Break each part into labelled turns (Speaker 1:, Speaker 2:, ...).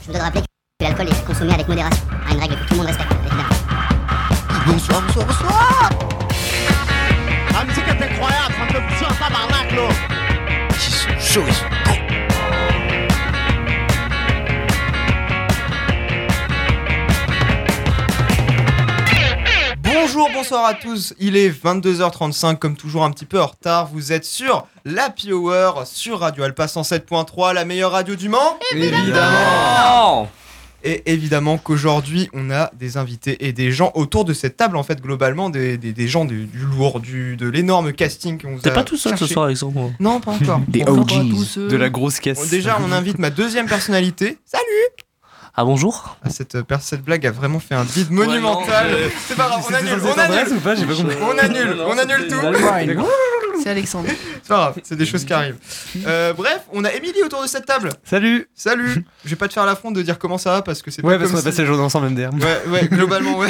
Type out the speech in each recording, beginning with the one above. Speaker 1: Je voudrais rappeler que l'alcool est consommé avec modération, à une règle que tout le monde respecte, évidemment.
Speaker 2: Bonsoir, bonsoir, bonsoir
Speaker 3: La musique est incroyable, ça me fait pousser en tabarnak là.
Speaker 2: Ils sont chauds, ils sont beaux. Bonjour, bonsoir à tous. Il est 22h35, comme toujours un petit peu en retard. Vous êtes sur la Hour, sur Radio Alpa 107.3, la meilleure radio du Mans.
Speaker 4: Évidemment
Speaker 2: Et évidemment qu'aujourd'hui, on a Ah, des invités et des gens autour de cette table, en fait, globalement, des, des- des gens du, du lourd, du, de l'énorme casting qu'on vous
Speaker 5: T'es
Speaker 2: a
Speaker 5: pas tout seul ce
Speaker 2: cherché.
Speaker 5: soir, Alexandre.
Speaker 2: Non, pas encore.
Speaker 6: Des
Speaker 4: Bonjour à
Speaker 6: OGs.
Speaker 4: De la grosse caisse.
Speaker 2: Bon, déjà, on invite ma deuxième personnalité. Salut
Speaker 5: Ah bonjour
Speaker 2: Ah, cette, per- cette blague a vraiment fait un vide monumental.
Speaker 4: Ouais, non,
Speaker 2: C'est pas grave, on annule, on annule,
Speaker 4: ou pas J'ai pas compris.
Speaker 2: on annule, on annule tout.
Speaker 7: C'est Alexandre.
Speaker 2: C'est pas grave, Ah, c'est des choses qui arrivent. Euh, bref, on a Émilie autour de cette table.
Speaker 4: Salut
Speaker 2: Salut Je vais pas te faire l'affront de dire comment ça va parce que c'est
Speaker 4: Ouais,
Speaker 2: pas
Speaker 4: parce bah, qu'on
Speaker 2: comme
Speaker 4: a
Speaker 2: si-
Speaker 4: passé la journée ensemble, MDR.
Speaker 2: Ouais, ouais, globalement, ouais.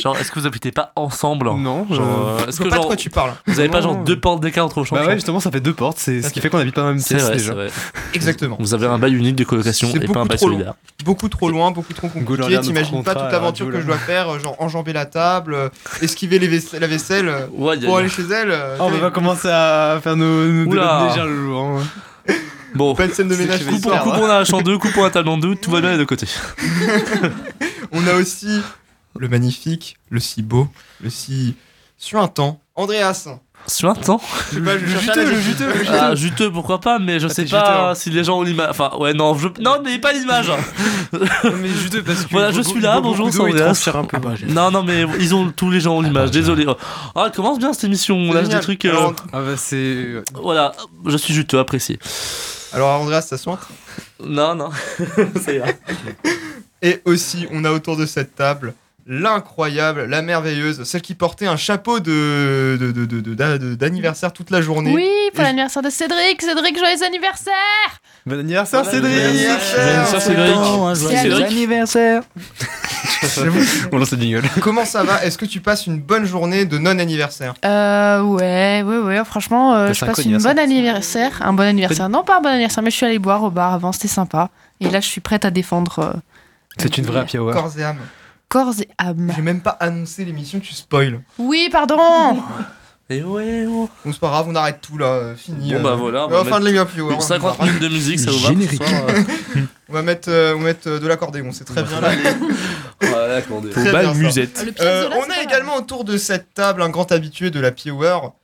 Speaker 5: Genre, est-ce que vous habitez pas ensemble
Speaker 4: Non,
Speaker 5: Genre,
Speaker 4: euh,
Speaker 5: euh,
Speaker 2: Je
Speaker 5: Est-ce
Speaker 2: vois
Speaker 5: que
Speaker 2: pas de
Speaker 5: genre,
Speaker 2: quoi tu parles.
Speaker 5: vous avez pas genre
Speaker 4: Non.
Speaker 5: deux portes d'écart entre vos chambres
Speaker 4: Bah ouais, justement, ça fait deux portes, c'est ce qui fait qu'on habite pas dans la même
Speaker 5: C'est
Speaker 4: pièce
Speaker 5: vrai, c'est
Speaker 4: déjà.
Speaker 5: vrai.
Speaker 2: Exactement.
Speaker 5: Vous avez un bail unique de colocation
Speaker 2: C'est
Speaker 5: et
Speaker 2: beaucoup
Speaker 5: pas un bail
Speaker 2: trop long.
Speaker 5: solidaire.
Speaker 2: Beaucoup trop loin, beaucoup trop compliqué.
Speaker 4: Golandia,
Speaker 2: T'imagines
Speaker 4: notre contrat
Speaker 2: pas toute
Speaker 4: à la
Speaker 2: l'aventure
Speaker 4: radio,
Speaker 2: que je
Speaker 4: là.
Speaker 2: dois faire, euh, genre enjamber la table, euh, esquiver les vaisse- la vaisselle euh,
Speaker 5: Ouais, y a-
Speaker 2: pour aller chez elle. euh,
Speaker 4: Ah, on va
Speaker 2: terrible.
Speaker 4: pas commencer à faire nos, nos
Speaker 5: Oula.
Speaker 4: délots déjà, le loulou, hein.
Speaker 5: Bon,
Speaker 2: Pas de scène de
Speaker 4: C'est
Speaker 2: ménage
Speaker 4: que
Speaker 2: ce
Speaker 4: les
Speaker 5: coup pour
Speaker 2: soir.
Speaker 4: faire,
Speaker 5: coup,
Speaker 4: hein.
Speaker 5: on a un champ deux, coup pour un talon deux, tout va bien de côté.
Speaker 2: On a aussi le magnifique, le si beau, le si suintant, Andreas.
Speaker 5: Sur un temps
Speaker 2: Je sais pas, je
Speaker 4: Le
Speaker 2: cherche
Speaker 4: juteux,
Speaker 2: à la-
Speaker 4: le juteux, le
Speaker 5: Ah, juteux, pourquoi pas, mais je
Speaker 4: Ah,
Speaker 5: sais
Speaker 4: t'es
Speaker 5: pas
Speaker 4: juteur.
Speaker 5: si les gens ont l'image. Enfin, ouais, non, je... non, mais pas l'image.
Speaker 4: Non, mais juteux parce que.
Speaker 5: Voilà, je suis là, bonjour,
Speaker 4: Beaucoup d'eau,
Speaker 5: c'est
Speaker 4: il
Speaker 5: Andreas.
Speaker 4: transpire un peu.
Speaker 6: Ah bah,
Speaker 5: Non, non, mais ils ont tous les gens ont l'image, désolé. Ah, elle commence bien cette émission, on lâche des
Speaker 2: Génial.
Speaker 5: trucs. euh,
Speaker 2: Alors,
Speaker 4: Ah, bah c'est.
Speaker 5: Voilà, je suis juteux, apprécié.
Speaker 2: alors, Andreas, ça sointe.
Speaker 5: Non, non, ça ira.
Speaker 2: Et aussi, on a autour de cette table l'incroyable, la merveilleuse, celle qui portait un chapeau de de- de- de- de- d'a- de- d'anniversaire toute la journée.
Speaker 7: Oui, pour
Speaker 2: Et-
Speaker 7: l'anniversaire de Cédric. Cédric, joyeux anniversaire
Speaker 4: Bon
Speaker 2: Ah,
Speaker 4: anniversaire,
Speaker 5: Voilà,
Speaker 4: Cédric
Speaker 5: bon
Speaker 2: anniversaire.
Speaker 4: Bon
Speaker 5: anniversaire, hein, Cédric.
Speaker 2: hein,
Speaker 5: Cédric.
Speaker 6: anniversaire
Speaker 4: On lance le jingle.
Speaker 2: Comment ça va Est-ce que tu passes une bonne journée de non-anniversaire
Speaker 7: Euh, ouais, ouais, ouais. Franchement, euh,
Speaker 4: T'as
Speaker 7: je
Speaker 4: cinq
Speaker 7: passe une
Speaker 4: anniversaires.
Speaker 7: bonne anniversaire. Un bon anniversaire. Non, pas un bon anniversaire, mais je suis allée boire au bar avant, c'était sympa. Et là, je suis prête à défendre euh,
Speaker 4: C'est une vraie happy hour.
Speaker 2: Corps et âme.
Speaker 7: corps et âme.
Speaker 2: J'ai même pas annoncé l'émission, tu spoil.
Speaker 7: Oui, pardon
Speaker 5: Et ouais, oh.
Speaker 2: Bon, c'est pas grave, on arrête tout là, euh, fini.
Speaker 5: Bon,
Speaker 2: euh,
Speaker 5: bah voilà, on va
Speaker 2: euh,
Speaker 5: mettre-
Speaker 2: fin de l'émission, puis, ouais,
Speaker 5: Pour
Speaker 2: on
Speaker 5: 50
Speaker 2: va-
Speaker 5: minutes de musique, ça vous va pour ce
Speaker 6: Générique.
Speaker 5: soir euh,
Speaker 2: On va mettre, euh, on va mettre euh, de l'accordéon, c'est très bien là.
Speaker 5: Voilà, accordé.
Speaker 2: Très bien, ça.
Speaker 5: musette.
Speaker 7: Le
Speaker 2: Euh, on a également autour de cette table un grand habitué de la Hour,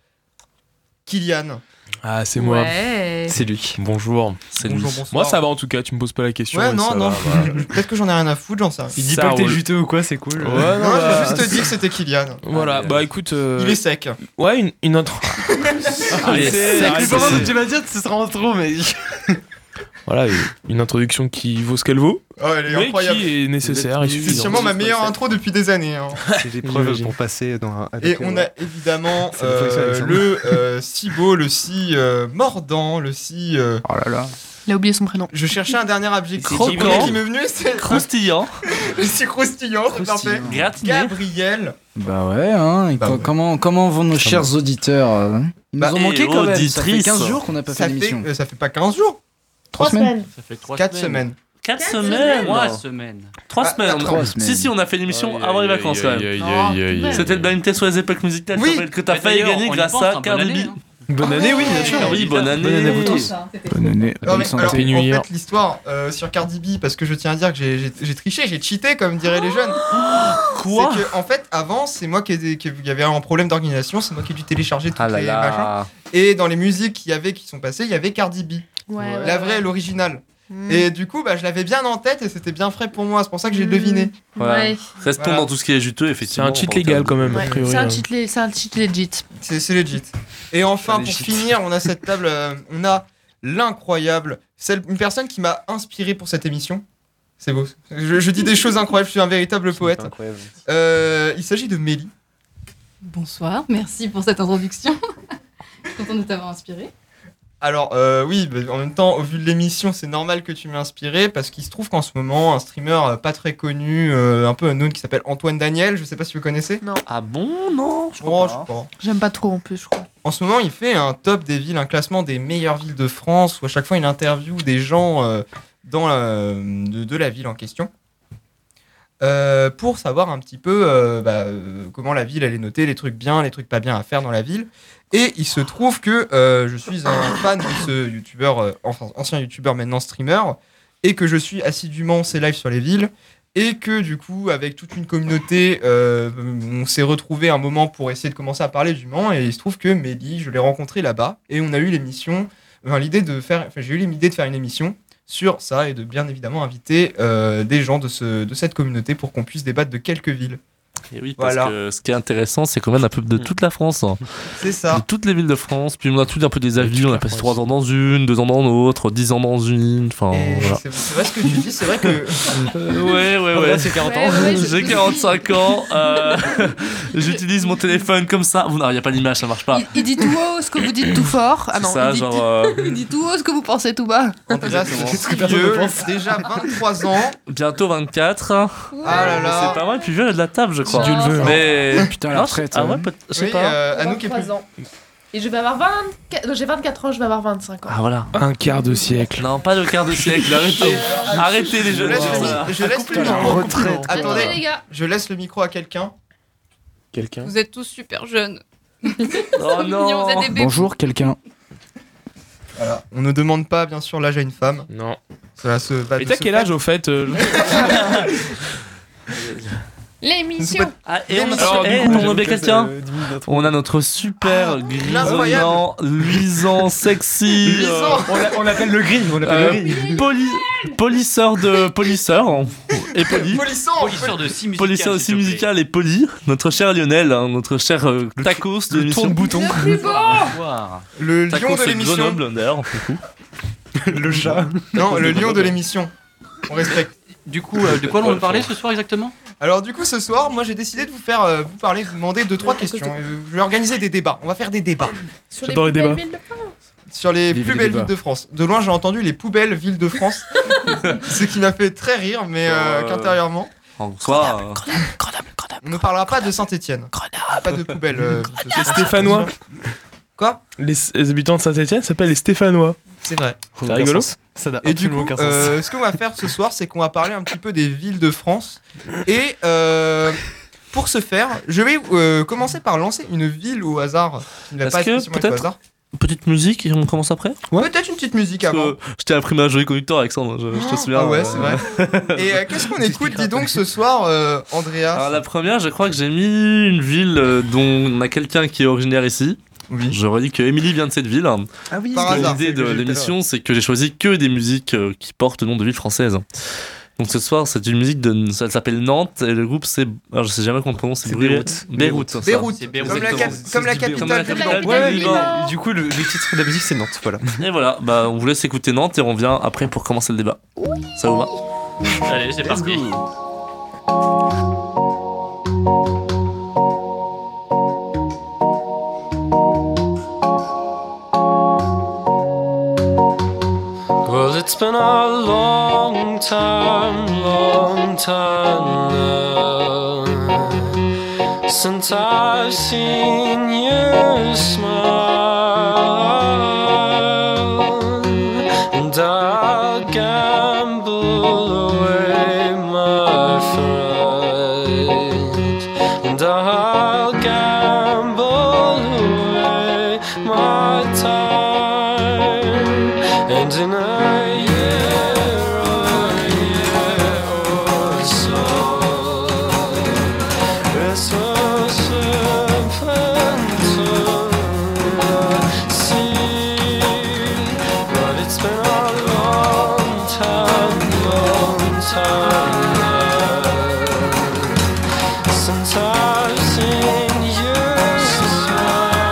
Speaker 2: Kylian.
Speaker 6: Ah, c'est moi.
Speaker 7: Ouais.
Speaker 4: C'est lui.
Speaker 6: Bonjour.
Speaker 5: C'est
Speaker 2: Bonjour,
Speaker 5: lui.
Speaker 2: bonsoir.
Speaker 6: Moi, ça va en tout cas, tu me poses pas la question.
Speaker 2: Ouais,
Speaker 6: et
Speaker 2: non,
Speaker 6: ça
Speaker 2: non.
Speaker 6: va, voilà.
Speaker 2: Peut-être que j'en ai rien à foutre, j'en sais rien.
Speaker 4: Il dit
Speaker 6: Ça
Speaker 4: pas que t'es
Speaker 6: roule.
Speaker 4: juteux ou quoi, c'est cool.
Speaker 6: Ouais,
Speaker 2: Non,
Speaker 6: non, bah,
Speaker 2: j'ai juste dit que c'était Kylian.
Speaker 6: Voilà,
Speaker 4: Allez,
Speaker 6: bah
Speaker 4: allez.
Speaker 6: écoute. euh,
Speaker 2: Il est sec.
Speaker 6: Ouais, une, une intro.
Speaker 2: Ah,
Speaker 6: Ah,
Speaker 5: Allez,
Speaker 4: Ah, C'est
Speaker 5: c'est-
Speaker 4: le
Speaker 5: c'est-
Speaker 4: moment
Speaker 5: c'est-
Speaker 4: de tu vas dire, ce sera en trop, mais.
Speaker 6: Voilà, une introduction qui vaut ce qu'elle vaut,
Speaker 2: Oh, elle est
Speaker 6: mais
Speaker 2: incroyable.
Speaker 6: qui est nécessaire. il
Speaker 2: C'est
Speaker 6: suffit.
Speaker 2: sûrement ma meilleure intro depuis des années. hein.
Speaker 4: C'est des
Speaker 6: preuves
Speaker 4: preuves
Speaker 6: pour
Speaker 4: pour passer dans
Speaker 8: Ah,
Speaker 4: un. euh,
Speaker 2: Et on a évidemment
Speaker 4: C'est votre
Speaker 2: euh,
Speaker 4: Alexandre.
Speaker 2: le euh, si beau, le si euh, mordant, le si. euh,
Speaker 4: Oh là là.
Speaker 7: Il a oublié son prénom.
Speaker 2: Je cherchais un dernier adjectif.
Speaker 5: Croquant.
Speaker 2: Le premier qui m'est venu, c'est
Speaker 5: Croustillant,
Speaker 2: le si croustillant, c'est parfait.
Speaker 5: gratiné.
Speaker 2: Gabriel.
Speaker 8: Bah ouais, hein, et
Speaker 2: Bah
Speaker 8: co-
Speaker 2: ouais.
Speaker 8: Comment, comment vont nos chers auditeurs euh, Ils
Speaker 2: Bah,
Speaker 8: nous ont
Speaker 5: et
Speaker 8: manqué quand même, ça fait
Speaker 5: auditrices.
Speaker 8: 15 jours qu'on n'a pas
Speaker 2: Ça
Speaker 8: fait
Speaker 2: fait,
Speaker 8: d'émission.
Speaker 2: euh, ça fait pas 15 jours,
Speaker 8: Trois semaines
Speaker 5: Ça fait 3
Speaker 2: 4 semaines.
Speaker 5: 4 semaines
Speaker 9: Trois semaines.
Speaker 5: 3
Speaker 2: Ah,
Speaker 5: semaines.
Speaker 2: quatre
Speaker 8: Trois
Speaker 5: Si, si, on a fait l'émission avant les vacances quand même. C'était le blind test sur les époques musicales
Speaker 2: Oui.
Speaker 5: je rappelle, que t'as failli gagner grâce à Cardi B.
Speaker 4: Bonne année, oui, bien sûr.
Speaker 5: Ah oui, bonne année.
Speaker 4: Bonne année à vous tous.
Speaker 8: Bonne année,
Speaker 2: Non, mais
Speaker 8: bonne santé.
Speaker 2: alors, en
Speaker 6: New Year.
Speaker 2: fait, l'histoire euh, sur Cardi B, parce que je tiens à dire que j'ai- j'ai j'ai triché, j'ai cheaté, comme diraient les jeunes.
Speaker 5: Quoi
Speaker 2: C'est que, en fait, avant, c'est moi qui ai- qui y avait un problème d'organisation, c'est moi qui ai dû télécharger toutes les machins. Et dans les musiques qu'il y avait qui sont passées, il y avait Cardi B,
Speaker 7: Ouais,
Speaker 2: la vraie, l'originale.
Speaker 7: Mm.
Speaker 2: Et du coup, bah, je l'avais bien en tête et c'était bien frais pour moi, c'est pour ça que j'ai deviné.
Speaker 5: Voilà.
Speaker 7: Ouais.
Speaker 5: Restons
Speaker 2: Voilà.
Speaker 5: dans tout ce qui est juteux,
Speaker 6: C'est
Speaker 5: effectivement.
Speaker 6: un cheat
Speaker 5: on va en
Speaker 6: légal
Speaker 5: faire-
Speaker 6: quand même, a
Speaker 7: Ouais.
Speaker 6: priori.
Speaker 7: C'est un
Speaker 6: hein.
Speaker 7: cheat le- c'est un cheat legit.
Speaker 2: C'est c'est legit. Et enfin,
Speaker 4: C'est legit.
Speaker 2: pour finir, on a cette table, euh, on a l'incroyable, celle, une personne qui m'a inspiré pour cette émission. C'est beau. Je, je dis des choses incroyables, je suis un véritable poète. Euh, il s'agit de Mélie.
Speaker 10: Bonsoir, merci pour cette introduction. Je suis contente de t'avoir inspiré.
Speaker 2: Alors euh, oui, bah, en même temps, au vu de l'émission, c'est normal que tu m'aies inspiré parce qu'il se trouve qu'en ce moment, un streamer euh, pas très connu, euh, un peu unknown, qui s'appelle Antoine Daniel, je sais pas si vous connaissez.
Speaker 5: Ah bon, non je
Speaker 2: Oh,
Speaker 5: crois
Speaker 2: je sais pas.
Speaker 7: J'aime pas trop en plus, je crois.
Speaker 2: En ce moment, il fait un top des villes, un classement des meilleures villes de France où à chaque fois il interviewe des gens euh, dans la- de, de la ville en question euh, pour savoir un petit peu euh, bah, euh, comment la ville allait noter les trucs bien, les trucs pas bien à faire dans la ville. Et il se trouve que euh, je suis un fan de ce youtubeur, euh, enfin, ancien youtubeur maintenant streamer, et que je suis assidûment ses lives sur les villes. Et que du coup, avec toute une communauté, euh, on s'est retrouvé un moment pour essayer de commencer à parler du Mans. Et il se trouve que Mehdi, je l'ai rencontré là-bas. Et on a eu l'émission, enfin, l'idée de faire, enfin, j'ai eu l'idée de faire une émission sur ça et de bien évidemment inviter euh, des gens de, ce, de cette communauté pour qu'on puisse débattre de quelques villes.
Speaker 5: Et oui, parce
Speaker 2: Voilà.
Speaker 5: que ce qui est intéressant, c'est qu'on vient d'un peu de toute la France, hein.
Speaker 2: C'est
Speaker 5: de
Speaker 2: ça.
Speaker 5: toutes les villes de France. Puis on a tous un peu des avis,
Speaker 6: toute
Speaker 5: on a
Speaker 6: la
Speaker 5: passé
Speaker 6: France.
Speaker 5: trois ans dans une, deux ans dans l'autre, dix ans dans une. Enfin,
Speaker 6: Oh,
Speaker 2: Et
Speaker 5: voilà.
Speaker 2: C'est c'est vrai ce que tu dis, c'est vrai que
Speaker 5: Euh, ouais, ouais, ouais.
Speaker 4: c'est 40
Speaker 10: Ouais, ouais, je-
Speaker 5: J'ai 45 ans, euh, j'utilise mon téléphone comme ça. Vous- Non, il n'y a pas d'image, ça marche pas.
Speaker 7: Il, il dit tout haut ce que vous dites tout fort. Ah
Speaker 5: C'est
Speaker 7: non,
Speaker 5: ça,
Speaker 7: il, dit
Speaker 5: genre. euh,
Speaker 7: tout, il dit tout haut ce que vous pensez tout bas.
Speaker 2: Andreas
Speaker 5: Exactement.
Speaker 2: est vieux, déjà 23 ans.
Speaker 5: bientôt 24.
Speaker 2: Ah là là.
Speaker 5: C'est pas mal, puis vieux, il y a de la table, je crois.
Speaker 9: Si Dieu le veut,
Speaker 5: Mais.
Speaker 8: Putain,
Speaker 5: Non,
Speaker 8: la retraite.
Speaker 5: Ah
Speaker 8: euh.
Speaker 5: ouais, peut- je sais
Speaker 2: Oui,
Speaker 5: pas.
Speaker 2: euh, Anouk est
Speaker 9: 23
Speaker 2: plus-
Speaker 9: ans. Et je vais avoir 24... non, j'ai 24 ans, je vais avoir 25 ans.
Speaker 5: Ah voilà.
Speaker 6: Un quart de siècle.
Speaker 5: Non, pas le quart de siècle, arrêtez. arrêtez les
Speaker 2: Je
Speaker 5: jeunes.
Speaker 2: laisse,
Speaker 5: Voilà.
Speaker 2: le, je laisse le
Speaker 8: la
Speaker 2: micro.
Speaker 8: retraite.
Speaker 9: Attendez
Speaker 2: Attendez,
Speaker 9: les gars,
Speaker 2: je laisse le micro à quelqu'un.
Speaker 6: Quelqu'un
Speaker 10: Vous êtes tous super jeunes.
Speaker 5: Oh
Speaker 10: Mignons,
Speaker 5: non.
Speaker 10: Vous êtes des bébés.
Speaker 8: Bonjour, quelqu'un.
Speaker 2: Voilà. On ne demande pas, bien sûr, l'âge à une femme.
Speaker 6: Non.
Speaker 2: Cela se va.
Speaker 6: Et
Speaker 2: de
Speaker 6: t'as
Speaker 2: ce
Speaker 6: quel
Speaker 2: fait.
Speaker 6: âge au fait euh,
Speaker 9: l'émission
Speaker 5: Ah, et on,
Speaker 2: Alors,
Speaker 5: eh,
Speaker 2: du coup,
Speaker 5: mon bébé Christian,
Speaker 7: euh,
Speaker 5: on a notre super
Speaker 2: Ah,
Speaker 5: grisonnant, luisant, sexy,
Speaker 2: Luisant.
Speaker 4: On l'a- on l'appelle le gris, on l'appelle
Speaker 5: Euh,
Speaker 4: le gris.
Speaker 5: euh, poli- polisseur de polisseur hein, et poli.
Speaker 2: Polisson
Speaker 11: Polisseur de scie musicale.
Speaker 5: Polisseur aussi musical et poli, notre cher Lionel, hein, notre cher euh, tacos de l'émission.
Speaker 6: bouton.
Speaker 9: Le plus beau
Speaker 11: Bonsoir.
Speaker 2: Le lion
Speaker 5: Tacos
Speaker 2: de l'émission.
Speaker 5: Grenoble, d'ailleurs, du coup.
Speaker 4: Le chat.
Speaker 2: Non, le lion de l'émission. On respecte.
Speaker 11: Du coup, euh, de quoi on veut parler ce soir exactement
Speaker 2: Alors du coup ce soir, moi j'ai décidé de vous faire euh, vous parler, vous demander deux trois questions. Euh, Je vais organiser des débats. On va faire des débats
Speaker 9: sur les
Speaker 6: J'adore les
Speaker 9: plus belles
Speaker 6: débats.
Speaker 9: villes de-
Speaker 2: sur les
Speaker 8: Vive
Speaker 2: plus
Speaker 8: les
Speaker 2: belles
Speaker 8: débats.
Speaker 2: villes de France. De loin j'ai entendu les plus belles villes de France, ce qui m'a fait très rire, mais euh,
Speaker 5: Euh,
Speaker 2: qu'intérieurement.
Speaker 5: En soi, euh,
Speaker 7: Grenoble, Grenoble,
Speaker 2: On ne parlera pas de Saint-Étienne. Pas de poubelle. euh, ce soir.
Speaker 6: Les Stéphanois.
Speaker 2: Quoi
Speaker 6: les, les habitants de Saint-Etienne s'appellent les Stéphanois.
Speaker 2: C'est vrai.
Speaker 6: C'est rigolo.
Speaker 4: Ça n'a
Speaker 2: Et du
Speaker 4: absolument
Speaker 2: coup,
Speaker 4: aucun sens.
Speaker 2: euh, ce qu'on va faire ce soir, c'est qu'on va parler un petit peu des villes de France. Et euh, pour ce faire, je vais euh, commencer par lancer une ville au hasard. qui ne va
Speaker 5: Est-ce
Speaker 2: pas
Speaker 5: que
Speaker 2: spécialement été au
Speaker 5: peut-être-
Speaker 2: hasard.
Speaker 5: petite musique et on commence après
Speaker 2: Peut-être une petite musique
Speaker 5: Parce
Speaker 2: avant.
Speaker 5: que Je t'ai appris ma jolie conducteur, Alexandre, je, je te souviens.
Speaker 2: Ah ouais,
Speaker 5: euh,
Speaker 2: c'est vrai. Et euh, qu'est-ce qu'on écoute, dis donc, ce soir, euh, Andrea
Speaker 5: Alors la première, je crois que j'ai mis une ville euh, dont on a quelqu'un qui est originaire ici.
Speaker 2: Oui.
Speaker 5: Je redis que Emily vient de cette ville.
Speaker 4: Ah oui,
Speaker 2: par
Speaker 4: c'est-
Speaker 2: hasard.
Speaker 5: L'idée de l'émission, c'est que j'ai choisi que des musiques euh, qui portent le nom de villes françaises. Donc ce soir, c'est une musique de, ça s'appelle Nantes et le groupe c'est, alors, je sais jamais comment on prononce, c'est
Speaker 4: C'est
Speaker 5: Beyrouth. Beyrouth. ça.
Speaker 2: Beyrouth,
Speaker 11: C'est Beyrouth,
Speaker 2: comme, la cap-
Speaker 11: exactement.
Speaker 2: comme
Speaker 4: C'est
Speaker 2: la
Speaker 4: Beyrouth.
Speaker 5: Comme la
Speaker 2: capitale du
Speaker 5: capitale
Speaker 2: Liban.
Speaker 5: du
Speaker 4: Ouais,
Speaker 5: Liban.
Speaker 4: mais du coup, le, le titre de la musique, c'est Nantes, voilà.
Speaker 5: Et voilà, bah on vous laisse écouter Nantes et on revient après pour commencer le débat. Ça vous va Allez, c'est parti.
Speaker 11: Well, it's been a long time, long time now since I've seen you smile, and I'll gamble away my fright, and I'll gamble away my time. And in a year or a year or so It's what's happened to see But it's been a long time, long time now Since I've seen you smile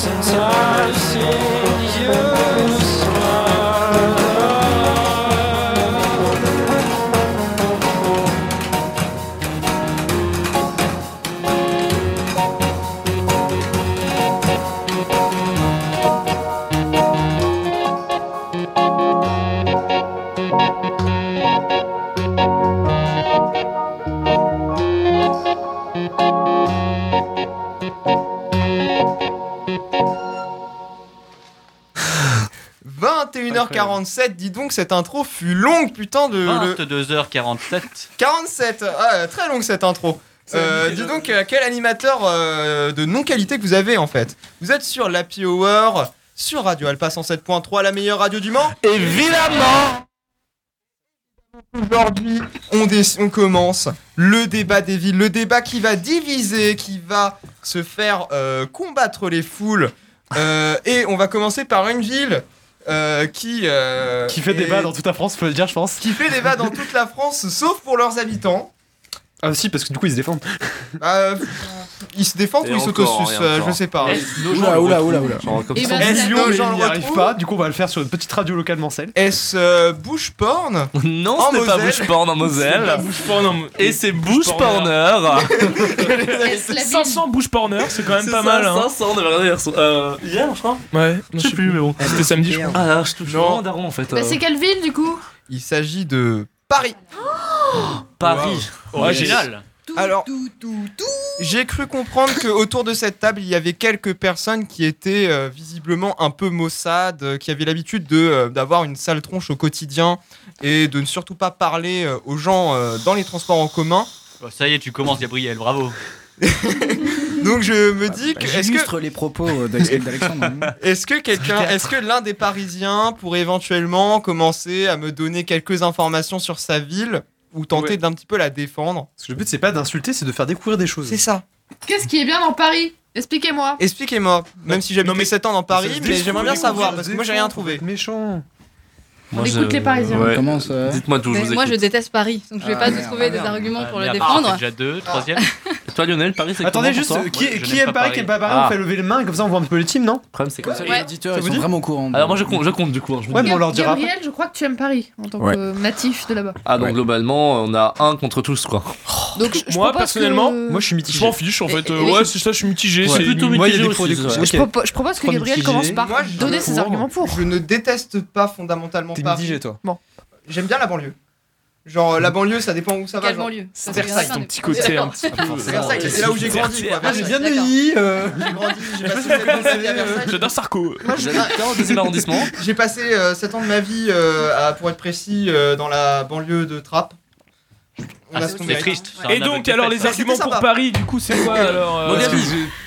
Speaker 11: Since I've seen you smile
Speaker 12: Incroyable.
Speaker 2: 21h47, dis donc, cette intro fut longue, putain de.
Speaker 12: Ah. Euh,
Speaker 2: le-
Speaker 12: 22h47.
Speaker 2: 47 ah, Très longue cette intro Euh, dis donc, euh, quel animateur euh, de non-qualité que vous avez en fait Vous êtes sur l'Happy Hour, sur Radio Alpa 107.3, la meilleure radio du Mans Évidemment Aujourd'hui, on, dé- on commence le débat des villes, le débat qui va diviser, qui va se faire euh, combattre les foules. Euh, et on va commencer par une ville euh, qui. euh,
Speaker 4: Qui fait débat
Speaker 2: est-
Speaker 4: dans toute la France, faut le dire, je pense.
Speaker 2: Qui fait débat dans toute la France, sauf pour leurs habitants.
Speaker 4: Ah si, parce que du coup ils se défendent.
Speaker 2: Euh, ils se défendent
Speaker 4: Et
Speaker 2: ou ils
Speaker 4: encore,
Speaker 2: s'autosucent
Speaker 4: et
Speaker 2: euh,
Speaker 4: encore.
Speaker 2: Je sais pas. euh,
Speaker 4: Est-ce nos gens le
Speaker 2: Oula,
Speaker 4: retrouvent
Speaker 2: oula, oula.
Speaker 4: Genre comme
Speaker 2: Et
Speaker 4: ça.
Speaker 2: ben,
Speaker 4: Est-ce
Speaker 2: c'est
Speaker 4: que
Speaker 2: la
Speaker 4: nos
Speaker 2: même.
Speaker 4: gens
Speaker 2: Ils
Speaker 4: n'y
Speaker 2: y
Speaker 4: arrivent
Speaker 2: retrouvent.
Speaker 4: pas, du coup on va le faire sur une petite radio locale mancelle.
Speaker 2: Est-ce euh, bouche porn
Speaker 5: Non,
Speaker 2: En
Speaker 5: ce n'est pas
Speaker 2: Moselle.
Speaker 5: Bouche Porn en Moselle.
Speaker 2: C'est pas Bouche
Speaker 6: Oh,
Speaker 2: Porn en Mo-
Speaker 5: Et c'est Bouche
Speaker 2: Bouche
Speaker 5: Porner.
Speaker 9: Est-ce la ville
Speaker 11: 500 bouche porner, c'est quand même
Speaker 5: C'est
Speaker 11: pas
Speaker 5: ça,
Speaker 11: mal. hein.
Speaker 5: 500, on avait regardé hier, so- euh, hier, je crois.
Speaker 6: Ouais,
Speaker 5: je sais plus, mais bon.
Speaker 6: C'était samedi, je crois.
Speaker 5: Ah là, je touche vraiment daron en fait. euh.
Speaker 7: Bah, c'est quelle ville du coup
Speaker 2: Il s'agit de Paris.
Speaker 9: Oh
Speaker 5: Paris.
Speaker 2: Wow.
Speaker 12: Original.
Speaker 2: Alors, j'ai cru comprendre que autour de cette table, il y avait quelques personnes qui étaient euh, visiblement un peu maussades, euh, qui avaient l'habitude de euh, d'avoir une sale tronche au quotidien et de ne surtout pas parler euh, aux gens euh, dans les transports en commun.
Speaker 12: Bon, ça y est, tu commences, Gabriel, bravo.
Speaker 2: Donc je me dis que est-ce que
Speaker 8: J'illustre les propos euh, d'Alex- d'Alexandre.
Speaker 2: Est-ce que quelqu'un, est-ce que l'un des Parisiens pourrait éventuellement commencer à me donner quelques informations sur sa ville ou tenter
Speaker 4: Ouais.
Speaker 2: d'un petit peu la défendre
Speaker 4: Parce que le but c'est pas d'insulter, c'est de faire découvrir des choses.
Speaker 2: C'est ça.
Speaker 7: Qu'est-ce qui est bien dans Paris Expliquez-moi.
Speaker 2: Expliquez-moi, même si j'ai habité 7 ans dans Paris,
Speaker 4: Ça se
Speaker 2: mais
Speaker 4: découvre,
Speaker 2: j'aimerais bien
Speaker 4: ça se
Speaker 2: savoir
Speaker 4: découvre,
Speaker 2: parce
Speaker 4: ça
Speaker 2: que
Speaker 4: se
Speaker 2: moi j'ai
Speaker 4: découvre,
Speaker 2: rien trouvé.
Speaker 4: faut pas être méchant.
Speaker 5: Moi,
Speaker 7: écoute les Parisiens.
Speaker 5: Ouais.
Speaker 8: On commence. euh,
Speaker 5: Dites-moi tout, je vous
Speaker 10: Moi, je
Speaker 5: écoute.
Speaker 10: déteste Paris, donc je vais
Speaker 8: Ah,
Speaker 10: pas te
Speaker 8: merde,
Speaker 10: trouver des
Speaker 8: merde.
Speaker 10: arguments pour le
Speaker 12: Merde,
Speaker 10: défendre.
Speaker 12: C'est déjà deux, troisième.
Speaker 5: Et Toi, Lionel, Paris, c'est
Speaker 4: Attendez
Speaker 5: comment
Speaker 4: juste,
Speaker 5: pour toi
Speaker 4: euh, qui,
Speaker 12: Ouais, je
Speaker 4: qui
Speaker 12: n'aime
Speaker 4: aime
Speaker 12: pas
Speaker 4: Paris,
Speaker 12: Paris.
Speaker 4: qui aime pas Paris,
Speaker 5: Ah.
Speaker 4: on fait lever les mains, comme ça on voit un peu le team, non
Speaker 5: Le problème, c'est que ça.
Speaker 8: Les
Speaker 10: Ouais.
Speaker 8: auditeurs,
Speaker 4: Ça
Speaker 8: ils
Speaker 4: vous
Speaker 8: sont
Speaker 4: dit
Speaker 8: vraiment au courant.
Speaker 5: Alors, moi, je compte, je compte du coup. hein, je vous
Speaker 4: Ouais,
Speaker 5: dis.
Speaker 4: mais on leur dira. pas.
Speaker 9: Gabriel, je crois que tu aimes Paris en tant
Speaker 8: Ouais.
Speaker 9: que natif de là-bas.
Speaker 5: Ah, donc
Speaker 8: Ouais.
Speaker 5: globalement, on a un contre tous quoi.
Speaker 4: Oh,
Speaker 5: Oh,
Speaker 9: Donc je- je
Speaker 11: Moi,
Speaker 9: propose
Speaker 11: personnellement,
Speaker 9: que-
Speaker 4: Moi je suis
Speaker 6: Je
Speaker 4: mitigé.
Speaker 6: m'en fiche en fait.
Speaker 9: Et-
Speaker 6: euh,
Speaker 9: et-
Speaker 6: ouais, c'est ça, je suis mitigé.
Speaker 5: Ouais.
Speaker 6: c'est
Speaker 5: Plutôt
Speaker 6: Moi, il y a
Speaker 5: mitigé
Speaker 6: des pros et des
Speaker 5: aussi,
Speaker 6: cons.
Speaker 5: c'est
Speaker 4: vrai.
Speaker 6: Ok.
Speaker 7: Je, propo- je propose que
Speaker 4: Premier
Speaker 7: Gabriel
Speaker 4: sujet.
Speaker 7: commence par
Speaker 2: Moi, je-
Speaker 7: donner ses
Speaker 4: Courant.
Speaker 7: arguments pour.
Speaker 2: Je ne déteste pas fondamentalement
Speaker 4: T'es
Speaker 2: Paris.
Speaker 4: mitigé toi.
Speaker 2: J'aime bien la banlieue. Genre euh, la banlieue, ça dépend où ça va.
Speaker 10: Quel
Speaker 2: genre.
Speaker 10: banlieue Ça,
Speaker 2: C'est
Speaker 10: c'est
Speaker 2: Versailles,
Speaker 10: un
Speaker 6: ton
Speaker 10: des-
Speaker 6: petit côté un petit peu.
Speaker 2: C'est Versailles, c'est là où j'ai grandi. quoi.
Speaker 4: Ah, j'ai bien
Speaker 10: D'accord.
Speaker 4: vieilli. euh.
Speaker 2: J'ai grandi, j'ai passé sept ans de ma vie à Versailles.
Speaker 6: J'adore Sarko.
Speaker 5: J'habite au deuxième arrondissement.
Speaker 2: J'ai passé 7 ans de ma vie, euh, à- pour être précis, euh, dans la banlieue de Trappes. On
Speaker 12: Ah,
Speaker 2: a ce qu'on
Speaker 12: c'est
Speaker 2: mérite.
Speaker 12: triste. c'est un
Speaker 11: Et
Speaker 12: aveu
Speaker 11: donc,
Speaker 12: de
Speaker 11: alors les
Speaker 12: défaite,
Speaker 11: arguments
Speaker 2: C'était
Speaker 11: pour
Speaker 2: sympa.
Speaker 11: Paris, du coup, c'est quoi alors euh,
Speaker 5: Regarde,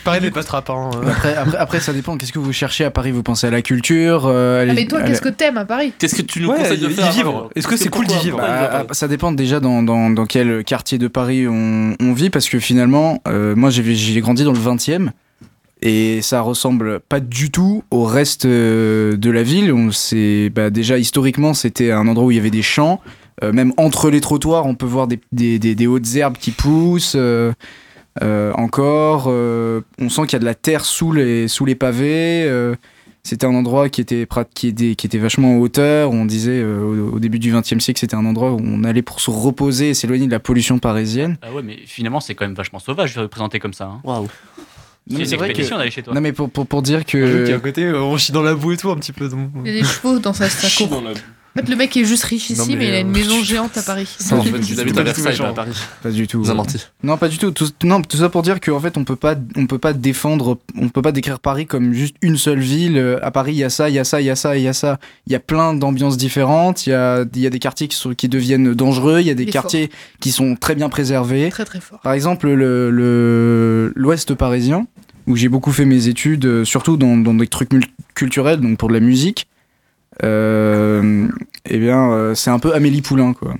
Speaker 4: Paris n'est pas trappe. hein, euh.
Speaker 8: Après, après, après, ça dépend. Qu'est-ce que vous cherchez à Paris Vous pensez à la culture euh, à
Speaker 9: Ah,
Speaker 8: les-
Speaker 9: mais toi,
Speaker 8: à
Speaker 9: qu'est-ce
Speaker 8: la-
Speaker 9: que t'aimes à Paris
Speaker 5: Qu'est-ce que tu nous
Speaker 4: Ouais,
Speaker 5: conseilles de
Speaker 4: y- y
Speaker 5: faire
Speaker 4: vivre.
Speaker 5: euh,
Speaker 4: Est-ce que c'est cool d'y
Speaker 5: pourquoi-
Speaker 4: vivre
Speaker 5: pourquoi il va
Speaker 8: Bah,
Speaker 5: pas
Speaker 8: ça dépend déjà dans, dans, dans quel quartier de Paris on, on vit, parce que finalement, euh, moi j'ai j'ai grandi dans le 20 e et ça ressemble pas du tout au reste euh, de la ville. On sait, bah, déjà historiquement, c'était un endroit où il y avait des champs. Euh, même entre les trottoirs, on peut voir des, des, des- des hautes herbes qui poussent. euh, euh, encore, euh, on sent qu'il y a de la terre sous les, sous les pavés. euh, c'était un endroit qui était, prat- qui était, qui était vachement en hauteur. On disait euh, au, au début du XXe siècle, c'était un endroit où on allait pour se reposer et s'éloigner de la pollution parisienne.
Speaker 12: Ah ouais, mais finalement, c'est quand même vachement sauvage de présenter comme ça. hein.
Speaker 5: Waouh.
Speaker 8: Non,
Speaker 12: C'est
Speaker 8: mais
Speaker 12: une
Speaker 8: c'est vrai
Speaker 12: expédition d'aller chez toi.
Speaker 8: Non, mais pour, pour, pour dire
Speaker 4: Le truc qui est à
Speaker 8: que.
Speaker 4: côté, euh, on chie dans la boue et tout un petit peu. donc-
Speaker 7: Il y a des chevaux dans sa sa cour. En fait, le mec est juste riche
Speaker 6: Non,
Speaker 7: ici, mais,
Speaker 6: mais,
Speaker 7: il a une
Speaker 6: euh,
Speaker 7: maison géante à Paris.
Speaker 5: Non, en fait, tu habites à
Speaker 4: pas du tout
Speaker 5: Versailles, pas à
Speaker 4: méchant.
Speaker 5: Paris.
Speaker 8: Pas du tout.
Speaker 5: Vous avez menti.
Speaker 8: Non, pas du tout. Tout, non, tout ça pour dire qu'en fait, on peut pas, on peut pas défendre, on peut pas décrire Paris comme juste une seule ville. Euh, À Paris, il y a ça, il y a ça, il y a ça, il y a ça. Il y a plein d'ambiances différentes. Il y a, il y a des quartiers qui, sont, qui deviennent dangereux. Il y a des
Speaker 7: Il est
Speaker 8: quartiers qui sont très bien préservés.
Speaker 7: Très très fort.
Speaker 8: Par exemple, le- le- l'Ouest parisien, où j'ai beaucoup fait mes études, euh, surtout dans, dans des trucs mul- culturels, donc pour de la musique, euh, eh bien, euh, c'est un peu Amélie Poulain, quoi.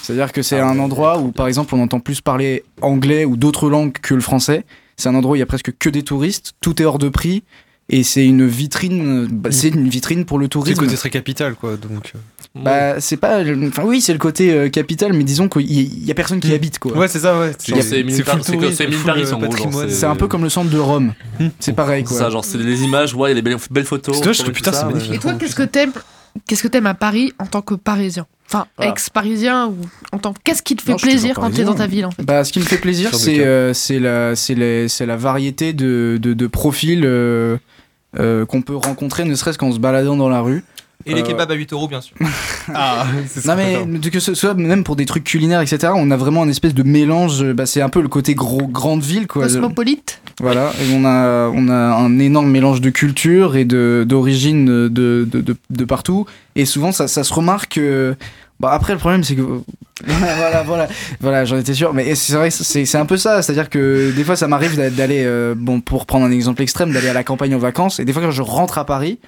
Speaker 8: C'est-à-dire que c'est
Speaker 4: Ah,
Speaker 8: un endroit où, par exemple, on entend plus parler anglais ou d'autres langues que le français. C'est un endroit où il y a presque que des touristes, tout est hors de prix, Et c'est une vitrine, bah, c'est une vitrine pour le
Speaker 4: Mm. C'est le
Speaker 8: tourisme.
Speaker 4: côté très capital, quoi. Donc. euh.
Speaker 8: Bah, c'est pas. Enfin, oui, c'est le côté euh, capital, mais disons qu'il y, il y a personne qui y habite, quoi.
Speaker 4: Mm. Ouais, c'est ça, ouais.
Speaker 8: Il y a-
Speaker 4: euh,
Speaker 8: C'est un peu comme le centre de Rome.
Speaker 4: Mm.
Speaker 8: C'est pareil, quoi.
Speaker 5: Ça, genre, c'est des images, ouais, il y a des belles, belles photos.
Speaker 8: C'est dommage parce que
Speaker 5: tout
Speaker 8: putain, c'est
Speaker 5: ouais.
Speaker 8: magnifique.
Speaker 7: Et toi, qu'est-ce que t'aimes Qu'est-ce que t'aimes à Paris en tant que Parisien Enfin,
Speaker 8: Voilà.
Speaker 7: ex-Parisien ou en tant qu'est-ce qui te fait
Speaker 8: Non, je suis
Speaker 7: plaisir
Speaker 8: toujours
Speaker 7: quand t'es dans ta ville en fait
Speaker 8: Bah, ce qui me fait plaisir,
Speaker 7: Sur des
Speaker 8: c'est
Speaker 7: cas.
Speaker 8: euh, c'est la, c'est les- c'est la variété de, de, de profils euh, euh, qu'on peut rencontrer, ne serait-ce qu'en se baladant dans la rue.
Speaker 2: Et les
Speaker 8: Euh,
Speaker 2: kebabs à 8 euros, bien sûr.
Speaker 4: Ah,
Speaker 8: Non mais que ce soit même pour des trucs culinaires etc on a vraiment une espèce de mélange bah, c'est un peu le côté gros grande ville quoi
Speaker 7: Cosmopolite
Speaker 8: voilà et on a on a un énorme mélange de culture et de d'origine de, de, de, de partout et souvent ça, ça se remarque euh, bah après le problème c'est que voilà voilà voilà j'en étais sûr mais c'est vrai c'est c'est un peu ça c'est à dire que des fois ça m'arrive d'a- d'aller euh, bon pour prendre un exemple extrême d'aller à la campagne en vacances et des fois quand je rentre à Paris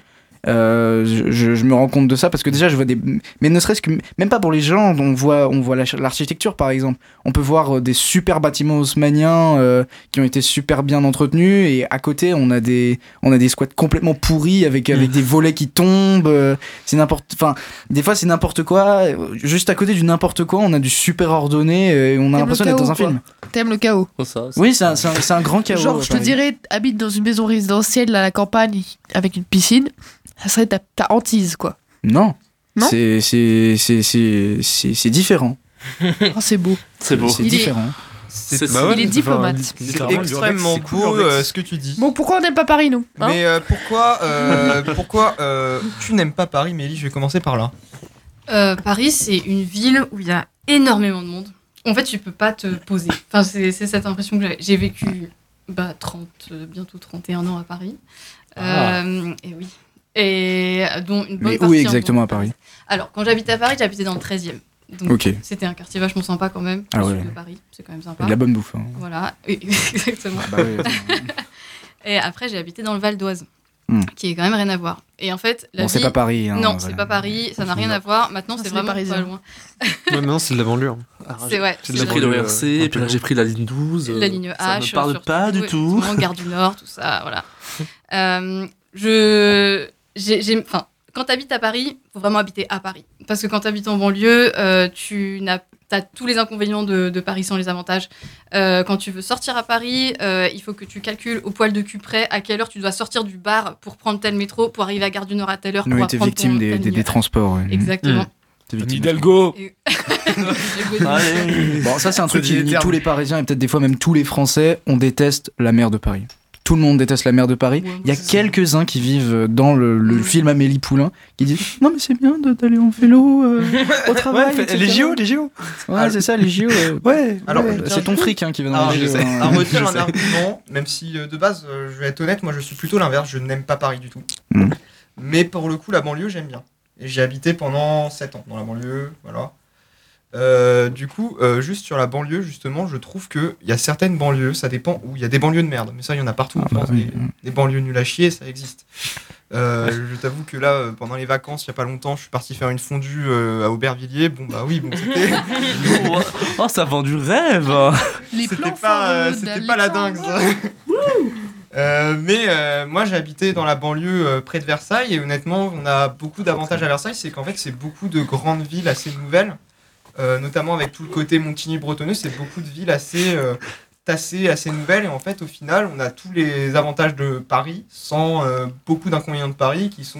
Speaker 8: euh, je- je, je me rends compte de ça parce que déjà je vois des mais ne serait-ce que même pas pour les gens on voit on voit la- l'architecture par exemple on peut voir euh, des super bâtiments haussmanniens euh, qui ont été super bien entretenus et à côté on a des on a des squats complètement pourris avec avec des volets qui tombent euh, c'est n'importe enfin des fois c'est n'importe quoi euh, juste à côté du n'importe quoi on a du super ordonné euh, et
Speaker 7: T'aimes
Speaker 8: on a
Speaker 7: le
Speaker 8: l'impression d'être
Speaker 7: chaos,
Speaker 8: dans un
Speaker 7: quoi.
Speaker 8: film
Speaker 7: T'aimes le chaos
Speaker 8: oui c'est un, c'est un- c'est un grand chaos
Speaker 7: Genre, je te
Speaker 8: par exemple.
Speaker 7: dirais, habite dans une maison résidentielle à la campagne avec une piscine, ça serait ta, ta hantise, quoi.
Speaker 8: non
Speaker 7: Non
Speaker 8: c'est c'est c'est c'est c'est c'est différent
Speaker 7: Oh, c'est beau.
Speaker 5: C'est beau.
Speaker 8: c'est
Speaker 7: Il est-
Speaker 8: différent
Speaker 2: C'est
Speaker 7: Bah ouais, il est diplomate. c'est
Speaker 2: extrêmement beau euh, ce que tu dis.
Speaker 7: Bon, pourquoi on n'aime pas Paris, nous hein
Speaker 2: Mais euh, pourquoi, euh, pourquoi euh, tu n'aimes pas Paris, Mélie Je vais commencer par là.
Speaker 10: Euh, Paris, c'est une ville où il y a énormément de monde. En fait, tu peux pas te poser. Enfin, c'est c'est cette impression que j'avais. J'ai vécu bah, 30, euh, bientôt 31 ans à Paris.
Speaker 5: Ah.
Speaker 10: Euh, et oui. Et euh, dont une
Speaker 8: mais
Speaker 10: bonne
Speaker 8: où
Speaker 7: hein,
Speaker 10: partie en
Speaker 8: exactement
Speaker 10: banlieue
Speaker 8: à Paris
Speaker 10: Alors, quand j'habitais à Paris, j'habitais dans le 13e. Donc,
Speaker 8: Ok.
Speaker 10: c'était un quartier vachement sympa quand même.
Speaker 8: Ah
Speaker 10: le
Speaker 8: ouais.
Speaker 10: sud de Paris, c'est quand même sympa.
Speaker 8: Et de la bonne bouffe, hein.
Speaker 10: Voilà, oui, exactement.
Speaker 8: Ah bah oui,
Speaker 10: et après, j'ai habité dans le Val d'Oise,
Speaker 8: Hmm.
Speaker 10: qui est quand même rien à voir. Et en fait, la
Speaker 8: Bon, c'est
Speaker 10: vie-
Speaker 8: pas Paris, hein,
Speaker 10: non,
Speaker 8: voilà.
Speaker 10: c'est pas Paris, ça n'a
Speaker 8: C'est
Speaker 10: rien
Speaker 8: une-
Speaker 10: à voir. Maintenant,
Speaker 7: Ah, c'est
Speaker 10: c'est vraiment
Speaker 7: les
Speaker 10: pas
Speaker 7: Parisiens.
Speaker 10: loin.
Speaker 4: Ouais, mais non, c'est de la banlieue. hein.
Speaker 10: C'est ouais.
Speaker 4: C'est
Speaker 5: J'ai
Speaker 4: de
Speaker 5: pris
Speaker 4: banlieue,
Speaker 5: le
Speaker 4: euh, un
Speaker 5: RC,
Speaker 4: peu
Speaker 5: puis là j'ai
Speaker 4: loin.
Speaker 5: pris la ligne 12. euh,
Speaker 10: la ligne
Speaker 5: ça
Speaker 10: H.
Speaker 5: me parle
Speaker 10: surtout,
Speaker 5: pas du tout.
Speaker 10: effectivement, Gare du Nord, tout ça, voilà. Euh, je, j'ai, j'ai- enfin, quand t'habites à Paris, faut vraiment habiter à Paris, parce que quand t'habites en banlieue, euh, tu n'as T'as tous les inconvénients de, de Paris sans les avantages. Euh, quand tu veux sortir à Paris, euh, il faut que tu calcules au poil de cul près à quelle heure tu dois sortir du bar pour prendre tel métro, pour arriver à Gare du Nord à telle heure.
Speaker 8: nous
Speaker 10: pour
Speaker 8: était
Speaker 10: prendre ton-
Speaker 8: victime des,
Speaker 10: ta
Speaker 8: des,
Speaker 10: ligne.
Speaker 8: des transports ouais.
Speaker 10: Exactement.
Speaker 8: Mmh. T'es
Speaker 6: victime
Speaker 8: victime
Speaker 6: des Hidalgo
Speaker 8: Bon, ça, c'est un truc
Speaker 4: Faut dire
Speaker 8: qui
Speaker 4: les
Speaker 8: unit
Speaker 4: termes.
Speaker 8: tous les Parisiens et peut-être des fois même tous les Français. On déteste la mer de Paris. Tout le monde déteste la mer de Paris. Il y a quelques-uns qui vivent dans le, le film Amélie Poulain qui disent Non, mais c'est bien de- d'aller en vélo euh, au travail.
Speaker 4: fait- les JO, les JO.
Speaker 8: Ouais, c'est ça, les JO. euh,
Speaker 4: Ouais.
Speaker 2: Alors, Ah,
Speaker 8: ouais, c'est ton fric hein, qui va dans les
Speaker 2: je
Speaker 8: JO.
Speaker 2: sais.
Speaker 8: hein.
Speaker 2: À redire un
Speaker 8: Je sais.
Speaker 2: argument, même si euh, de base, euh, je vais être honnête, moi je suis plutôt l'inverse, je n'aime pas Paris du tout.
Speaker 8: Mm.
Speaker 2: Mais pour le coup, la banlieue, j'aime bien. Et j'ai habité pendant 7 ans dans la banlieue, voilà. Euh, du coup, euh, juste sur la banlieue, justement, je trouve qu'il y a certaines banlieues, ça dépend où. Il y a des banlieues de merde, mais ça, il y en a partout en France.
Speaker 8: Ah, bah oui,
Speaker 2: des, des banlieues nulles à chier, ça existe. Euh, je t'avoue que là, euh, pendant les vacances, il n'y a pas longtemps, je suis parti faire une fondue euh, à Aubervilliers. Bon, bah oui, bon, c'était.
Speaker 5: oh, ça vend du rêve
Speaker 2: C'était pas, euh, c'était pas la dingue, ça. Euh, mais euh, moi j'ai habité dans la banlieue euh, près de Versailles et honnêtement on a beaucoup d'avantages à Versailles, c'est qu'en fait c'est beaucoup de grandes villes assez nouvelles, euh, notamment avec tout le côté Montigny-Bretonneux, c'est beaucoup de villes assez euh, tassées, assez nouvelles et en fait au final on a tous les avantages de Paris sans euh, beaucoup d'inconvénients de Paris qui sont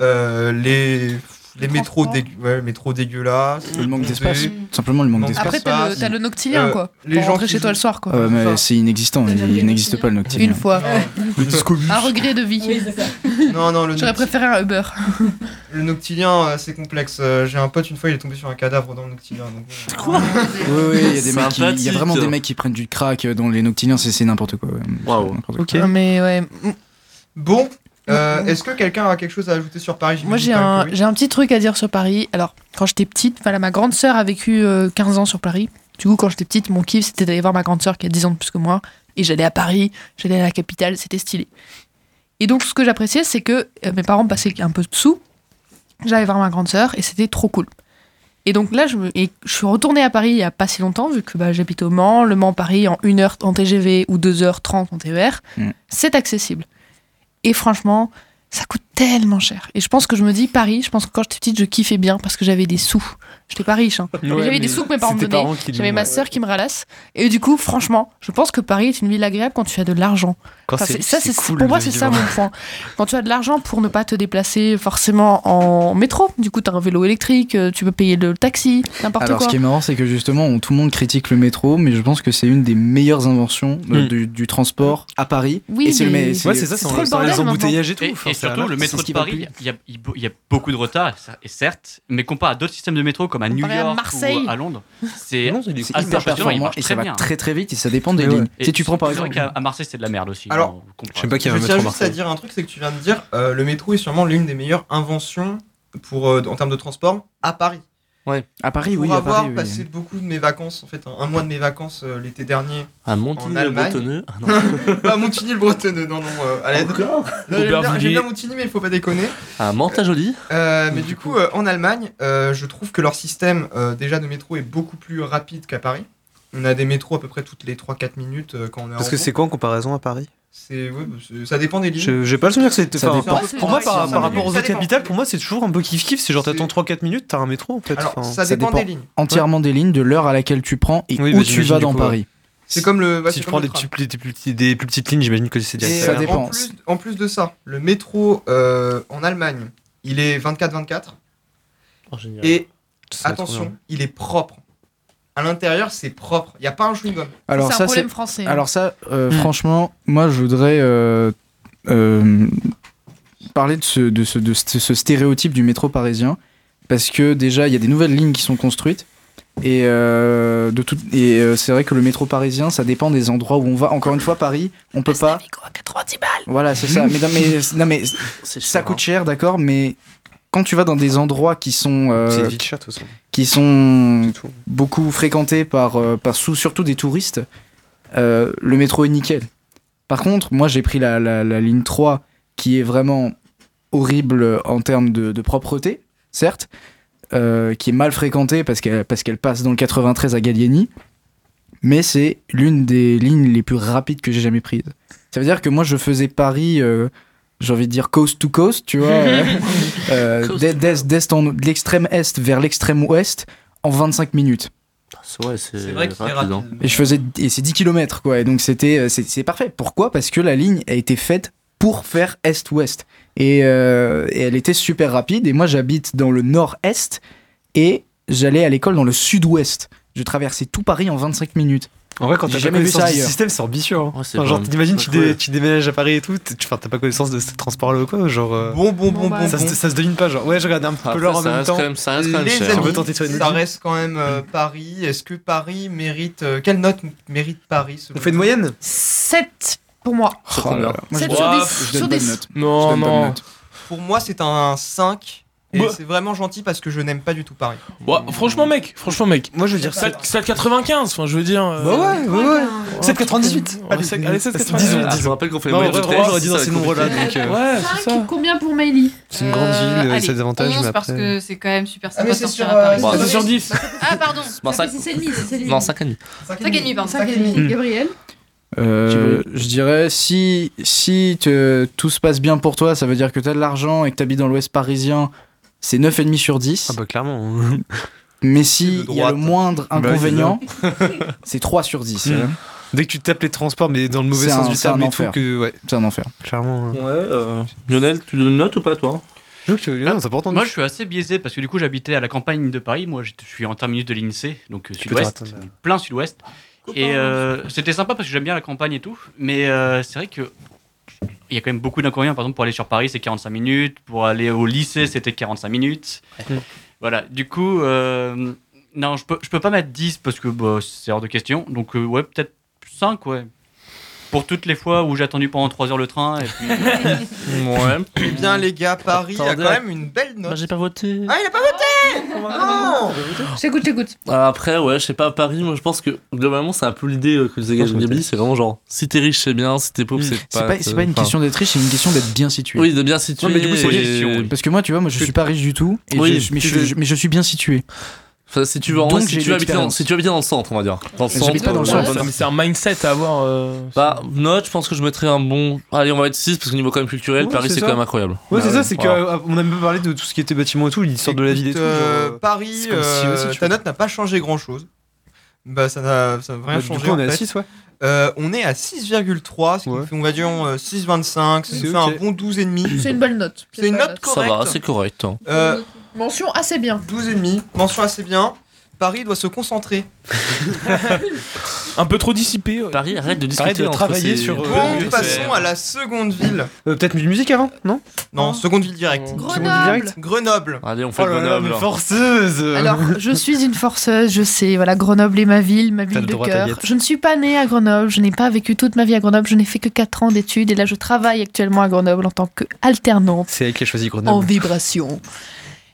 Speaker 2: euh, les, les métros, dégueu- ouais, les métros dégueulasses,
Speaker 8: Le manque
Speaker 2: bondés,
Speaker 8: d'espace. Simplement le manque d'espace.
Speaker 7: Après, t'as le,
Speaker 2: d'espace.
Speaker 7: t'as le noctilien,
Speaker 2: Euh,
Speaker 7: quoi.
Speaker 2: les
Speaker 7: pour
Speaker 2: gens
Speaker 7: rentrer
Speaker 2: qui
Speaker 7: chez toi
Speaker 2: jouent-
Speaker 7: le soir, quoi.
Speaker 8: Ah ouais, mais c'est inexistant, il, il n'existe pas le noctilien.
Speaker 7: Une fois. Un regret de vie.
Speaker 2: Non, non, le
Speaker 7: J'aurais préféré un Uber.
Speaker 2: Le noctilien, euh, c'est complexe. Euh, J'ai un pote, une fois, il est tombé sur un cadavre dans le noctilien. Donc, euh,
Speaker 8: Oui, oui, il y a des mecs qui- il y a vraiment
Speaker 5: Sympathique.
Speaker 8: des mecs qui prennent du crack dans les noctiliens, c'est c'est n'importe quoi. ouais.
Speaker 5: Waouh.
Speaker 8: N'importe
Speaker 7: Ok. Mais ouais. Mm,
Speaker 2: Bon, euh, est-ce que quelqu'un a quelque chose à ajouter sur Paris
Speaker 7: Moi, j'ai un, j'ai un petit truc à dire sur Paris. Alors, quand j'étais petite, voilà, ma grande sœur a vécu euh, 15 ans sur Paris. Du coup, quand j'étais petite, mon kiff, c'était d'aller voir ma grande sœur qui a 10 ans de plus que moi. Et j'allais à Paris, j'allais à la capitale, c'était stylé. Et donc, ce que j'appréciais, c'est que euh, mes parents passaient un peu de sous. J'allais voir ma grande sœur et c'était trop cool. Et donc là, je, me, et je suis retournée à Paris il n'y a pas si longtemps, vu que bah, j'habite au Mans. Le Mans-Paris, en E 1h en TGV ou 2h30 en TER,
Speaker 9: Hmm.
Speaker 8: Mm.
Speaker 7: c'est accessible. Et franchement, ça coûte tellement cher. Et je pense que je me dis, Paris, je pense que quand j'étais petite, je kiffais bien parce que j'avais des sous. J'étais pas riche, hein. Mais
Speaker 11: Ouais,
Speaker 7: j'avais des
Speaker 11: mais
Speaker 7: sous que mes parents me
Speaker 11: c'est tes
Speaker 7: donnaient.
Speaker 11: parents qui
Speaker 7: J'avais
Speaker 11: l'ont,
Speaker 7: ma
Speaker 11: ouais.
Speaker 7: sœur qui me ralasse. Et du coup, franchement, je pense que Paris est une ville agréable quand tu as de l'argent.
Speaker 11: Quand
Speaker 7: Enfin,
Speaker 11: c'est-
Speaker 7: c'est- ça,
Speaker 11: c'est
Speaker 7: c'est
Speaker 11: cool
Speaker 7: pour moi,
Speaker 11: de
Speaker 7: c'est
Speaker 11: vivre.
Speaker 7: ça mon point. Quand tu as de l'argent pour ne pas te déplacer forcément en métro, du coup, tu as un vélo électrique, euh, tu peux payer le taxi, n'importe quoi.
Speaker 8: Alors, ce qui est marrant, c'est que justement, on- tout le monde critique le métro, mais je pense que c'est une des meilleures inventions euh,
Speaker 4: Mm.
Speaker 8: du, du transport à Paris.
Speaker 7: Oui,
Speaker 8: et c'est le
Speaker 7: mais-
Speaker 8: mais-
Speaker 4: Ouais, c'est ça, c'est en- c'est en les embouteillages et tout.
Speaker 12: Et,
Speaker 4: Enfin,
Speaker 12: et
Speaker 4: c'est
Speaker 12: surtout,
Speaker 4: un-
Speaker 12: le
Speaker 4: c'est
Speaker 12: métro
Speaker 4: ce qui
Speaker 12: de
Speaker 4: va
Speaker 12: Paris, il y a, il bo- il y a beaucoup de retard, ça- et certes, mais comparé à d'autres systèmes de métro comme à New
Speaker 8: Comparé à
Speaker 12: York
Speaker 8: Marseille.
Speaker 12: ou à Londres, c'est
Speaker 8: Non, c'est
Speaker 12: assez
Speaker 8: hyper
Speaker 12: impressionnant, il
Speaker 8: performant
Speaker 12: marche
Speaker 8: et ça va
Speaker 12: bien.
Speaker 8: très très vite et ça dépend des lignes.
Speaker 12: Et
Speaker 8: Si tu prends par
Speaker 12: c'est vrai
Speaker 8: exemple.
Speaker 12: qu'à à Marseille, c'est de la merde aussi.
Speaker 2: Alors,
Speaker 12: on comprend.
Speaker 4: Je sais pas qu'il y a un
Speaker 2: Je tiens
Speaker 4: métro à
Speaker 2: juste à
Speaker 4: Marseille.
Speaker 2: dire un truc, c'est que tu viens de dire euh, le métro est sûrement l'une des meilleures inventions pour, euh, en termes de transport à Paris.
Speaker 5: Ouais.
Speaker 8: À Paris,
Speaker 2: pour
Speaker 8: oui, à
Speaker 2: avoir
Speaker 8: Paris, oui.
Speaker 2: passé beaucoup de mes vacances, en fait, un, un mois de mes vacances euh, l'été dernier.
Speaker 5: À Montigny-le-Bretonneux. Ah non.
Speaker 2: Pas Montigny-le-Bretonneux, non, non, euh, à l'aide.
Speaker 5: Encore
Speaker 2: Non, J'aime bien,
Speaker 5: Aubervilliers.
Speaker 2: j'aime bien Montigny, mais il faut pas déconner.
Speaker 5: À Mantes-la-Jolie.
Speaker 2: Euh, mais du coup, euh, en Allemagne, euh, je trouve que leur système euh, déjà de métro est beaucoup plus rapide qu'à Paris. On a des métros à peu près toutes les 3-4 minutes euh, quand on est
Speaker 4: Parce que
Speaker 2: en route.
Speaker 4: c'est quoi en comparaison à Paris
Speaker 2: C'est- ouais, bah, c'est- ça dépend des lignes.
Speaker 4: Je- J'ai pas le souvenir que c'était.
Speaker 2: Ça
Speaker 4: enfin,
Speaker 2: dépend.
Speaker 4: pour- Pour moi,
Speaker 2: Ça
Speaker 4: par
Speaker 2: dépend.
Speaker 4: par rapport aux
Speaker 2: Ça
Speaker 4: autres
Speaker 2: dépend.
Speaker 4: capitales, pour moi, c'est toujours un peu kiff-kiff. C'est genre, t'attends 3-4 minutes, t'as un métro en fait.
Speaker 2: Alors,
Speaker 4: Enfin,
Speaker 2: ça dépend des lignes.
Speaker 8: Entièrement des lignes, de l'heure à laquelle tu prends et
Speaker 4: Oui,
Speaker 8: où
Speaker 4: bah,
Speaker 8: tu
Speaker 4: j'imagine,
Speaker 8: vas
Speaker 4: du
Speaker 8: dans
Speaker 4: coup,
Speaker 8: Paris.
Speaker 2: C'est comme le. bah,
Speaker 4: si
Speaker 2: c'est
Speaker 4: je
Speaker 2: comme
Speaker 4: prends
Speaker 2: le
Speaker 4: des,
Speaker 2: tram.
Speaker 4: petits- des plus petits- des plus petites lignes, j'imagine que c'est direct.
Speaker 2: Et, euh, En plus, en plus de ça, le métro euh, en Allemagne, il est 24-24.
Speaker 5: génial.
Speaker 2: Et
Speaker 5: Ça, c'est trop
Speaker 2: attention,
Speaker 5: bien.
Speaker 2: il est propre. À l'intérieur, c'est propre. Il n'y a pas un chewing-gum.
Speaker 8: Alors ça, c'est- Alors ça, euh,
Speaker 2: Hmm.
Speaker 8: franchement, moi je voudrais euh, euh, parler de ce, de, ce, de ce- ce stéréotype du métro parisien parce que déjà il y a des nouvelles lignes qui sont construites et euh, de tout et euh, c'est vrai que le métro parisien ça dépend des endroits où on va. Encore une fois, Paris, on peut pas. Voilà, c'est ça. Mais non, mais, non, mais ça coûte cher, d'accord, mais quand tu vas dans des endroits qui sont euh,
Speaker 4: C'est une ville chère, de toute façon.
Speaker 8: qui sont beaucoup fréquentés par, euh, par sous- surtout des touristes, euh, le métro est nickel. Par contre, moi j'ai pris la, la- la ligne 3 qui est vraiment horrible en termes de, de propreté, certes, euh, qui est mal fréquentée parce qu'elle parce qu'elle passe dans le 93 à Gallieni, mais c'est l'une des lignes les plus rapides que j'ai jamais prises. Ça veut dire que moi je faisais Paris, euh, j'ai envie de dire coast to coast, tu vois, euh, euh, d'est- d'est- d'est en- de l'extrême est vers l'extrême ouest en 25 minutes.
Speaker 5: Ouais, c'est
Speaker 2: C'est vrai que c'est
Speaker 5: rapide, hein.
Speaker 8: Et je faisais et c'est 10 km quoi. Et donc c'était euh, c'est c'est parfait. Pourquoi Parce que la ligne a été faite pour faire est-ouest et, euh, et elle était super rapide. Et moi j'habite dans le nord-est et j'allais à l'école dans le sud-ouest. Je traversais tout Paris en 25 minutes.
Speaker 4: En vrai, quand t'as
Speaker 8: J'ai
Speaker 4: pas
Speaker 8: jamais vu
Speaker 4: connaissance
Speaker 8: ça
Speaker 4: du
Speaker 8: ailleurs.
Speaker 4: système, c'est ambitieux. hein.
Speaker 8: c'est
Speaker 4: Enfin, genre,
Speaker 8: vraiment
Speaker 4: t'imagines,
Speaker 8: pas
Speaker 4: tu,
Speaker 8: cool.
Speaker 4: dé- tu déménages à Paris et tout, t- tu- enfin, t'as pas connaissance de ce transport locaux, genre. euh,
Speaker 2: Bon, bon, bon,
Speaker 8: bah,
Speaker 2: bon,
Speaker 4: ça,
Speaker 2: bon.
Speaker 4: Se, ça se devine pas, genre. Ouais, je regarde un petit peu
Speaker 5: Après,
Speaker 4: l'heure en
Speaker 5: Ah, ça
Speaker 4: même
Speaker 5: reste
Speaker 4: temps.
Speaker 5: quand même- ça reste quand même
Speaker 2: Les
Speaker 5: cher.
Speaker 4: On
Speaker 2: amis,
Speaker 4: peut tenter sur une
Speaker 2: ça
Speaker 4: autre ville.
Speaker 2: reste quand même euh, Paris. Est-ce que Paris mérite. euh, quelle note mérite Paris selon
Speaker 4: On fait une moyenne
Speaker 7: 7 pour moi.
Speaker 2: Oh là là.
Speaker 7: Moi, 7 sur 10. Sur 10.
Speaker 2: Non,
Speaker 5: donne pas de
Speaker 2: non.
Speaker 5: note.
Speaker 2: Pour moi, c'est un 5.
Speaker 5: Bah.
Speaker 2: Et
Speaker 6: Ouais.
Speaker 2: c'est vraiment gentil parce que je n'aime pas du tout Paris.
Speaker 6: Ouais, franchement, mec, franchement, mec.
Speaker 4: Moi, je veux dire
Speaker 6: 7, 95, enfin, je veux dire. euh,
Speaker 4: Bah ouais, ouais, ouais. 7,98.
Speaker 6: Allez, 7, allez, 7,
Speaker 5: Ah, je me rappelle qu'on fait les
Speaker 4: Non,
Speaker 5: moyennes
Speaker 4: ouais,
Speaker 5: de
Speaker 4: vraiment,
Speaker 5: test,
Speaker 4: j'aurais dit dans
Speaker 5: ça
Speaker 4: ces
Speaker 5: va être
Speaker 4: nombres-là.
Speaker 5: compliqué.
Speaker 4: donc, euh,
Speaker 5: Ouais,
Speaker 9: Cinq,
Speaker 5: c'est ça.
Speaker 9: combien pour Maëly
Speaker 4: C'est une grande ville, euh,
Speaker 10: allez,
Speaker 4: ses avantages,
Speaker 10: 11
Speaker 4: mais
Speaker 10: parce
Speaker 4: après-
Speaker 10: que c'est quand même super
Speaker 2: Ah,
Speaker 10: sympa
Speaker 2: mais
Speaker 10: de
Speaker 2: c'est
Speaker 10: sortir
Speaker 2: sur,
Speaker 10: à Paris.
Speaker 5: euh, c'est sur
Speaker 6: 10.
Speaker 10: Ah, pardon.
Speaker 5: Bon, ça-
Speaker 10: Ça fait six et demi, six et demi.
Speaker 5: Non, 5 et demi.
Speaker 10: 5 et demi, pardon.
Speaker 9: 5 et demi,
Speaker 8: Mm.
Speaker 9: Gabriel.
Speaker 8: Euh, je dirais si si te- tout se passe bien pour toi, ça veut dire que t'as de l'argent et que t'habites dans l'ouest parisien, c'est 9,5 sur 10.
Speaker 4: Ah bah clairement.
Speaker 8: Mais si il y a
Speaker 4: droite.
Speaker 8: le moindre
Speaker 4: Bah oui,
Speaker 8: inconvénient, c'est 3 sur 10.
Speaker 4: Mm.
Speaker 8: euh.
Speaker 4: Dès que tu tapes les transports, mais dans le mauvais
Speaker 8: C'est
Speaker 4: sens
Speaker 8: un-
Speaker 4: du
Speaker 8: c'est un
Speaker 4: terme et tout,
Speaker 8: enfer.
Speaker 4: que. Ouais.
Speaker 8: C'est un enfer.
Speaker 4: Clairement. hein.
Speaker 5: Ouais, euh, Lionel, tu donnes une note ou pas, toi
Speaker 4: Je que Lionel, on t'a pas entendu.
Speaker 12: Moi, je suis assez biaisé parce que du coup, j'habitais à la campagne de Paris. Moi, je je suis en terminus de l'INSEE, donc euh,
Speaker 4: peux te
Speaker 12: sud-ouest,
Speaker 4: rattendre.
Speaker 12: plein sud-ouest. Et euh, c'était sympa parce que j'aime bien la campagne et tout. Mais euh, c'est vrai que il y a quand même beaucoup d'inconvénients. Par exemple, pour aller sur Paris, c'est 45 minutes. Pour aller au lycée, c'était 45 minutes.
Speaker 5: Ouais.
Speaker 12: Voilà. Du coup, euh, non, je peux, je peux pas mettre 10 parce que bah, c'est hors de question. Donc, euh, ouais, peut-être 5, ouais. Pour toutes les fois où j'ai attendu pendant 3 heures le train. Et puis... euh,
Speaker 5: Ouais.
Speaker 2: Eh bien, les gars, Paris a
Speaker 5: Attendez.
Speaker 2: quand même une belle note.
Speaker 5: Bah, j'ai pas voté.
Speaker 2: Ah, il a pas voté Oh. Non
Speaker 7: J'écoute, j'écoute.
Speaker 5: Ah, Après, ouais, je sais pas, Paris, moi je pense que globalement, c'est un peu l'idée euh, que dégage Gabi. C'est vraiment genre, si t'es riche, c'est bien, si t'es pauvre, c'est pas.
Speaker 8: C'est pas, c'est pas une
Speaker 5: enfin,
Speaker 8: question d'être riche, c'est une question d'être bien situé.
Speaker 5: Hmm. Oui, de bien situé
Speaker 8: Ouais, mais du coup, c'est
Speaker 5: et-
Speaker 8: Parce que moi, tu vois, moi je suis pas riche du tout, et
Speaker 5: Oui,
Speaker 8: je, mais,
Speaker 5: tu
Speaker 8: je,
Speaker 5: veux-
Speaker 8: je- mais je suis bien situé.
Speaker 5: Enfin, si tu veux, en
Speaker 6: Donc,
Speaker 5: vrai, si
Speaker 6: j'ai
Speaker 5: tu, veux habiter dans,
Speaker 6: l'expérience.
Speaker 5: si tu veux habiter dans le centre, on va dire. Dans le centre.
Speaker 6: J'habite pas dans le
Speaker 5: euh,
Speaker 6: centre.
Speaker 5: bonne-
Speaker 6: Non, mais c'est un mindset à avoir. euh,
Speaker 5: Bah, note, je pense que je mettrais un bon. Allez, on va être 6 parce qu'au niveau quand même culturel,
Speaker 4: Ouais,
Speaker 5: Ah, Paris c'est
Speaker 4: ça.
Speaker 5: quand même incroyable.
Speaker 4: Ouais, c'est
Speaker 5: Bah,
Speaker 4: ça, c'est
Speaker 5: voilà.
Speaker 4: qu'on a même pas parlé de tout ce qui était bâtiment et tout, l'histoire de la ville et tout.
Speaker 2: Euh,
Speaker 4: genre, euh,
Speaker 2: Paris,
Speaker 4: c'est comme si
Speaker 2: euh,
Speaker 4: aussi, tu
Speaker 2: ta
Speaker 4: vois.
Speaker 2: note n'a pas changé grand chose. Bah, ça n'a ça n'a rien
Speaker 4: Bah, du
Speaker 2: changé.
Speaker 4: coup, on
Speaker 2: en
Speaker 4: est à
Speaker 2: fait.
Speaker 4: 6, ouais.
Speaker 2: Euh, on est à 6,3, ce qui fait, on va dire, euh, 6,25, ce qui
Speaker 5: C'est
Speaker 2: fait
Speaker 5: ok.
Speaker 2: un bon 12,5.
Speaker 7: C'est une bonne note.
Speaker 2: C'est une
Speaker 7: pas
Speaker 2: note
Speaker 5: Ça
Speaker 2: correcte.
Speaker 5: va, c'est correct. hein.
Speaker 2: Euh,
Speaker 7: Mention assez bien.
Speaker 2: 12,5, mention assez bien. Paris doit se concentrer.
Speaker 6: Un peu trop dissipé. ouais.
Speaker 5: Paris, arrête de
Speaker 6: Arrête
Speaker 5: discuter entre
Speaker 6: travailler
Speaker 5: ces-
Speaker 6: sur. euh,
Speaker 2: Bon,
Speaker 6: le-
Speaker 2: passons à la seconde ville.
Speaker 4: Euh, Peut-être une musique avant, non
Speaker 7: Hein
Speaker 2: Non, seconde ville directe.
Speaker 7: Grenoble.
Speaker 2: Grenoble.
Speaker 5: Allez, on
Speaker 4: fait le bonhomme, Oh là. forceuse
Speaker 2: euh,
Speaker 7: Alors, je suis une forceuse, je sais. Voilà, Grenoble est ma ville, ma
Speaker 4: T'as
Speaker 7: ville
Speaker 4: le
Speaker 7: de
Speaker 4: droit,
Speaker 7: cœur.
Speaker 4: Taguette.
Speaker 7: Je ne suis pas née à Grenoble, je n'ai pas vécu toute ma vie à Grenoble, je n'ai fait que 4 ans d'études et là, je travaille actuellement à Grenoble en tant qu'alternante
Speaker 4: C'est elle qui a choisi
Speaker 7: en
Speaker 4: Grenoble.
Speaker 7: vibration.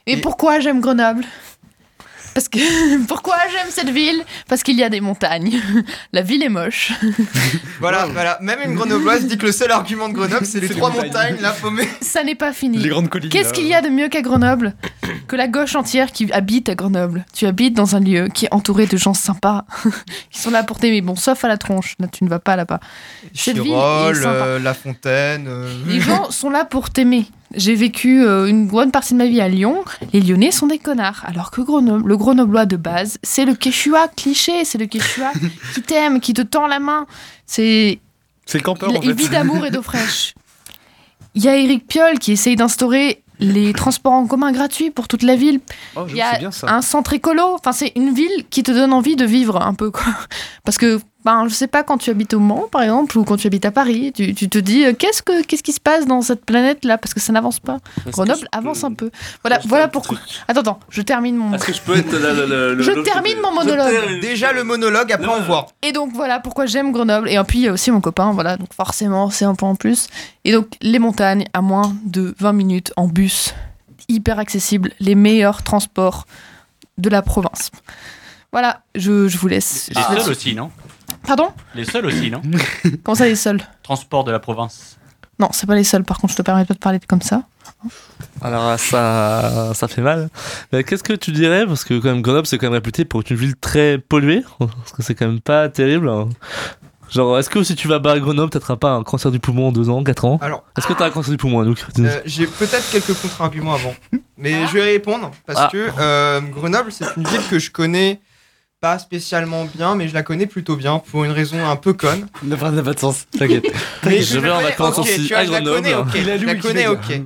Speaker 7: Et, pourquoi j'aime Grenoble parce que pourquoi j'aime cette ville Parce qu'il y a des montagnes. La ville est moche.
Speaker 2: Voilà, voilà. Même une grenobloise dit que le seul argument de Grenoble, c'est les trois montagnes, la paumée.
Speaker 7: Ça n'est pas fini.
Speaker 2: Les grandes collines,
Speaker 7: Qu'est-ce
Speaker 2: là.
Speaker 7: qu'il y a de mieux qu'à Grenoble Que la gauche entière qui habite à Grenoble. Tu habites dans un lieu qui est entouré de gens sympas, qui sont là pour t'aimer. Bon, sauf à la tronche. Là, tu ne vas pas là-bas. Cette ville est
Speaker 2: Chirol,
Speaker 7: sympa.
Speaker 2: euh, La Fontaine. euh,
Speaker 7: Les gens sont là pour t'aimer. J'ai vécu euh, une bonne partie de ma vie à Lyon. Les Lyonnais sont des connards. Alors que Grenoble, le Grenoblois de base, c'est le Quechua cliché. C'est le Quechua qui t'aime, qui te tend la main. C'est
Speaker 4: C'est le campeur
Speaker 7: il,
Speaker 4: en
Speaker 7: il vit
Speaker 4: fait.
Speaker 7: d'amour et d'eau fraîche. Il y a Éric Piolle qui essaye d'instaurer les transports en commun gratuits pour toute la ville.
Speaker 4: Oh, j'avoue,
Speaker 7: Il y a
Speaker 4: c'est bien, ça.
Speaker 7: un centre écolo. Enfin, c'est une ville qui te donne envie de vivre un peu. Quoi. Parce que, ben, je sais pas, quand tu habites au Mans, par exemple, ou quand tu habites à Paris, tu, tu te dis euh, qu'est-ce que qu'est-ce qui se passe dans cette planète-là Parce que ça n'avance pas.
Speaker 5: que
Speaker 7: Grenoble avance un peu. Voilà, voilà pourquoi. Attends, attends, je termine mon.
Speaker 5: Est-ce que je peux être la- la- la- la-
Speaker 7: Je
Speaker 5: la-
Speaker 7: termine mon
Speaker 5: Je
Speaker 7: monologue.
Speaker 5: termine.
Speaker 2: Déjà le monologue, après on voit.
Speaker 7: Et donc voilà pourquoi j'aime Grenoble. Et puis il y a aussi mon copain, voilà, donc forcément c'est un point en plus. Et donc les montagnes à moins de 20 minutes en bus, hyper accessible, les meilleurs transports de la province. Voilà, je, je vous laisse.
Speaker 12: Les seuls Ah, aussi, non
Speaker 7: Pardon
Speaker 12: Les seuls aussi, non
Speaker 7: Comment ça les seuls
Speaker 12: Transport de la province.
Speaker 7: Non, c'est pas les seuls, par contre je te permets pas de parler comme ça.
Speaker 5: Alors ça, ça fait mal. Mais Qu'est-ce que tu dirais Parce que quand même Grenoble c'est quand même réputé pour être une ville très polluée. Parce que c'est quand même pas terrible. hein. Genre est-ce que si tu vas bas à Grenoble t'attraperas pas un cancer du poumon en 2 ans, 4 ans
Speaker 2: Alors-
Speaker 5: Est-ce que t'as un cancer du poumon Anouk
Speaker 2: Euh, J'ai peut-être quelques contre-arguments avant. Mais je vais répondre parce
Speaker 5: Ah.
Speaker 2: que euh, Grenoble, c'est une ville que je connais pas spécialement bien, mais je la connais plutôt bien pour une raison un peu conne.
Speaker 4: n'a pas, n'a pas de sens, t'inquiète.
Speaker 2: Mais
Speaker 4: T'inquiète.
Speaker 2: je la connais, ok, tu vois, je la connais, ok,
Speaker 4: Il a
Speaker 2: je
Speaker 4: Louis
Speaker 2: la
Speaker 4: qui
Speaker 2: connais,
Speaker 4: fait
Speaker 2: ok.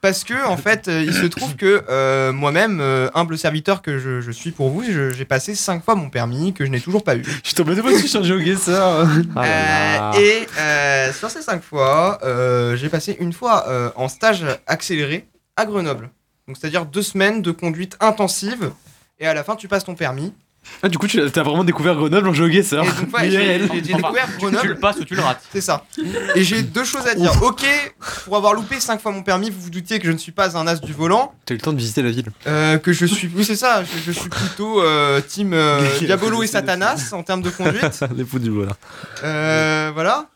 Speaker 2: Parce que, en fait, euh, il se trouve que euh, moi-même, euh, humble serviteur que je, je suis pour vous, je- j'ai passé cinq fois mon permis que je n'ai toujours pas eu.
Speaker 4: Je suis tombé de dessus sur Ah GeoGuessr.
Speaker 2: Euh, et euh, sur ces cinq fois, euh, j'ai passé une fois euh, en stage accéléré à Grenoble. Donc c'est-à-dire deux semaines de conduite intensive et à la fin tu passes ton permis.
Speaker 4: Ah, du coup, tu as t'as vraiment découvert Grenoble en GeoGuessr.
Speaker 2: Et donc ouais, j'ai j'ai- j'ai découvert Grenoble.
Speaker 12: Tu le passes ou tu le rates
Speaker 2: C'est ça. Et j'ai deux choses à dire. Ok, pour avoir loupé cinq fois mon permis, vous vous doutiez que je ne suis pas un as du volant,
Speaker 4: T'as eu le temps de visiter la ville.
Speaker 2: euh, que je suis. Oui c'est ça. Je, je suis plutôt euh, team euh, Diabolo et Satanas en termes de conduite.
Speaker 5: Les fous du voilà.
Speaker 2: Euh, voilà.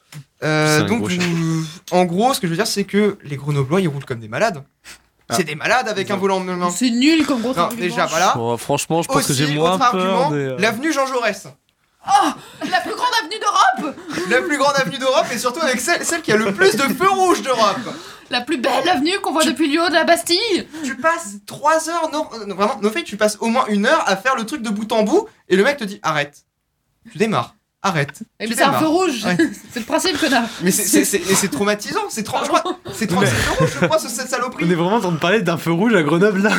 Speaker 2: Euh,
Speaker 5: C'est un
Speaker 2: donc,
Speaker 5: gros chat.
Speaker 2: vous- en gros, ce que je veux dire, c'est que les Grenoblois, ils roulent comme des malades.
Speaker 5: Ah.
Speaker 2: C'est des malades avec un volant en main.
Speaker 7: C'est nul comme gros
Speaker 2: Non, déjà, voilà.
Speaker 5: Bon, franchement Oh, je pense que
Speaker 2: Aussi,
Speaker 5: j'ai moins
Speaker 2: autre
Speaker 5: peur
Speaker 2: argument,
Speaker 5: des, euh,
Speaker 2: l'avenue Jean Jaurès.
Speaker 7: Oh La plus grande avenue d'Europe
Speaker 2: La plus grande avenue d'Europe et surtout avec celle, celle qui a le plus de feux rouges d'Europe.
Speaker 7: La plus belle avenue qu'on voit depuis le haut de la Bastille
Speaker 2: Tu passes 3 heures, non, euh, vraiment, no fait, tu passes au moins une heure à faire le truc de bout en bout et le mec te dit arrête. Tu démarres. Arrête.
Speaker 7: Et
Speaker 2: Tu
Speaker 7: puis c'est un
Speaker 2: démarres.
Speaker 7: feu rouge
Speaker 2: Ouais.
Speaker 7: C'est le principe, connard
Speaker 2: Mais c'est- c'est c'est- et c'est traumatisant, c'est tra- je crois- c'est tra- c'est feu rouge, je crois, ce- cette saloperie.
Speaker 4: On est vraiment en train de parler d'un feu rouge à Grenoble là.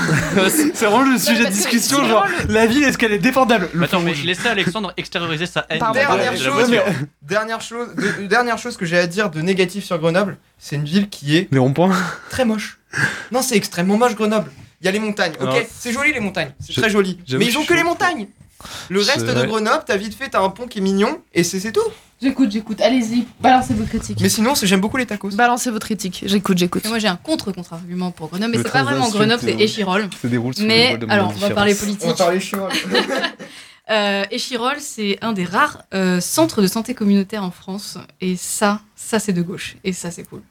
Speaker 4: c'est vraiment le sujet de
Speaker 12: parce que
Speaker 4: discussion.
Speaker 12: c'est
Speaker 4: Genre,
Speaker 12: vraiment
Speaker 4: la ville, est-ce qu'elle est défendable Le
Speaker 12: Attends,
Speaker 4: feu
Speaker 12: mais
Speaker 4: rouge.
Speaker 12: laissez Alexandre extérioriser sa haine. de
Speaker 2: Pardon,
Speaker 12: la-
Speaker 2: dernière
Speaker 12: de la
Speaker 2: chose.
Speaker 12: voiture.
Speaker 2: Dernière chose, de- dernière chose que j'ai à dire de négatif sur Grenoble, c'est une ville qui est
Speaker 4: Les ronds-points.
Speaker 2: très moche. Non, c'est extrêmement moche Grenoble. Il y a les montagnes, ok,
Speaker 4: Alors,
Speaker 2: c'est joli les montagnes, c'est
Speaker 4: je-
Speaker 2: très joli.
Speaker 4: j'avoue
Speaker 2: Mais
Speaker 4: que
Speaker 2: ils ont
Speaker 4: je
Speaker 2: que
Speaker 4: suis
Speaker 2: les montagnes. Le
Speaker 4: C'est
Speaker 2: reste de
Speaker 4: vrai.
Speaker 2: Grenoble, t'as vite fait, t'as un pont qui est mignon et c'est c'est tout.
Speaker 7: J'écoute, j'écoute, allez-y, balancez vos critiques.
Speaker 2: Mais sinon, c'est- j'aime beaucoup les tacos.
Speaker 7: Balancez vos critiques, j'écoute, j'écoute.
Speaker 10: Moi j'ai un contre-contre-argument pour Grenoble, mais
Speaker 7: Le
Speaker 10: c'est pas
Speaker 7: train
Speaker 10: vraiment
Speaker 7: d'insultes,
Speaker 10: Grenoble, c'est
Speaker 7: euh,
Speaker 10: Échirol.
Speaker 7: se déroule sous le
Speaker 10: Mais
Speaker 7: voile de mon
Speaker 10: alors, on va
Speaker 7: indifférence.
Speaker 10: parler politique.
Speaker 2: On va parler Échirol.
Speaker 10: Euh, Échirol, c'est un des rares euh, centres de santé communautaire en France, et ça, ça c'est de gauche, et ça c'est cool.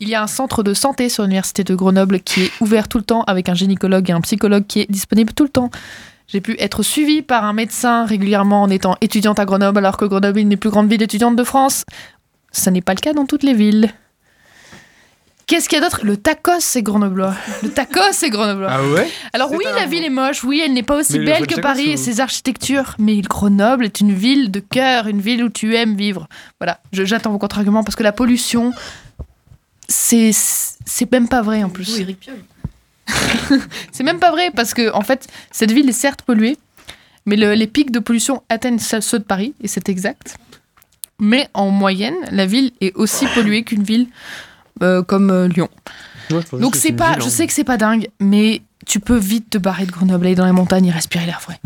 Speaker 7: Il y a un centre de santé sur l'université de Grenoble qui est ouvert tout le temps avec un gynécologue et un psychologue qui est disponible tout le temps. J'ai pu être suivie par un médecin régulièrement en étant étudiante à Grenoble, alors que Grenoble est une des plus grandes villes étudiantes de France. Ça n'est pas le cas dans toutes les villes. Qu'est-ce qu'il y a d'autre Le tacos, c'est grenoblois. Le tacos, c'est grenoblois.
Speaker 2: Ah ouais
Speaker 7: Alors oui, la ville est moche, oui, elle n'est pas aussi
Speaker 9: Mais le
Speaker 7: belle
Speaker 9: jeu de
Speaker 7: que
Speaker 9: tacos,
Speaker 7: Paris et
Speaker 9: ou-
Speaker 7: ses architectures, mais Grenoble est une ville de cœur, une ville où tu aimes vivre. Voilà, je- j'attends vos contre-arguments parce que la pollution, c'est c'est même pas vrai en plus. C'est même pas vrai parce que en fait, cette ville est certes polluée, mais le- les pics de pollution atteignent ceux ceux de Paris et c'est exact. Mais en moyenne, la ville est aussi polluée qu'une ville euh, comme euh, Lyon. Donc c'est pas, je sais que c'est pas dingue, mais tu peux vite te barrer de Grenoble, aller dans les montagnes et respirer l'air frais.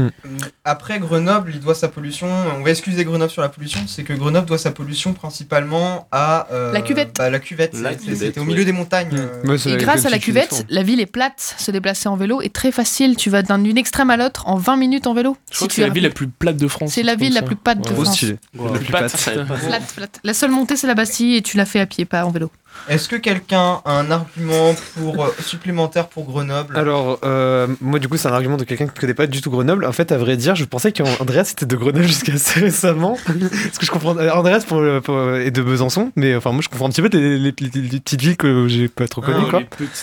Speaker 2: Après, Grenoble, il doit sa pollution. On va excuser Grenoble sur la pollution. C'est que Grenoble doit sa pollution principalement à euh,
Speaker 7: La cuvette. Mm.
Speaker 2: bah, la cuvette.
Speaker 4: La
Speaker 2: c'est-
Speaker 4: cuvette,
Speaker 2: C'était au
Speaker 4: ouais.
Speaker 2: milieu des montagnes. euh,
Speaker 7: Et grâce à la cuvette, la ville est plate. Se déplacer en vélo est très facile. Tu vas d'un d'une extrême à l'autre en 20 minutes en vélo.
Speaker 6: Je crois
Speaker 7: Si
Speaker 6: que
Speaker 7: tu
Speaker 6: c'est la
Speaker 7: as-
Speaker 6: ville la plus plate de France.
Speaker 7: C'est la ville la plus plate de France.
Speaker 2: La plus plate.
Speaker 7: Plate, plate. La seule montée, c'est la Bastille et tu l'as fait à pied, pas en vélo.
Speaker 2: Est-ce que quelqu'un a un argument pour, euh, supplémentaire pour Grenoble
Speaker 4: Alors, euh, moi, du coup, c'est un argument de quelqu'un qui ne connaît pas du tout Grenoble. En fait, à vrai dire, je pensais qu'Andreas était de Grenoble jusqu'à assez récemment. Parce que je comprends. euh, Andreas pour, pour- est de Besançon, mais enfin, moi, je comprends un petit peu les, les- les- les petites villes que j'ai pas trop connues,
Speaker 2: Ah,
Speaker 4: quoi.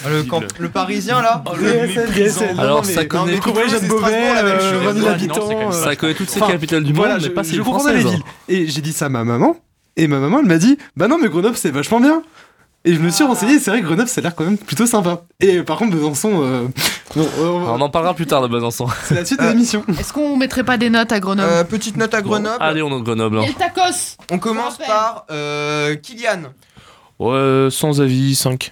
Speaker 2: les le, camp- le parisien là
Speaker 4: Alors, ça connaît
Speaker 2: tout
Speaker 4: Toulouse et Beauvais,
Speaker 2: la même
Speaker 4: euh, 20
Speaker 2: chose.
Speaker 4: 000
Speaker 2: Ouais,
Speaker 4: habitants.
Speaker 2: non, c'est quand même
Speaker 4: euh,
Speaker 5: Ça connaît toutes ces
Speaker 4: enfin,
Speaker 5: capitales du monde,
Speaker 4: voilà,
Speaker 5: mais
Speaker 4: je-
Speaker 5: pas ces
Speaker 4: Je
Speaker 5: villes
Speaker 4: comprenais les
Speaker 5: françaises.
Speaker 4: villes. hein. Et j'ai dit ça à ma maman, et ma maman, elle m'a dit Bah non, mais Grenoble, c'est vachement bien. Et je me suis renseigné, et c'est vrai que Grenoble, ça a l'air quand même plutôt sympa. Et euh, par contre, Besançon. euh, non, euh,
Speaker 5: On en parlera plus tard de Besançon.
Speaker 4: C'est la suite de l'émission.
Speaker 7: Est-ce qu'on mettrait pas des notes à Grenoble
Speaker 2: Euh, Petite note à Grenoble.
Speaker 5: Allez, on est de Grenoble. hein.
Speaker 7: tacos
Speaker 2: Euh, On commence par euh, Kylian.
Speaker 6: Ouais, sans avis, 5.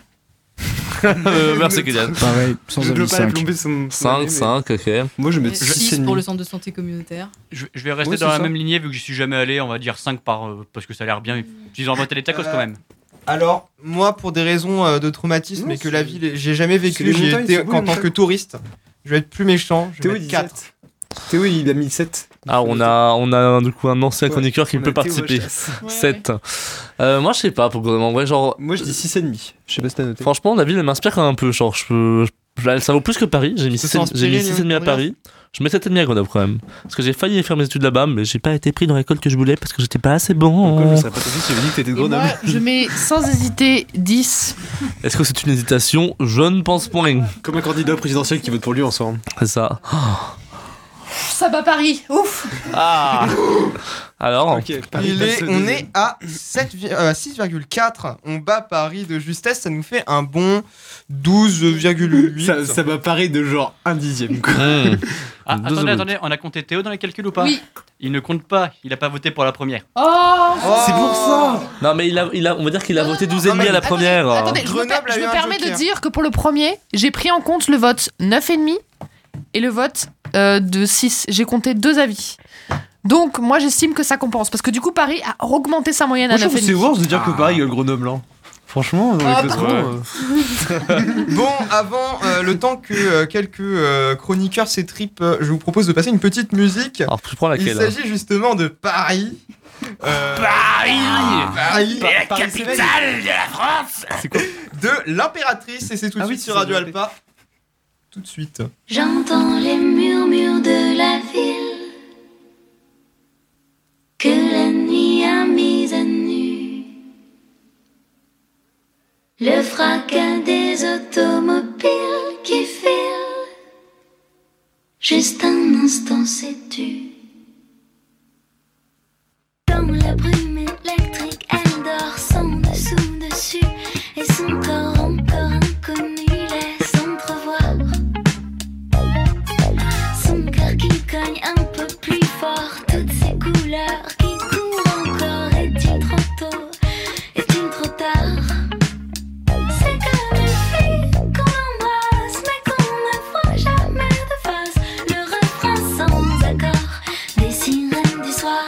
Speaker 5: Euh, Merci, Kylian.
Speaker 6: Pareil, sans
Speaker 4: Je veux
Speaker 6: avis,
Speaker 4: pas la
Speaker 6: cinq.
Speaker 4: plomber son. son année,
Speaker 5: 5,
Speaker 4: mais-
Speaker 5: 5, ok.
Speaker 4: Moi, je mets
Speaker 10: Et Euh, six pour le centre de santé communautaire.
Speaker 12: Je, je vais rester
Speaker 10: Ouais,
Speaker 12: dans
Speaker 10: c'est
Speaker 12: la
Speaker 10: ça.
Speaker 12: même lignée vu que j'y suis jamais allé. On va dire 5 par, euh, parce que ça a l'air bien. Ils ont inventé les tacos
Speaker 2: Euh,
Speaker 12: quand même.
Speaker 2: Alors, moi, pour des raisons euh, de traumatisme et que la ville, est- j'ai jamais vécu,
Speaker 4: les
Speaker 2: j'y
Speaker 4: montagnes,
Speaker 2: étais
Speaker 4: c'est beau,
Speaker 2: qu'en
Speaker 4: les
Speaker 2: tant que
Speaker 4: montagnes.
Speaker 2: touriste. Je vais être plus méchant, je
Speaker 4: Théo,
Speaker 2: vais
Speaker 4: il
Speaker 2: mettre
Speaker 4: dit
Speaker 2: 4.
Speaker 4: Théo, il a mis 7.
Speaker 5: Ah, on a, on a du coup un ancien
Speaker 4: euh, Ouais,
Speaker 5: chroniqueur qui
Speaker 4: on a
Speaker 5: peut
Speaker 4: Théo
Speaker 5: participer.
Speaker 4: Rochas.
Speaker 5: 7. moi, je sais pas pour Grenoble. En vrai, genre. euh,
Speaker 4: Moi, je dis 6,5. Je sais pas si t'as noté.
Speaker 5: Franchement, la ville, elle m'inspire quand même un peu. Genre, je peux. je- Ça vaut plus que Paris. J'ai mis
Speaker 4: Ça
Speaker 5: 6 et-
Speaker 4: s'inspire,
Speaker 5: j'ai mis
Speaker 4: les
Speaker 5: six et demi à
Speaker 4: Andreas.
Speaker 5: Paris. Je mets 7,5 à Grenoble quand même. Parce que j'ai failli faire mes études là-bas, mais j'ai pas été pris dans l'école que je voulais parce que j'étais pas assez
Speaker 4: Comme
Speaker 5: bon.
Speaker 4: je serais pas tombé si j'avais dit que t'étais de
Speaker 7: Et moi,
Speaker 4: Grenoble.
Speaker 7: je mets sans hésiter 10.
Speaker 5: Est-ce que c'est une hésitation Je ne pense point.
Speaker 4: Comme un candidat présidentiel qui vote pour lui en soi.
Speaker 5: C'est ça.
Speaker 7: Ça bat Paris, ouf
Speaker 5: Ah Alors
Speaker 2: Il est- on est à 7, vi- euh, 6,4. On bat Paris de justesse, ça nous fait un bon 12,8.
Speaker 4: Ça, ça m'a paré de genre un dixième. Quoi.
Speaker 12: Ah,
Speaker 4: Deux
Speaker 12: attendez,
Speaker 4: secondes.
Speaker 12: attendez, on a compté Théo dans les calculs ou pas Il ne compte pas, il a pas voté pour la première.
Speaker 7: Oh,
Speaker 5: C'est pour
Speaker 4: ça
Speaker 5: Non, mais il a, il a- on va dire qu'il a voté 12,5 à la première. hein.
Speaker 7: Attendez, je me, per-
Speaker 2: a
Speaker 7: je
Speaker 2: eu
Speaker 7: me
Speaker 2: un
Speaker 7: permets de
Speaker 2: joker.
Speaker 7: dire que pour le premier, j'ai pris en compte le vote 9,5 et le vote euh, de 6. J'ai compté deux avis. Donc, moi, j'estime que ça compense. Parce que du coup, Paris a augmenté sa moyenne
Speaker 4: Moi,
Speaker 7: à
Speaker 4: je trouve que
Speaker 7: 9,5.
Speaker 4: c'est worse de dire
Speaker 5: Ah.
Speaker 4: que Paris gueule Grenoble. hein. Franchement, on
Speaker 7: Ah,
Speaker 4: est
Speaker 7: pardon.
Speaker 2: Bon, avant euh, le temps que euh, quelques euh, chroniqueurs s'étripent, euh, je vous propose de passer une petite musique.
Speaker 5: Alors, tu prends laquelle
Speaker 2: Il s'agit justement de Paris. Euh, Paris
Speaker 11: Et la
Speaker 2: Paris
Speaker 11: capitale
Speaker 2: s'éveille.
Speaker 11: de la France
Speaker 2: De l'impératrice, et c'est tout de suite sur Radio Alpa. Tout de suite.
Speaker 13: J'entends les murmures de la ville que la nuit a mise à nu. Le fracas des automobiles qui filent. Juste un instant, sais-tu. Dans la brume électrique, elle dort sans dessous dessus. Et son corps encore inconnu laisse entrevoir. Son cœur qui cogne un peu plus fort, toutes ces couleurs qui courent encore. Est-il trop tôt Est-il trop tard C'est comme une fille qu'on embrasse, mais qu'on ne voit jamais de face. Le refrain sans accord des sirènes du soir.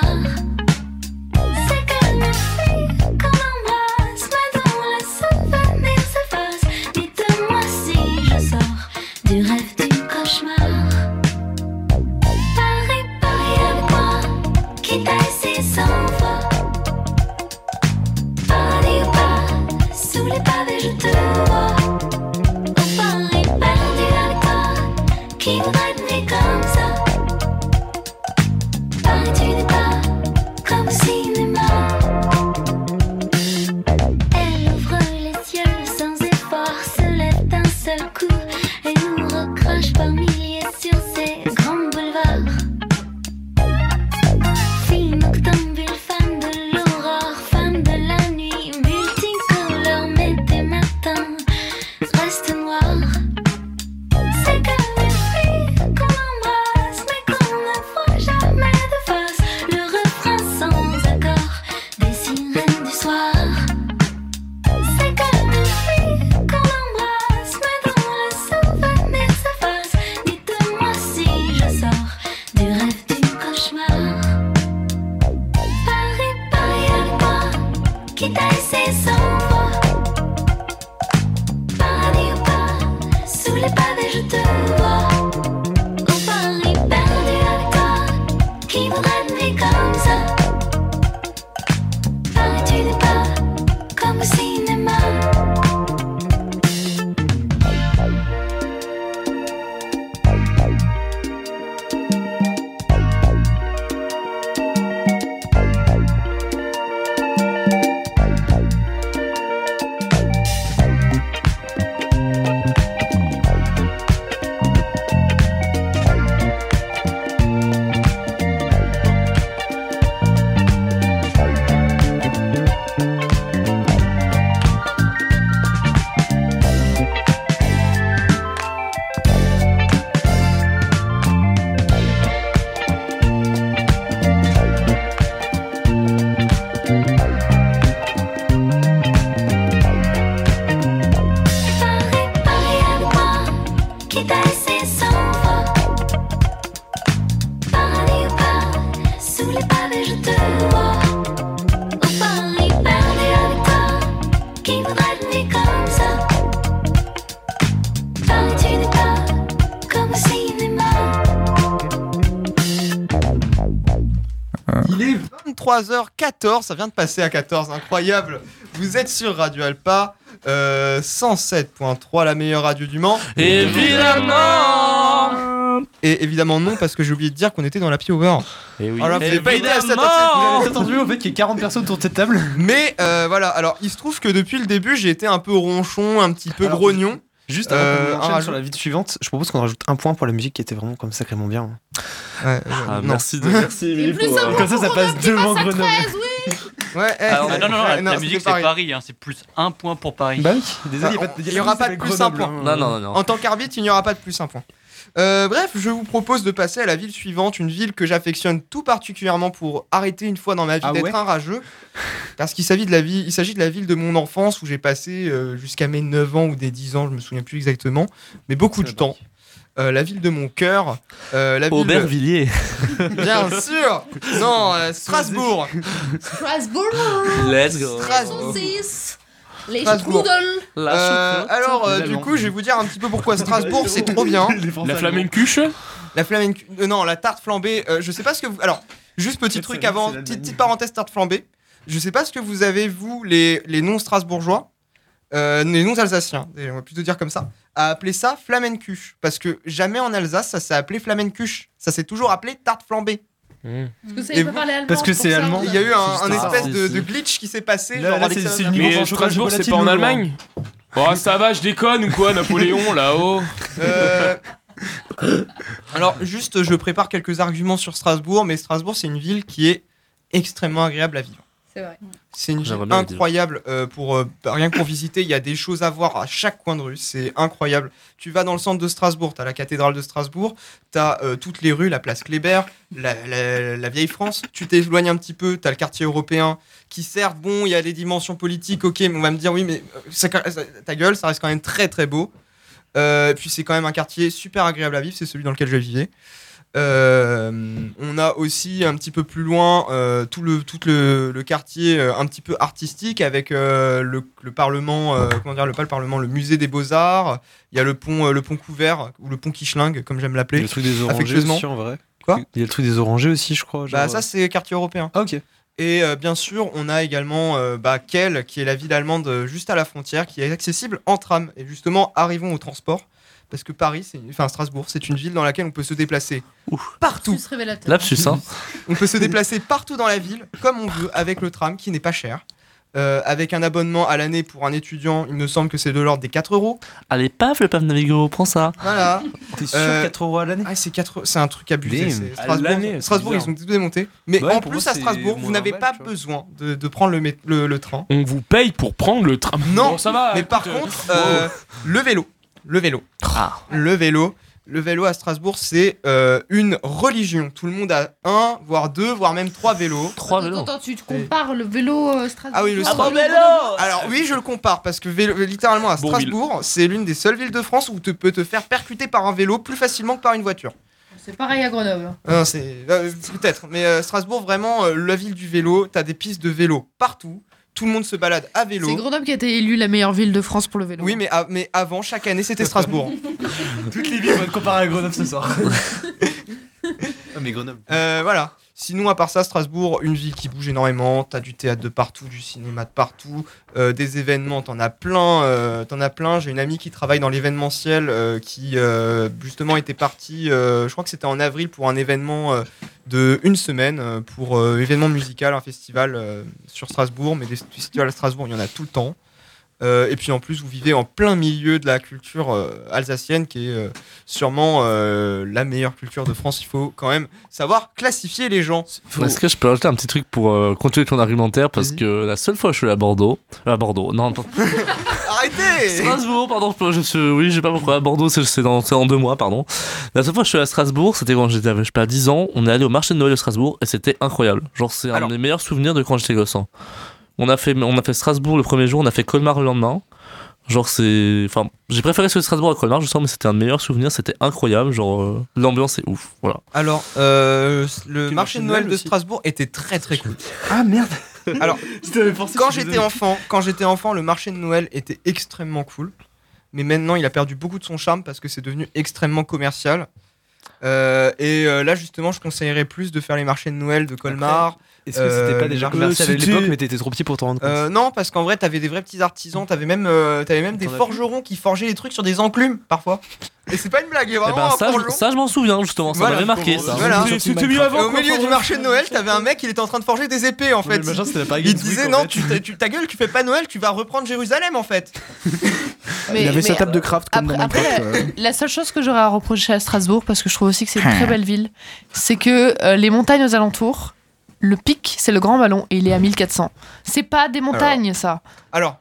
Speaker 13: C'est comme une fille qu'on embrasse, mais dont le souvenir s'efface. Dites-moi si je sors du rêve du cauchemar. Paris, Paris avec moi, qui t'a essayé cent fois. Paris ou pas, sous les pavés je te vois. Au Paris perdu avec toi, qui voudrait être né comme ça. qui danse et s'en va. Paradis ou pas, sous les pavés je te vois. Au paradis, paradis avec toi, qui voudrait une vie comme ça? Paris, tu n'es pas comme au cinéma.
Speaker 11: Ah.
Speaker 2: Il est 23h14, ça vient de passer à 14, incroyable. Vous êtes sur Radio Alpa, euh, 107.3, la meilleure radio du Mans.
Speaker 5: Évidemment
Speaker 2: Et évidemment non, parce que j'ai oublié de dire qu'on était dans la Hour. Et
Speaker 4: oui.
Speaker 2: Alors, Oh vous n'avez pas été à cette
Speaker 4: Évidemment Vous avez attendu, au fait, qu'il y ait 40 personnes autour de cette table.
Speaker 2: Mais euh, voilà, alors il se trouve que depuis le début, j'ai été un peu ronchon, un petit peu
Speaker 4: Alors,
Speaker 2: grognon.
Speaker 4: Juste
Speaker 2: Euh,
Speaker 4: avant qu'on
Speaker 2: un
Speaker 4: enchaîne
Speaker 2: rajout-
Speaker 4: sur la vie suivante, je propose qu'on rajoute un point pour la musique qui était vraiment comme sacrément bien.
Speaker 2: Ah,
Speaker 5: non. merci de- merci, Émilie, pour, euh,
Speaker 4: Comme ça, ça passe devant
Speaker 5: passe à
Speaker 4: Grenoble.
Speaker 2: Ouais, eh,
Speaker 12: Alors,
Speaker 2: c'est-
Speaker 12: Ah, non, non, non, la-
Speaker 2: non,
Speaker 12: la
Speaker 2: c'était
Speaker 12: musique c'est
Speaker 2: Paris.
Speaker 12: Paris, hein, c'est plus un point pour Paris.
Speaker 4: Bah oui, désolé,
Speaker 2: Ah, il n'y aura pas de plus un point.
Speaker 12: Non, non, non.
Speaker 2: En tant qu'arbitre, il n'y aura pas de plus un point. Euh, bref, je vous propose de passer à la ville suivante, une ville que j'affectionne tout particulièrement pour arrêter une fois dans ma vie
Speaker 4: Ah
Speaker 2: d'être
Speaker 4: ouais
Speaker 2: un rageux, parce qu'il s'agit de la ville, il s'agit de la ville de mon enfance où j'ai passé euh, jusqu'à mes 9 ans ou des 10 ans, je me souviens plus exactement, mais beaucoup de temps. Euh, la ville de mon cœur, euh, la ville-
Speaker 5: Aubervilliers.
Speaker 2: Bien sûr. Non, euh, Strasbourg.
Speaker 9: Strasbourg
Speaker 5: Let's go.
Speaker 2: Strasbourg.
Speaker 9: Saucisse Les
Speaker 2: Strasbourg.
Speaker 9: strudels
Speaker 5: La
Speaker 2: Euh,
Speaker 6: hein.
Speaker 5: choucroute.
Speaker 2: alors, euh,
Speaker 5: Les
Speaker 2: du
Speaker 5: Allemands.
Speaker 2: coup, je vais vous dire un petit peu pourquoi Strasbourg, c'est trop bien.
Speaker 6: La flamencuche
Speaker 2: La flamencuche. euh, non, la tarte flambée. euh, je sais pas ce que vous. Alors, juste petit truc avant, petite, petite parenthèse tarte flambée. Je sais pas ce que vous avez, vous, les, les non-strasbourgeois, euh, les non-alsaciens, et on va plutôt dire comme ça, à appeler ça flamencuche. Parce que jamais en Alsace, ça s'est appelé flamencuche. Ça s'est toujours appelé tarte flambée.
Speaker 9: Parce que ça,
Speaker 2: Et
Speaker 9: il peut
Speaker 2: vous-
Speaker 9: parler allemand.
Speaker 2: Parce que
Speaker 9: pour
Speaker 2: c'est
Speaker 9: ça,
Speaker 2: allemand.
Speaker 9: on a-
Speaker 2: Il y a eu un- un
Speaker 6: Ah,
Speaker 2: espèce
Speaker 6: si,
Speaker 2: de-
Speaker 6: si.
Speaker 2: de glitch qui s'est passé,
Speaker 6: Là,
Speaker 2: genre
Speaker 6: là,
Speaker 2: avec
Speaker 6: c'est
Speaker 2: ça-
Speaker 6: c'est le niveau Mais Strasbourg, c'est
Speaker 2: hein.
Speaker 6: pas en Allemagne Oh, ça va, je déconne ou quoi, Napoléon, là-haut
Speaker 2: Euh, Alors, juste, je prépare quelques arguments sur Strasbourg, mais Strasbourg, c'est une ville qui est extrêmement agréable à vivre.
Speaker 9: C'est vrai.
Speaker 2: C'est une ville
Speaker 5: J'aimerais bien le dire.
Speaker 2: incroyable euh, pour euh, bah, rien que pour visiter. Il y a des choses à voir à chaque coin de rue. C'est incroyable. Tu vas dans le centre de Strasbourg, t'as la cathédrale de Strasbourg, t'as as toutes les rues, la place Kléber, la, la- la vieille France. Tu t'éloignes un petit peu, t'as le quartier européen qui certes bon, il y a les dimensions politiques, ok, mais on va me dire oui, mais euh, ça- ça- ta gueule, ça reste quand même très très beau. Euh, puis c'est quand même un quartier super agréable à vivre, c'est celui dans lequel je vivais. Euh, on a aussi un petit peu plus loin euh, tout le tout le, le quartier euh, un petit peu artistique avec euh, le, le parlement euh, comment dire le pas le parlement le musée des beaux arts il y a le pont euh, le pont couvert ou le pont Quichelingue comme j'aime l'appeler
Speaker 4: Le truc des orangers
Speaker 2: affectueusement.
Speaker 4: aussi, en vrai.
Speaker 2: Quoi
Speaker 4: Il y a le truc des orangers aussi, je crois.
Speaker 2: Bah
Speaker 4: genre, euh,
Speaker 2: ça c'est quartier européen.
Speaker 4: Ah ok.
Speaker 2: Et euh, bien sûr, on a également euh, bah, Kiel, qui est la ville allemande euh, juste à la frontière, qui est accessible en tram. Et justement, arrivons au transport, parce que Paris, c'est une- enfin Strasbourg, c'est une ville dans laquelle on peut se déplacer partout.
Speaker 9: Plus révélateur.
Speaker 5: Lapsus, hein.
Speaker 2: On peut se déplacer partout dans la ville, comme on veut, avec le tram, qui n'est pas cher. Euh, avec un abonnement à l'année pour un étudiant, il me semble que c'est de l'ordre des 4 euros.
Speaker 5: Allez, paf, le paf Navigo, prends ça.
Speaker 2: Voilà.
Speaker 4: euh, T'es sûr, 4 euros à l'année
Speaker 2: ah, C'est 4 C'est un truc abusé.
Speaker 4: Damn.
Speaker 2: c'est
Speaker 4: À l'année,
Speaker 2: Strasbourg,
Speaker 4: c'est
Speaker 2: Strasbourg ils
Speaker 4: bizarre.
Speaker 2: ont tout démonté. Mais
Speaker 4: Bah ouais,
Speaker 2: en
Speaker 4: pour
Speaker 2: plus,
Speaker 4: moi,
Speaker 2: à
Speaker 4: c'est
Speaker 2: Strasbourg, vous
Speaker 4: moins
Speaker 2: n'avez
Speaker 4: normal,
Speaker 2: pas besoin de, de prendre le, mét- le, le train.
Speaker 6: On vous paye pour prendre le tram.
Speaker 2: Non,
Speaker 6: Bon, ça va.
Speaker 2: mais
Speaker 6: écoute,
Speaker 2: par
Speaker 6: euh,
Speaker 2: contre,
Speaker 6: wow.
Speaker 2: euh, le vélo. Le vélo. Le vélo. Le vélo à Strasbourg, c'est euh, une religion. Tout le monde a un, voire deux, voire même trois vélos.
Speaker 5: Trois
Speaker 9: Attends, attends, tu te compares le vélo euh, Strasbourg
Speaker 2: Ah oui, le
Speaker 9: au
Speaker 2: Strasbourg.
Speaker 9: Grenoble
Speaker 2: Alors oui, je le compare parce que vélo- littéralement à Strasbourg, c'est l'une des seules villes de France où tu peux te faire percuter par un vélo plus facilement que par une voiture.
Speaker 9: C'est pareil à Grenoble.
Speaker 2: Ah non, c'est euh, peut-être, mais euh, Strasbourg vraiment euh, la ville du vélo. T'as des pistes de vélo partout. Tout le monde se balade à vélo.
Speaker 7: C'est Grenoble qui a été élue la meilleure ville de France pour le vélo.
Speaker 2: Oui, mais, a- mais avant, chaque année, c'était Strasbourg.
Speaker 4: Toutes les villes vont être comparées à Grenoble ce soir. Ah, mais Grenoble.
Speaker 2: Euh, voilà. Sinon, à part ça, Strasbourg, une ville qui bouge énormément. T'as du théâtre de partout, du cinéma de partout, euh, des événements, t'en as plein. euh, t'en as plein. J'ai une amie qui travaille dans l'événementiel euh, qui, euh, justement, était partie, euh, je crois que c'était en avril, pour un événement euh, de une semaine, euh, pour euh, événement musical, un festival euh, sur Strasbourg. Mais des festivals à Strasbourg, il y en a tout le temps. Euh, et puis en plus, vous vivez en plein milieu de la culture euh, alsacienne, qui est euh, sûrement euh, la meilleure culture de France. Il faut quand même savoir classifier les gens.
Speaker 5: Est-ce que je peux rajouter un petit truc pour euh, continuer ton argumentaire Parce que la seule fois que je suis allé à Bordeaux. euh, À Bordeaux, non, non.
Speaker 2: Arrêtez
Speaker 5: Strasbourg, pardon, je, je, suis- oui, je sais pas pourquoi. Bordeaux, c'est c'est dans, c'est dans deux mois, pardon. La seule fois que je suis allé à Strasbourg, c'était quand j'étais, je sais pas, 10 ans. On est allé au marché de Noël de Strasbourg et c'était incroyable. Genre, c'est un des meilleurs souvenirs de quand j'étais gosse. hein. On a, fait, on a fait Strasbourg le premier jour, on a fait Colmar le lendemain. Genre, c'est. Enfin, j'ai préféré ce Strasbourg à Colmar, je sens, mais c'était un meilleur souvenir, c'était incroyable. Genre, euh, l'ambiance est ouf. Voilà.
Speaker 2: Alors, euh, le marché de Noël de Strasbourg était très très cool.
Speaker 4: Ah merde
Speaker 2: Alors,
Speaker 4: pensé,
Speaker 2: quand
Speaker 4: je suis
Speaker 2: j'étais
Speaker 4: désolé.
Speaker 2: enfant, quand j'étais enfant, le marché de Noël était extrêmement cool. Mais maintenant, il a perdu beaucoup de son charme parce que c'est devenu extrêmement commercial. Euh, et euh, là, justement, je conseillerais plus de faire les marchés de Noël de Colmar.
Speaker 4: Est-ce que c'était
Speaker 2: euh,
Speaker 4: pas
Speaker 2: les
Speaker 4: déjà
Speaker 2: marchés-
Speaker 4: commercial à l'époque, mais t'étais trop petit pour t'en rendre compte
Speaker 2: Euh, non, parce qu'en vrai, t'avais des vrais petits artisans, t'avais même, euh, t'avais même des
Speaker 4: T'en as
Speaker 2: forgerons qui forgeaient les trucs sur des enclumes parfois. Et c'est pas une blague, il y a
Speaker 5: Eh
Speaker 2: vraiment
Speaker 5: ben,
Speaker 2: un
Speaker 5: ça,
Speaker 2: forgeron.
Speaker 5: je- ça, je m'en souviens, justement, Oh, ça
Speaker 2: Voilà.
Speaker 5: m'avait marqué. Ça.
Speaker 4: bah,
Speaker 2: Voilà. Et au
Speaker 5: quoi,
Speaker 2: milieu du
Speaker 5: forgeron
Speaker 2: marché de Noël, t'avais un mec, il était en train de forger des épées en fait.
Speaker 4: le machin, c'était la Paris
Speaker 2: il
Speaker 4: Games Week,
Speaker 2: disait
Speaker 4: en
Speaker 2: non,
Speaker 4: fait.
Speaker 2: tu, tu- ta gueule, tu fais pas Noël, tu vas reprendre Jérusalem en fait.
Speaker 7: Mais-
Speaker 8: il avait sa
Speaker 7: mais- euh,
Speaker 8: table de craft comme dans euh,
Speaker 7: Après, euh,
Speaker 8: Minecraft.
Speaker 7: la, la seule chose que j'aurais à reprocher à Strasbourg, parce que je trouve aussi que c'est
Speaker 2: Hein.
Speaker 7: une très belle ville, c'est que euh, les montagnes aux alentours, le pic, c'est le grand ballon et il est à 1400. C'est pas des montagnes, ça.
Speaker 2: Alors,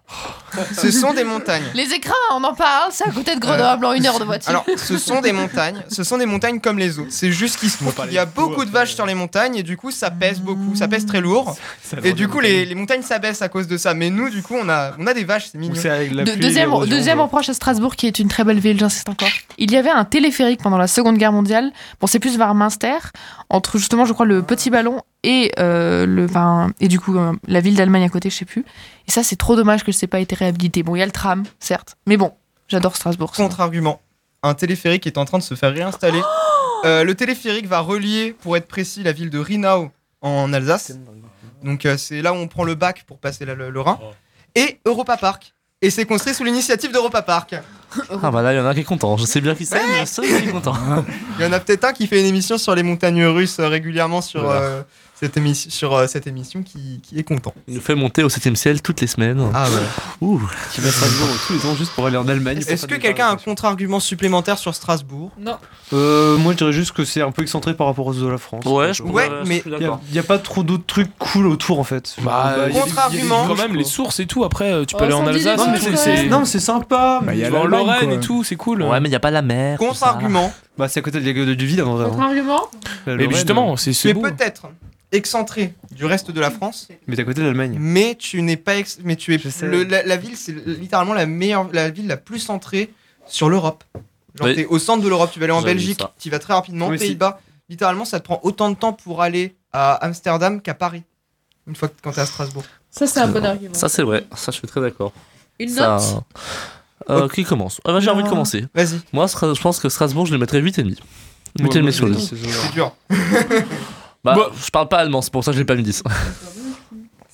Speaker 2: ce sont des montagnes. Euh,
Speaker 7: Les écrins, on en parle, c'est à côté de Grenoble en une heure de voiture.
Speaker 2: Alors, ce sont des montagnes, ce sont des montagnes comme les autres. C'est juste qu'il se trouve qu'il y a beaucoup de vaches sur les montagnes et du coup ça pèse beaucoup, ça pèse très lourd. Et du coup les, les montagnes s'abaissent à cause de ça. Mais nous du coup on a on a des vaches, c'est mignon.
Speaker 7: De- deuxième, deuxième reproche à Strasbourg, qui est une très belle ville, j'insiste encore. Il y avait un téléphérique pendant la Seconde Guerre mondiale. Bon, c'est plus vers Münster, entre justement, je crois, le petit ballon et euh, le, enfin, et du coup, euh, la ville d'Allemagne à côté, je sais plus. Et ça, c'est trop dommage que je sais pas été réhabilité. Bon, il y a le tram, certes, mais bon, j'adore Strasbourg. ça.
Speaker 2: Contre-argument, un téléphérique est en train de se faire réinstaller. Euh, le téléphérique va relier, pour être précis, la ville de Rhinau en Alsace. Donc euh, c'est là où on prend le bac pour passer la- le, le Rhin. Et Europa Park. Et c'est construit sous l'initiative d'Europa Park. Ben
Speaker 5: Ah bah là, il y en a un qui est content. Je sais bien qui c'est, mais il y en a seul qui est content.
Speaker 2: Il y en a peut-être un qui fait une émission sur les montagnes russes euh, régulièrement sur,
Speaker 5: Voilà.
Speaker 2: euh, cette, émission, sur euh, cette émission qui, qui est content.
Speaker 5: Il nous fait monter au 7ème ciel toutes les semaines.
Speaker 2: Ah ouais.
Speaker 5: Ouh.
Speaker 4: Qui va à Strasbourg tous les ans juste pour aller en Allemagne.
Speaker 2: Est-ce que quelqu'un a un contre-argument supplémentaire sur Strasbourg
Speaker 9: Non.
Speaker 4: Euh, moi je dirais juste que c'est un peu excentré par rapport aux autres de la France.
Speaker 5: Ouais, je-
Speaker 2: Ouais,
Speaker 5: je
Speaker 2: mais-
Speaker 5: suis d'accord.
Speaker 4: Il n'y a pas trop d'autres trucs cool autour en fait.
Speaker 6: Bah,
Speaker 4: Il y a des- il y a des
Speaker 6: Contre-argument.
Speaker 4: villages,
Speaker 6: Quand même,
Speaker 4: quoi.
Speaker 6: les sources et tout. Après, euh, tu peux
Speaker 4: Oh,
Speaker 6: aller en
Speaker 4: ça me dit des
Speaker 6: Alsace.
Speaker 4: trucs,
Speaker 6: et tout,
Speaker 4: ouais.
Speaker 6: c'est-
Speaker 4: Non, mais c'est sympa.
Speaker 6: Bah, il y a
Speaker 4: Tu vas en
Speaker 6: l'Allemagne,
Speaker 4: Lorraine
Speaker 6: quoi.
Speaker 4: et tout, c'est cool. hein.
Speaker 5: Ouais, mais il n'y a pas la mer. tout ça.
Speaker 2: Contre-argument.
Speaker 4: Bah, c'est à côté de la gueule de Duvide en vrai. hein.
Speaker 9: Contre-argument
Speaker 4: La
Speaker 6: Mais
Speaker 4: Lorraine,
Speaker 6: justement,
Speaker 4: euh,
Speaker 6: c'est
Speaker 2: Tu es peut-être excentré du reste de la France,
Speaker 4: Mais t'es à côté de l'Allemagne.
Speaker 2: mais tu n'es pas ex- mais tu es
Speaker 4: sais.
Speaker 2: le- la, la ville c'est littéralement la meilleure la ville la plus centrée sur l'Europe. Genre
Speaker 5: Oui.
Speaker 2: t'es au centre de l'Europe, tu vas aller en
Speaker 5: J'avais vu
Speaker 2: Belgique,
Speaker 5: ça.
Speaker 2: tu vas très rapidement aux
Speaker 5: Oui, si.
Speaker 2: Pays-Bas. Littéralement ça te prend autant de temps pour aller à Amsterdam qu'à Paris. Une fois que quand t'es à Strasbourg.
Speaker 9: Ça, c'est un bon argument.
Speaker 5: Ça, c'est vrai. Ça, je suis très d'accord.
Speaker 9: Une
Speaker 5: Ça-
Speaker 9: note
Speaker 5: Euh, Qui commence Ah bah, J'ai envie de
Speaker 2: Ah.
Speaker 5: commencer.
Speaker 2: Vas-y.
Speaker 5: Moi, Stra- je pense que Strasbourg, je le mettrais 8,5.
Speaker 4: Ouais, bah,
Speaker 5: 8,5
Speaker 4: moi,
Speaker 5: sur
Speaker 4: j'ai
Speaker 5: 10.
Speaker 4: dit,
Speaker 2: C'est dur.
Speaker 5: Bah, je parle pas allemand, c'est pour ça que je l'ai pas mis 10.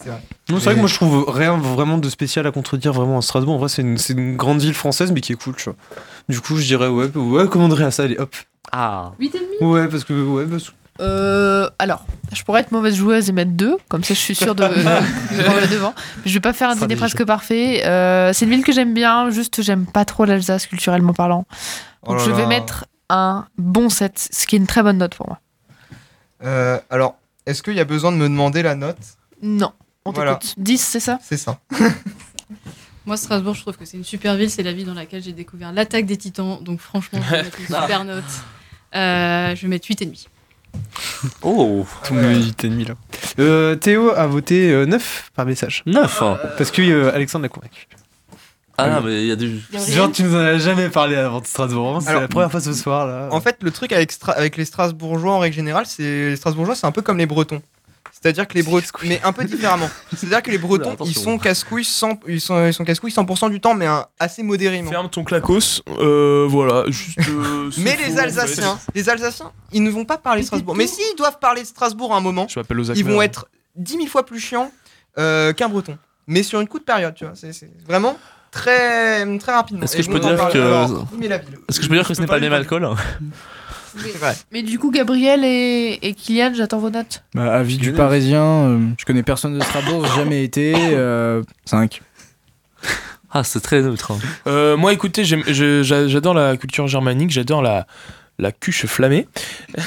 Speaker 2: C'est vrai.
Speaker 4: Non, c'est vrai que moi je trouve rien vraiment de spécial à contredire vraiment à Strasbourg. En vrai, c'est une, c'est une grande ville française mais qui est cool, tu vois. Du coup, je dirais ouais, ouais, commanderait à ça, allez hop.
Speaker 5: Ah.
Speaker 9: 8,5
Speaker 4: Ouais, parce que ouais, parce que-
Speaker 7: Euh, alors, je pourrais être mauvaise joueuse et mettre deux, comme ça je suis sûre de de prendre le devant. Mais je vais pas faire un dîner
Speaker 9: Stratégie.
Speaker 7: presque parfait. Euh, c'est une ville que j'aime bien, juste j'aime pas trop l'Alsace culturellement parlant. Donc
Speaker 2: Oh là
Speaker 7: je vais
Speaker 2: là.
Speaker 7: mettre un bon 7, ce qui est une très bonne note pour moi.
Speaker 2: Euh, alors, est-ce qu'il y a besoin de me demander la note
Speaker 7: Non, on
Speaker 2: Voilà.
Speaker 7: t'écoute. 10, c'est ça
Speaker 2: C'est ça.
Speaker 10: Moi, Strasbourg, je trouve que c'est une super ville. C'est la ville dans laquelle j'ai découvert l'attaque des titans. Donc, franchement, je vais mettre une super note. Euh, je vais mettre 8,5.
Speaker 5: Oh
Speaker 4: Tout le monde est ennemi là. Euh, Théo a voté 9 par message.
Speaker 5: 9
Speaker 2: Ah.
Speaker 4: Parce que euh, Alexandre l'a convaincu.
Speaker 2: Euh,
Speaker 5: Ah, non, mais il y a du.
Speaker 4: Genre, tu nous en as jamais parlé avant de Strasbourg. vraiment, C'est
Speaker 2: Alors-
Speaker 4: la première fois ce soir là.
Speaker 2: En fait, le truc avec, Stra- avec les Strasbourgeois en règle générale, c'est les Strasbourgeois, c'est un peu comme les Bretons. C'est-à-dire que les Bretons, mais un peu différemment. C'est-à-dire que les Bretons, ils
Speaker 6: attention.
Speaker 2: sont casse-couilles 100, ils sont, ils sont casse-couilles 100% du temps, mais un- assez modérément.
Speaker 6: Ferme ton clacos. euh, Voilà, juste. euh, c'est
Speaker 2: Mais
Speaker 6: faux,
Speaker 2: les
Speaker 6: en fait.
Speaker 2: Alsaciens, les Alsaciens, ils ne vont pas parler Strasbourg. Mais s'ils doivent parler de Strasbourg à un moment,
Speaker 6: Je m'appelle Ozak
Speaker 2: ils vont
Speaker 6: Mer.
Speaker 2: être 10 000 fois plus chiants euh, qu'un Breton. Mais sur une coup de période, tu vois. C'est c'est vraiment très, très rapidement.
Speaker 5: Est-ce
Speaker 2: Et
Speaker 5: que je
Speaker 2: on
Speaker 5: peux
Speaker 2: en
Speaker 5: dire
Speaker 2: parle.
Speaker 5: que.
Speaker 2: Alors, mais la ville.
Speaker 5: Est-ce que je peux dire que ce n'est pas le même alcool
Speaker 7: Mais du coup, Gabriel et, et Kylian, j'attends vos notes.
Speaker 8: Bah, avis du parisien, euh, je connais personne de Strasbourg, j'ai jamais été. euh, 5.
Speaker 5: Ah, c'est très neutre. hein.
Speaker 6: Euh, moi, écoutez, j'aime- je- j'a- j'adore la culture germanique, j'adore la, la cuche flammée.
Speaker 4: Ah,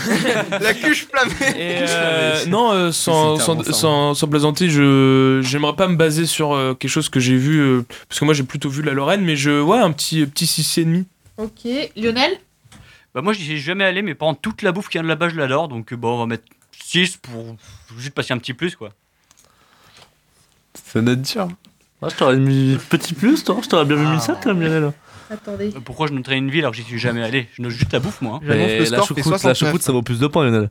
Speaker 2: La cuche flammée.
Speaker 6: Euh, non, euh, sans,
Speaker 2: C'est
Speaker 6: sans,
Speaker 4: hein.
Speaker 2: littéralement ça,
Speaker 6: sans- sans plaisanter, je j'aimerais pas me baser sur euh, quelque chose que j'ai vu, euh, parce que moi j'ai plutôt vu la Lorraine, mais je ouais un petit petit six et demi.
Speaker 9: Ok, Lionel
Speaker 12: Bah, moi, j'y ai jamais allé, mais pendant toute la bouffe qui vient de là-bas, je l'adore. Donc, euh, bon, on va mettre 6 pour juste passer un petit plus, quoi.
Speaker 4: Ça note dur.
Speaker 12: Ah,
Speaker 5: Moi, je t'aurais mis petit plus, toi. Je t'aurais bien mis 7 quand même, Lionel.
Speaker 9: Attendez.
Speaker 12: Pourquoi je noterais une ville alors que j'y suis jamais allé Je note juste la bouffe, moi. hein.
Speaker 5: Mais la choucroute, la choucroute, ça vaut plus de points, Lionel.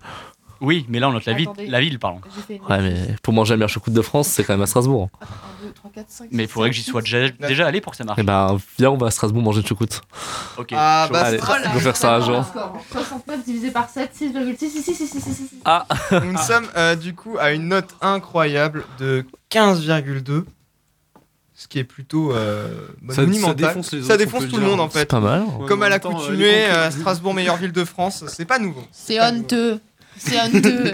Speaker 12: Oui, mais là, on note la ville,
Speaker 9: Attendez.
Speaker 12: la ville pardon.
Speaker 9: J'ai fait une
Speaker 5: Ouais, mais pour manger la meilleure choucroute de France, c'est quand même à Strasbourg. hein.
Speaker 9: 2, 3, 4, 5.
Speaker 12: Mais il faudrait que j'y sois déjà, déjà allé pour que ça marche.
Speaker 5: Et ben, viens, on va à Strasbourg manger une choucroute.
Speaker 12: Ok.
Speaker 2: Ah, bah,
Speaker 5: Allez,
Speaker 2: Strasbourg.
Speaker 5: on va faire ça un jour.
Speaker 9: 69 Ah, divisé par 7, 6,6. Si, si, si, si, si, si.
Speaker 5: Ah
Speaker 2: Nous sommes euh, du coup à une note incroyable de 15,2. Ce qui est plutôt euh,
Speaker 4: Ça- ça
Speaker 2: monumental.
Speaker 4: défonce les
Speaker 2: Ça
Speaker 4: autres,
Speaker 2: défonce
Speaker 4: on peut
Speaker 2: tout
Speaker 4: le
Speaker 2: le
Speaker 4: dire. hein.
Speaker 2: monde en fait.
Speaker 5: C'est pas mal.
Speaker 2: Comme à
Speaker 4: en même temps,
Speaker 2: l'accoutumée,
Speaker 4: euh, y
Speaker 2: euh, Strasbourg, meilleure ville de France, c'est pas nouveau.
Speaker 7: C'est honteux. C'est honteux.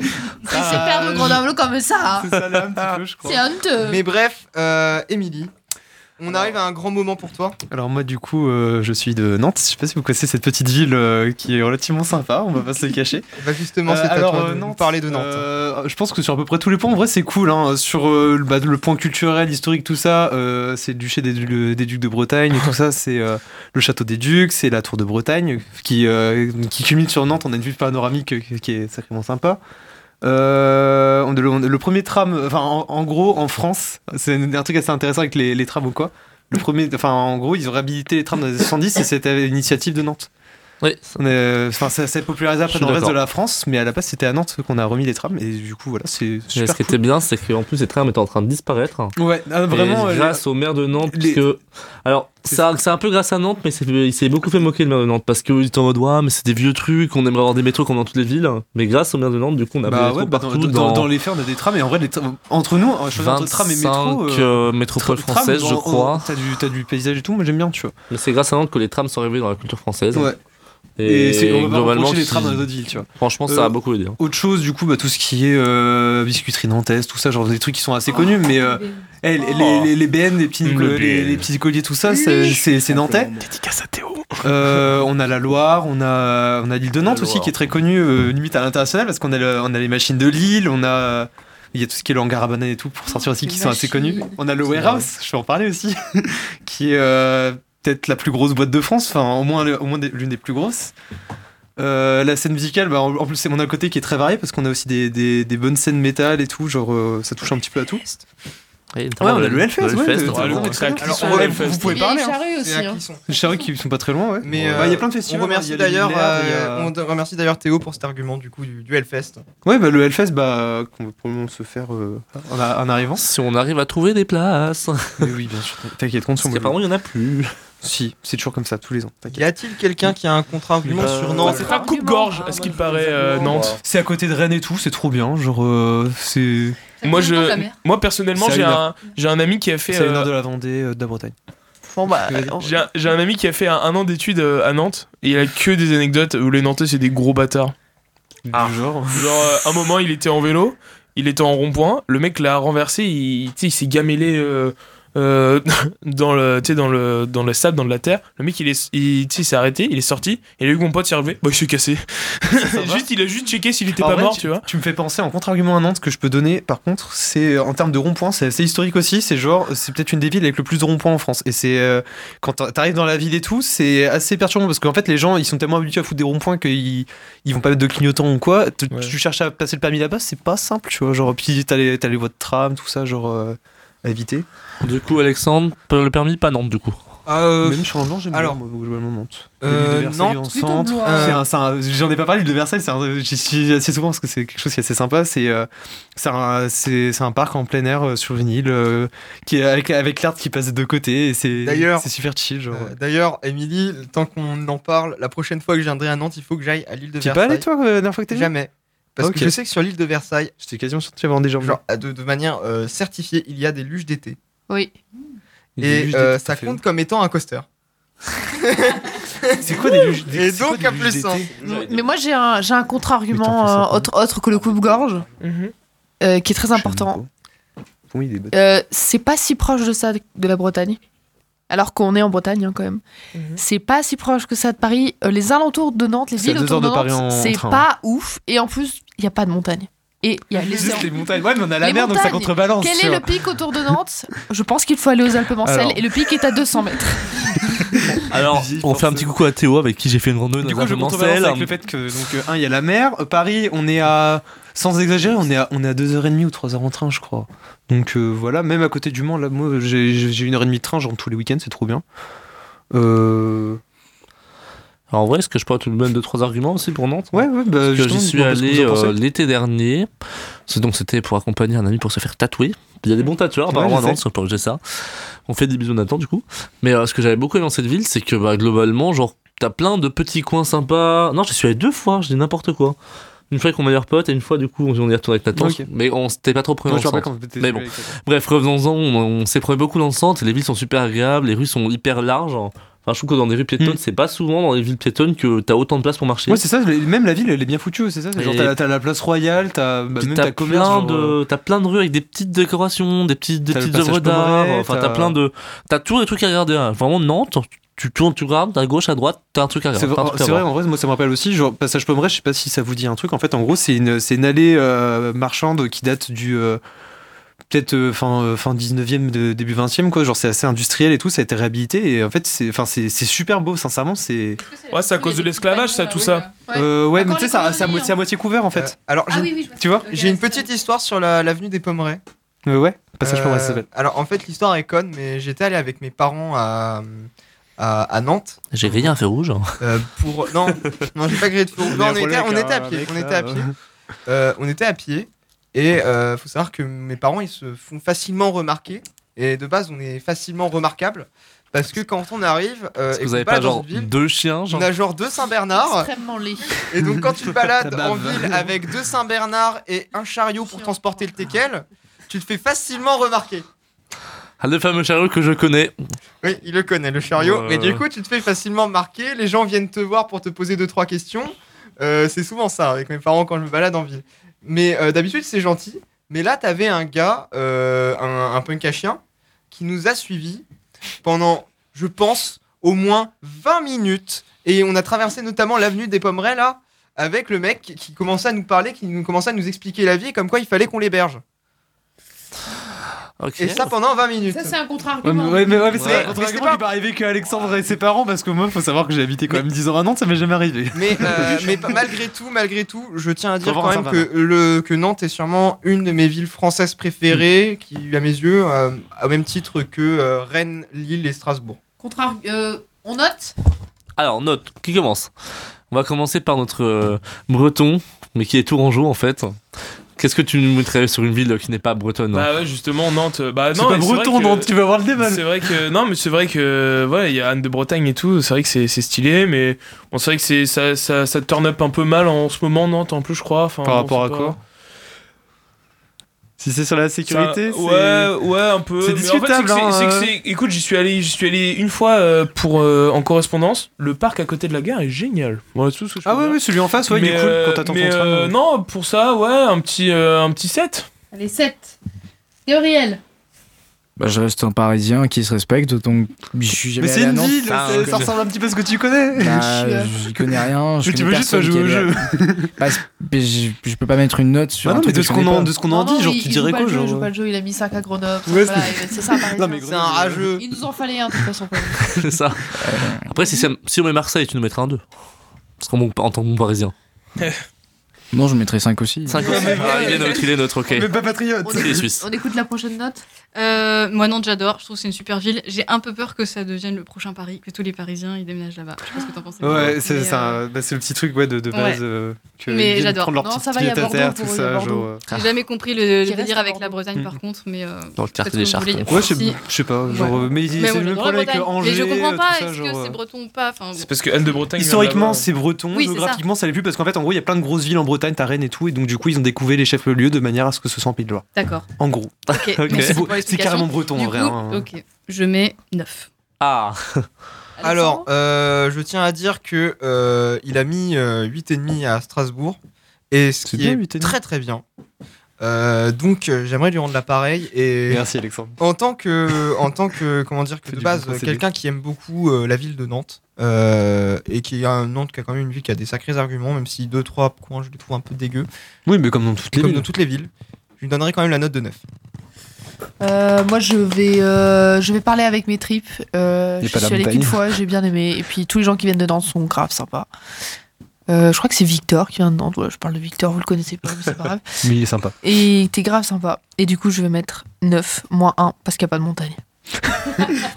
Speaker 7: C'est
Speaker 2: Ah.
Speaker 7: perdre Grenoble comme ça. hein. C'est honteux.
Speaker 2: Mais bref, euh, Émilie, on arrive à un grand moment pour toi.
Speaker 4: Alors moi du coup euh, je suis de Nantes, je sais pas si vous connaissez cette petite ville euh, qui est relativement sympa, on va pas se le cacher.
Speaker 2: Bah justement, c'est à
Speaker 4: alors,
Speaker 2: toi de
Speaker 4: euh,
Speaker 2: nous
Speaker 4: Nantes,
Speaker 2: parler de Nantes.
Speaker 4: euh, je pense que sur à peu près tous les points en vrai c'est cool, hein. sur euh, le- bah, le point culturel, historique, tout ça, euh, c'est le duché des, du- des ducs de Bretagne, et tout ça c'est euh, le château des ducs, c'est la tour de Bretagne qui, euh, qui culmine sur Nantes, on a une vue panoramique euh, qui est sacrément sympa. Euh, on- le, on- le premier tram, enfin en, en gros en France, c'est un, un truc assez intéressant avec les, les trams ou quoi. Le premier, enfin en gros ils ont réhabilité les trams dans les années 70 et c'était l'initiative de Nantes.
Speaker 5: Oui.
Speaker 4: euh, Enfin ça s'est popularisé
Speaker 5: Je
Speaker 4: après
Speaker 5: suis
Speaker 4: dans le reste de
Speaker 5: d'accord.
Speaker 4: la France, mais à la base c'était à Nantes qu'on a remis les trams et du coup voilà c'est
Speaker 5: Mais
Speaker 4: super.
Speaker 5: ce qui était bien, c'est qu'en plus, les trams étaient en train de disparaître.
Speaker 4: Ouais, ah,
Speaker 5: Et
Speaker 4: vraiment, euh,
Speaker 5: grâce au maire de Nantes, parce que. Alors, ça- c'est un peu grâce à Nantes, mais c'est- il s'est beaucoup fait moquer le maire de Nantes, parce qu'il était en mode, ouais, mais c'est des vieux trucs, on aimerait avoir des métros comme dans toutes les villes. Mais grâce au maire de Nantes, du coup, on a
Speaker 4: Bah
Speaker 5: des
Speaker 4: ouais,
Speaker 5: métros
Speaker 4: bah, dans,
Speaker 5: partout.
Speaker 4: dans- dans les faits on a des trams et en vrai les trams- entre nous en choisissant entre tram et métro.
Speaker 5: 25, euh, métropoles
Speaker 4: tra- tram,
Speaker 5: françaises, je
Speaker 4: on- on-
Speaker 5: crois.
Speaker 4: T'as du, t'as du paysage et tout, moi j'aime bien tu vois.
Speaker 5: Mais c'est grâce à Nantes que les trams sont arrivés dans la culture française.
Speaker 4: Ouais. Et, c'est on va pas reprocher les trams dans les autres villes, tu vois.
Speaker 5: Franchement, ça
Speaker 4: Euh,
Speaker 5: a beaucoup aidé. hein.
Speaker 4: Autre chose, du coup, bah, tout ce qui est euh, biscuiterie nantaise, tout ça, genre des trucs qui sont assez connus, mais euh, eh, les, les, les, les BN, les petits,
Speaker 5: Le
Speaker 4: les,
Speaker 5: BN.
Speaker 4: les petits colliers, tout ça, c'est- c'est c'est nantais. Euh, on a la Loire, on a, on a l'île de Nantes aussi qui est très connue, euh, limite à l'international, parce qu'on a, le- on a les machines de Lille, on a. Il y a tout ce qui est l'hangar à bananes et tout pour sortir aussi, qui sont assez connus. On a le warehouse, je vais en parler aussi, qui est euh, peut-être la plus grosse boîte de France, enfin au moins, au moins des- l'une des plus grosses. Euh, la scène musicale, bah, en en plus, c'est- on a un côté qui est très varié parce qu'on a aussi des, des- des bonnes scènes métal et tout, genre euh, ça touche un petit peu à tout.
Speaker 5: Ouais,
Speaker 4: on a Ah, le Hellfest,
Speaker 5: Le
Speaker 4: ouais,
Speaker 5: Hellfest,
Speaker 4: de-
Speaker 5: ouais,
Speaker 4: de-
Speaker 5: le
Speaker 4: de-
Speaker 5: Hellfest.
Speaker 4: de-
Speaker 2: Alors,
Speaker 4: de-
Speaker 2: on
Speaker 4: de-
Speaker 2: relève-
Speaker 4: vous,
Speaker 2: vous
Speaker 4: pouvez
Speaker 2: pouvez
Speaker 4: parler.
Speaker 2: parler, hein.
Speaker 4: hein.
Speaker 2: C'est à qui sont.
Speaker 4: Les charrues qui sont pas très loin, ouais.
Speaker 2: Mais
Speaker 4: Bah, il y a plein de
Speaker 2: euh,
Speaker 4: festivals.
Speaker 2: On
Speaker 4: il
Speaker 2: remercie
Speaker 4: y a les
Speaker 2: d'ailleurs,
Speaker 4: Lumières, il y a-
Speaker 2: euh, on te- remercie d'ailleurs Théo pour cet argument du coup du, du Hellfest.
Speaker 4: Ouais, bah, le Hellfest, bah, euh, qu'on va probablement se faire euh, en, a- en arrivant.
Speaker 5: Si on arrive à trouver des places.
Speaker 4: Mais oui, bien sûr. T'inquiète, compte sur moi.
Speaker 5: Apparemment, il y en a plus.
Speaker 4: Si, c'est toujours comme ça, tous les ans. T'inquiète.
Speaker 2: Y a-t-il quelqu'un qui a un contre-argument
Speaker 4: Euh,
Speaker 2: sur Nantes
Speaker 6: bah, C'est un coupe-gorge, à ce qu'il paraît, euh,
Speaker 4: Oh,
Speaker 6: Nantes.
Speaker 4: C'est à côté de Rennes et tout, c'est trop bien. Genre, euh, c'est.
Speaker 6: Moi, je, moi personnellement,
Speaker 4: C'est à
Speaker 6: j'ai
Speaker 4: une heure.
Speaker 6: un, j'ai un ami qui a fait.
Speaker 4: C'est à une heure
Speaker 6: euh,
Speaker 4: de la Vendée, euh, de la Bretagne.
Speaker 6: Bon, bah, j'ai un- j'ai un ami qui a fait un, un an d'études euh, à Nantes et il a que des anecdotes où les Nantais c'est des gros bâtards.
Speaker 4: Genre,
Speaker 6: euh, un moment il était en vélo, il était en rond-point, le mec l'a renversé, il, tu sais, il s'est gamellé euh, euh, dans le, tu sais, dans le, dans le sable, dans de la terre. Le mec il est, il, tu sais, il s'est arrêté, il est sorti, et il a vu que mon pote s'est relevé, bah il s'est cassé. juste, il a juste checké s'il était
Speaker 4: En
Speaker 6: pas
Speaker 4: vrai,
Speaker 6: mort, tu vois.
Speaker 4: Tu me fais penser en contre-argument à Nantes que je peux donner. Par contre, c'est en termes de ronds-points, c'est assez historique aussi. C'est genre, c'est peut-être une des villes avec le plus de ronds-points en France. Et c'est euh, quand t'a- t'arrives dans la ville et tout, c'est assez perturbant parce qu'en fait, les gens ils sont tellement habitués à foutre des ronds-points qu'ils ils vont pas mettre de clignotants ou quoi. Tu, tu cherches à passer le permis là-bas, c'est pas simple, tu vois. Genre, puis t'as les, t'as les voies de tram, tout ça, genre euh, à éviter.
Speaker 5: Du coup, Alexandre, pour le permis, pas Nantes, du coup.
Speaker 4: Même changement, j'aime
Speaker 2: alors,
Speaker 4: bien, moi, globalement, Nantes.
Speaker 2: euh,
Speaker 4: Les villes de Versailles
Speaker 2: Nantes,
Speaker 4: en centre.
Speaker 2: plutôt Euh, Blois.
Speaker 4: C'est un- c'est un- J'en ai pas parlé, le de Versailles, c'est un- j'y suis assez souvent parce que c'est quelque chose qui est assez sympa. C'est euh, c'est un, c'est- c'est un parc en plein air euh, sur une île euh, qui est avec, avec l'art qui passe de deux côtés. et C'est
Speaker 2: D'ailleurs,
Speaker 4: c'est super chill. Genre.
Speaker 2: Euh, D'ailleurs, Émilie, tant qu'on en parle, la prochaine fois que je viendrai à Nantes, il faut que j'aille à l'île de
Speaker 4: T'y es
Speaker 2: Versailles.
Speaker 4: pas allé, toi, euh, la dernière fois que t'es venu
Speaker 2: Jamais. Parce
Speaker 4: Ok.
Speaker 2: que je sais que sur l'île de Versailles,
Speaker 4: j'étais quasiment sûr que tu avais des gens.
Speaker 2: Genre, à- de, de manière euh, certifiée, il y a des luges d'été.
Speaker 10: Oui.
Speaker 4: Des
Speaker 2: Et
Speaker 4: luges d'été,
Speaker 2: euh,
Speaker 4: tout à
Speaker 2: ça
Speaker 4: fait.
Speaker 2: compte comme étant un coaster.
Speaker 4: c'est quoi des luges
Speaker 2: Et donc, à plus 100.
Speaker 7: Mais moi, j'ai un, j'ai un contre-argument euh, autre, autre que le coupe-gorge, euh, qui est très important.
Speaker 4: Pour moi, il est bête.
Speaker 7: Euh, c'est pas si proche de ça de de la Bretagne, alors qu'on est en Bretagne hein, quand même. C'est pas si proche que ça de Paris. Euh, les alentours de Nantes, les
Speaker 4: C'est à
Speaker 7: villes
Speaker 4: deux
Speaker 7: autour de
Speaker 4: heures de Paris en
Speaker 7: Nantes, c'est
Speaker 4: train.
Speaker 7: pas ouf. Et en plus, il n'y a pas de montagne. Et il y a Ah, les
Speaker 4: Juste
Speaker 7: Alpes.
Speaker 4: les montagnes. Ouais, mais on a la
Speaker 7: Les
Speaker 4: mer, donc ça
Speaker 7: montagnes.
Speaker 4: contrebalance.
Speaker 7: Quel
Speaker 4: tu
Speaker 7: est
Speaker 4: vois.
Speaker 7: le pic autour de Nantes Je pense qu'il faut aller aux Alpes-Mancelles
Speaker 4: Alors.
Speaker 7: et le pic est à 200 mètres.
Speaker 5: Alors, on fait un petit coucou à Théo avec qui j'ai fait une randonnée dans
Speaker 4: Du coup,
Speaker 5: un
Speaker 4: je
Speaker 5: moment
Speaker 4: contrebalance
Speaker 5: sel.
Speaker 4: avec le fait que, donc, euh, un, il y a la mer. Euh, Paris, on est à, sans exagérer, on est à, on est à 2h30 ou 3h en train, je crois. Donc euh, voilà, même à côté du Mans, là, moi, j'ai j'ai- j'ai une heure et demie de train, genre tous les week-ends, c'est trop bien. Euh...
Speaker 5: En vrai, est-ce que je peux tout de même deux trois arguments aussi pour Nantes
Speaker 4: Ouais, ouais, bah,
Speaker 5: hein. Parce que
Speaker 4: justement,
Speaker 5: j'y suis
Speaker 4: dites-moi ce que
Speaker 5: allé
Speaker 4: vous en pensez.
Speaker 5: euh, l'été dernier. C'est donc c'était pour accompagner un ami pour se faire tatouer. Il y a des bons tatoueurs
Speaker 4: Ouais,
Speaker 5: apparemment à
Speaker 4: je
Speaker 5: Nantes,
Speaker 4: sais.
Speaker 5: on peut objet ça. On fait des bisous Nathan du coup. Mais euh, ce que j'avais beaucoup aimé dans cette ville, c'est que bah, globalement, genre t'as plein de petits coins sympas. Non, je suis allé deux fois, je dis n'importe quoi. Une fois avec mon meilleur pote et une fois du coup on y retourné avec Nathan.
Speaker 4: Ok.
Speaker 5: Mais on s'était pas trop pris
Speaker 4: Moi,
Speaker 5: en
Speaker 4: je me rappelle
Speaker 5: centre.
Speaker 4: quand t'étais
Speaker 5: Mais bon,
Speaker 4: avec Nathan.
Speaker 5: bref, revenons-en. On, on s'est promené beaucoup dans le centre. Les villes sont super agréables. Les rues sont hyper larges. Enfin, je trouve que dans des rues piétonnes, c'est pas souvent dans les villes piétonnes que t'as autant de place pour marcher.
Speaker 4: Hmm. Ouais, c'est ça, les- même la ville, elle est bien foutue, c'est ça c'est Genre,
Speaker 5: Et-
Speaker 4: t'as t'as la place royale, t'as bah,
Speaker 5: Puis
Speaker 4: même
Speaker 5: t'as
Speaker 4: t'as commerce.
Speaker 5: plein
Speaker 4: genre, euh,
Speaker 5: de t'as plein de rues avec des petites décorations des petites des
Speaker 4: T'as le
Speaker 5: petites œuvres
Speaker 4: passage
Speaker 5: d'art
Speaker 4: Pommerais,
Speaker 5: enfin t'as
Speaker 4: t'as-
Speaker 5: plein de t'as toujours des trucs à regarder hein. vraiment Nantes tu tournes tu regardes à gauche à droite t'as un truc à
Speaker 4: C'est
Speaker 5: regarder
Speaker 4: vrai,
Speaker 5: t'as un truc à
Speaker 4: c'est vrai,
Speaker 5: voir.
Speaker 4: en vrai, moi ça me rappelle aussi, genre Passage Pommeret, je sais pas si ça vous dit un truc, en fait, en gros, c'est une, c'est une allée euh, marchande qui date du. euh, Peut-être euh, fin, euh, fin 19e, de- début 20e, quoi. Genre, c'est assez industriel et tout, ça a été réhabilité. Et en fait, c'est enfin, c'est- c'est super beau, sincèrement. C'est.
Speaker 6: Ouais, c'est à cause de l'esclavage, ça, tout ça.
Speaker 4: Euh,
Speaker 2: Bah,
Speaker 4: ouais, mais tu sais, ça- c'est à, mo- c'est à moitié couvert, en fait.
Speaker 2: Euh,
Speaker 4: Ah
Speaker 2: alors,
Speaker 4: j'ai- tu vois
Speaker 2: J'ai une petite histoire sur la- l'avenue des Pommerets.
Speaker 4: Euh, Ouais, Passage Pommeret, ça
Speaker 2: Euh,
Speaker 4: s'appelle.
Speaker 2: Alors en fait l'histoire est conne, mais j'étais allé avec mes parents à, à, à Nantes.
Speaker 5: j'ai grillé un feu rouge hein.
Speaker 2: euh, pour non non j'ai pas grillé de feu rouge.
Speaker 5: Mais
Speaker 2: Non,
Speaker 5: un
Speaker 2: on, était,
Speaker 5: problème
Speaker 2: on
Speaker 5: avec
Speaker 2: était à
Speaker 5: un
Speaker 2: pied
Speaker 5: mec, hein.
Speaker 2: on
Speaker 5: là,
Speaker 2: était à
Speaker 5: ouais.
Speaker 2: pied Euh, on était à pied et euh, faut savoir que mes parents ils se font facilement remarquer et de base on est facilement remarquable parce que quand on arrive euh,
Speaker 5: Parce
Speaker 2: et
Speaker 5: que vous
Speaker 2: qu'on
Speaker 5: avez
Speaker 2: balade
Speaker 5: pas
Speaker 2: dans
Speaker 5: genre
Speaker 2: une ville,
Speaker 5: deux chiens genre
Speaker 2: on a genre deux Saint-Bernard
Speaker 9: Extrêmement laid.
Speaker 2: et donc quand tu te balades
Speaker 5: Ça
Speaker 2: en
Speaker 5: bave.
Speaker 2: ville avec deux Saint-Bernard et un chariot pour transporter le teckel tu te fais facilement remarquer
Speaker 5: Ah, le fameux chariot que je connais Euh.
Speaker 2: oui, il le connaît, le chariot.
Speaker 5: Ouais,
Speaker 2: Mais du
Speaker 5: ouais.
Speaker 2: coup, tu te fais facilement marquer. Les gens viennent te voir pour te poser deux, trois questions. Euh, c'est souvent ça avec mes parents quand je me balade en ville. Mais euh, d'habitude, c'est gentil. Mais là, t'avais un gars, euh, un, un punk à chien, qui nous a suivis pendant, je pense, au moins 20 minutes. Et on a traversé notamment l'avenue des Pommerets, là, avec le mec qui- qui commençait à nous parler, qui nous commençait à nous expliquer la vie et comme quoi il fallait qu'on l'héberge.
Speaker 6: Euh,
Speaker 2: Et ça pendant 20 minutes.
Speaker 9: Ça, c'est un
Speaker 4: Ouais, mais,
Speaker 9: contre-argument.
Speaker 4: ouais, mais, ouais, mais
Speaker 2: Ouais.
Speaker 4: c'est un truc qui m'est arrivé qu'à Alexandre et ses parents, parce que moi, faut savoir que j'ai habité quand même 10 ans à Nantes, ça m'est jamais arrivé.
Speaker 2: Mais, euh, mais pas- malgré tout, malgré tout, je tiens à dire
Speaker 4: Faut
Speaker 2: quand
Speaker 4: voir
Speaker 2: même
Speaker 4: ça,
Speaker 2: que, le, que Nantes est sûrement une de mes villes françaises préférées, qui, à mes yeux, euh, au même titre que euh, Rennes, Lille et Strasbourg.
Speaker 9: Contre euh, on note
Speaker 5: alors note qui commence on va commencer par notre euh, breton mais qui est tourangeau en fait qu'est-ce que tu nous mettrais sur une ville qui n'est pas bretonne hein
Speaker 6: Bah ouais, justement, Nantes. euh, Bah,
Speaker 5: C'est
Speaker 6: non,
Speaker 5: pas
Speaker 6: mais vrai
Speaker 5: breton,
Speaker 6: que-
Speaker 5: Nantes, tu vas
Speaker 4: voir le débat, là.
Speaker 6: C'est vrai que. Non, mais c'est vrai que. Ouais, il y a Anne de Bretagne et tout, c'est vrai que c'est c'est stylé, mais on sait que c'est ça, ça, ça turn up un peu mal en ce moment, Nantes, en plus, je crois. Enfin,
Speaker 4: Par
Speaker 6: bon,
Speaker 4: rapport
Speaker 6: c'est
Speaker 4: à
Speaker 6: pas-
Speaker 4: quoi Si c'est sur la sécurité,
Speaker 6: Ça-
Speaker 4: c'est.
Speaker 6: Ouais, ouais, un peu.
Speaker 4: C'est
Speaker 6: mais en fait,
Speaker 4: discutable,
Speaker 6: c'est que c'est-
Speaker 4: hein,
Speaker 6: c'est que
Speaker 4: euh.
Speaker 6: c'est- Écoute, j'y suis allé, j'y suis allé une fois euh, pour euh, en correspondance. Le parc à côté de la gare est génial. Voilà tout ce que je
Speaker 4: Ah ouais, ouais, celui en face, ouais, il est
Speaker 6: Mais,
Speaker 4: cool
Speaker 6: euh,
Speaker 4: quand t'attends
Speaker 6: mais,
Speaker 4: ton train.
Speaker 6: euh, non, pour ça, ouais, un petit, euh, un petit set.
Speaker 9: Allez, 7. Gabriel.
Speaker 8: Bah, je reste un parisien qui se respecte, donc je suis jamais
Speaker 4: Mais c'est
Speaker 8: allé à
Speaker 4: une
Speaker 8: Nantes.
Speaker 4: ville,
Speaker 8: Enfin,
Speaker 4: c'est- ça
Speaker 8: je-
Speaker 4: ressemble un petit peu à ce que tu connais.
Speaker 8: Bah, je connais rien. Je
Speaker 4: Mais tu
Speaker 8: connais
Speaker 4: veux juste
Speaker 8: personne
Speaker 4: pas jouer
Speaker 8: qui
Speaker 4: au
Speaker 8: est allé à- Bah, c'est- mais je, je peux pas mettre une note sur.
Speaker 4: Bah
Speaker 8: un
Speaker 4: non, mais
Speaker 8: truc
Speaker 4: de
Speaker 8: que
Speaker 4: ce
Speaker 8: je
Speaker 4: qu'on
Speaker 8: connais
Speaker 4: en-
Speaker 8: pas.
Speaker 4: de ce qu'on
Speaker 9: Non,
Speaker 4: en
Speaker 9: non, il- il joue
Speaker 8: quoi,
Speaker 9: pas le jeu,
Speaker 8: genre
Speaker 9: Il joue pas le jeu, il a mis 5 à Grenoble.
Speaker 5: Ouais,
Speaker 9: voilà,
Speaker 5: c'est-
Speaker 9: et c'est ça, par
Speaker 2: Non,
Speaker 9: exemple.
Speaker 2: mais c'est un rageux.
Speaker 9: Il nous en fallait un, de toute façon. quand même.
Speaker 5: c'est ça. Après, si, c'est- si on met Marseille, tu nous mettras un 2. Parce qu'en bon- en tant que bon parisien.
Speaker 8: Non, je mettrais 5 aussi.
Speaker 5: 5 aussi. Ah, il est neutre, il est neutre, ok.
Speaker 4: pas patriote.
Speaker 5: Il est suisse.
Speaker 9: On écoute la prochaine note.
Speaker 10: Euh, moi, Nantes, j'adore. Je trouve que c'est une super ville. J'ai un peu peur que ça devienne le prochain Paris, que tous les Parisiens ils déménagent là-bas. Je sais pas ce que t'en penses.
Speaker 4: Ouais,
Speaker 10: Mais,
Speaker 4: c'est
Speaker 10: euh,
Speaker 4: c'est un- bah, c'est le petit truc ouais, de, de
Speaker 10: Ouais.
Speaker 4: base. euh, que
Speaker 10: Mais
Speaker 4: ils viennent
Speaker 10: j'adore.
Speaker 4: prendre leur
Speaker 10: Non,
Speaker 4: petite
Speaker 10: ça va, il y a
Speaker 4: pied à
Speaker 10: Bordeaux
Speaker 4: terre,
Speaker 10: pour-
Speaker 4: tout
Speaker 10: il y a
Speaker 4: ça.
Speaker 10: Bordeaux.
Speaker 4: Genre, euh. Mm.
Speaker 10: J'ai jamais compris le, le
Speaker 9: Qui reste
Speaker 10: délire
Speaker 9: à
Speaker 10: avec la Bretagne, par contre, mais. euh,
Speaker 5: Dans le quartier des
Speaker 10: peut-être que vous
Speaker 5: Chartres.
Speaker 10: voulez-
Speaker 4: Ouais, je sais
Speaker 10: Si.
Speaker 4: je sais pas. Genre,
Speaker 10: Ouais.
Speaker 4: mais ils-
Speaker 10: Mais
Speaker 4: c'est
Speaker 10: moi,
Speaker 4: le même
Speaker 10: j'adore la
Speaker 4: problème avec
Speaker 10: Bretagne.
Speaker 4: Angers.
Speaker 10: Mais je comprends
Speaker 4: euh,
Speaker 10: pas,
Speaker 4: tout ça,
Speaker 10: est-ce que
Speaker 4: genre,
Speaker 10: c'est
Speaker 4: euh,
Speaker 10: breton ou pas Enfin,
Speaker 6: C'est parce que Anne de Bretagne. vient de
Speaker 4: Historiquement,
Speaker 6: là-bas.
Speaker 4: c'est breton.
Speaker 10: Oui, c'est ça.
Speaker 4: géographiquement, ça l'est plus parce qu'en fait, en gros, il y a plein de grosses villes en Bretagne, t'as Rennes et tout, et donc du coup, ils ont découvert les chefs-lieux de manière à ce que ce soit en Pays de Loire.
Speaker 10: D'accord.
Speaker 4: En gros.
Speaker 10: Ok,
Speaker 4: Mais
Speaker 10: merci
Speaker 4: c'est
Speaker 10: pour
Speaker 4: beau- C'est
Speaker 10: l'explication.
Speaker 4: carrément breton
Speaker 10: Du
Speaker 4: en vrai.
Speaker 10: coup,
Speaker 4: hein.
Speaker 10: Ok, je mets 9.
Speaker 5: Ah
Speaker 2: Alors, euh, je tiens à dire que euh, il a mis euh, 8,5 à Strasbourg, et ce qui
Speaker 4: bien,
Speaker 2: est très très bien. Euh, donc, euh, j'aimerais lui rendre l'appareil. Et
Speaker 4: Merci, Alexandre.
Speaker 2: En tant que, en tant que, comment dire, que de
Speaker 4: du
Speaker 2: base,
Speaker 4: bon procédé.
Speaker 2: quelqu'un qui aime beaucoup euh, la ville de Nantes euh, et qui a un Nantes qui a quand même une ville qui a des sacrés arguments, même si deux trois coins je les trouve un peu dégueux.
Speaker 4: Oui, mais comme dans toutes les
Speaker 2: Comme
Speaker 4: villes.
Speaker 2: dans toutes les villes, je lui donnerais quand même la note de 9.
Speaker 7: Euh, moi, je vais, euh, je vais parler avec mes tripes. Euh,
Speaker 4: Il y a
Speaker 7: je
Speaker 4: pas la
Speaker 7: suis allée
Speaker 4: montagne.
Speaker 7: qu'une fois, j'ai bien aimé. Et puis, tous les gens qui viennent dedans sont grave sympas. Euh, je crois que c'est Victor qui vient dedans. Voilà, je parle de Victor, vous le connaissez pas, mais c'est pas grave.
Speaker 4: Mais il est sympa.
Speaker 7: Et il était grave sympa. Et du coup, je vais mettre 9, moins 1, parce qu'il n'y a pas de montagne.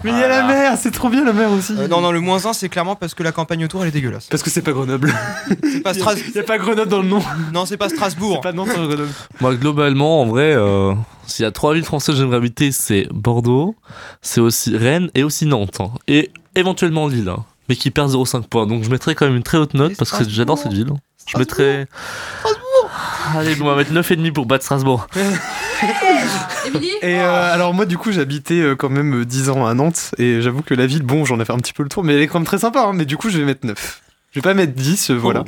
Speaker 4: Mais il y a la mer, c'est trop bien la mer aussi.
Speaker 2: Euh, non, non, le moins 1, c'est clairement parce que la campagne autour, elle est dégueulasse.
Speaker 4: Parce que c'est pas Grenoble.
Speaker 2: C'est pas Stras-
Speaker 4: Il y a pas Grenoble dans le nom.
Speaker 2: Non, c'est pas Strasbourg.
Speaker 4: Pas de nom sur Grenoble.
Speaker 5: Moi, globalement, en vrai, euh, s'il y a trois villes françaises que j'aimerais habiter, c'est Bordeaux, c'est aussi Rennes et aussi Nantes. hein. Et éventuellement Lille, hein, mais qui perd 0,5 points. Donc je mettrais quand même une très haute note parce que c'est- j'adore cette ville. hein. Je mettrais. Allez, on va mettre 9,5 pour battre Strasbourg.
Speaker 4: Et euh, alors moi du coup j'habitais euh, quand même euh, 10 ans à Nantes et j'avoue que la ville, bon j'en ai fait un petit peu le tour mais elle est quand même très sympa hein, mais du coup je vais mettre 9. Je vais pas mettre 10, euh, voilà.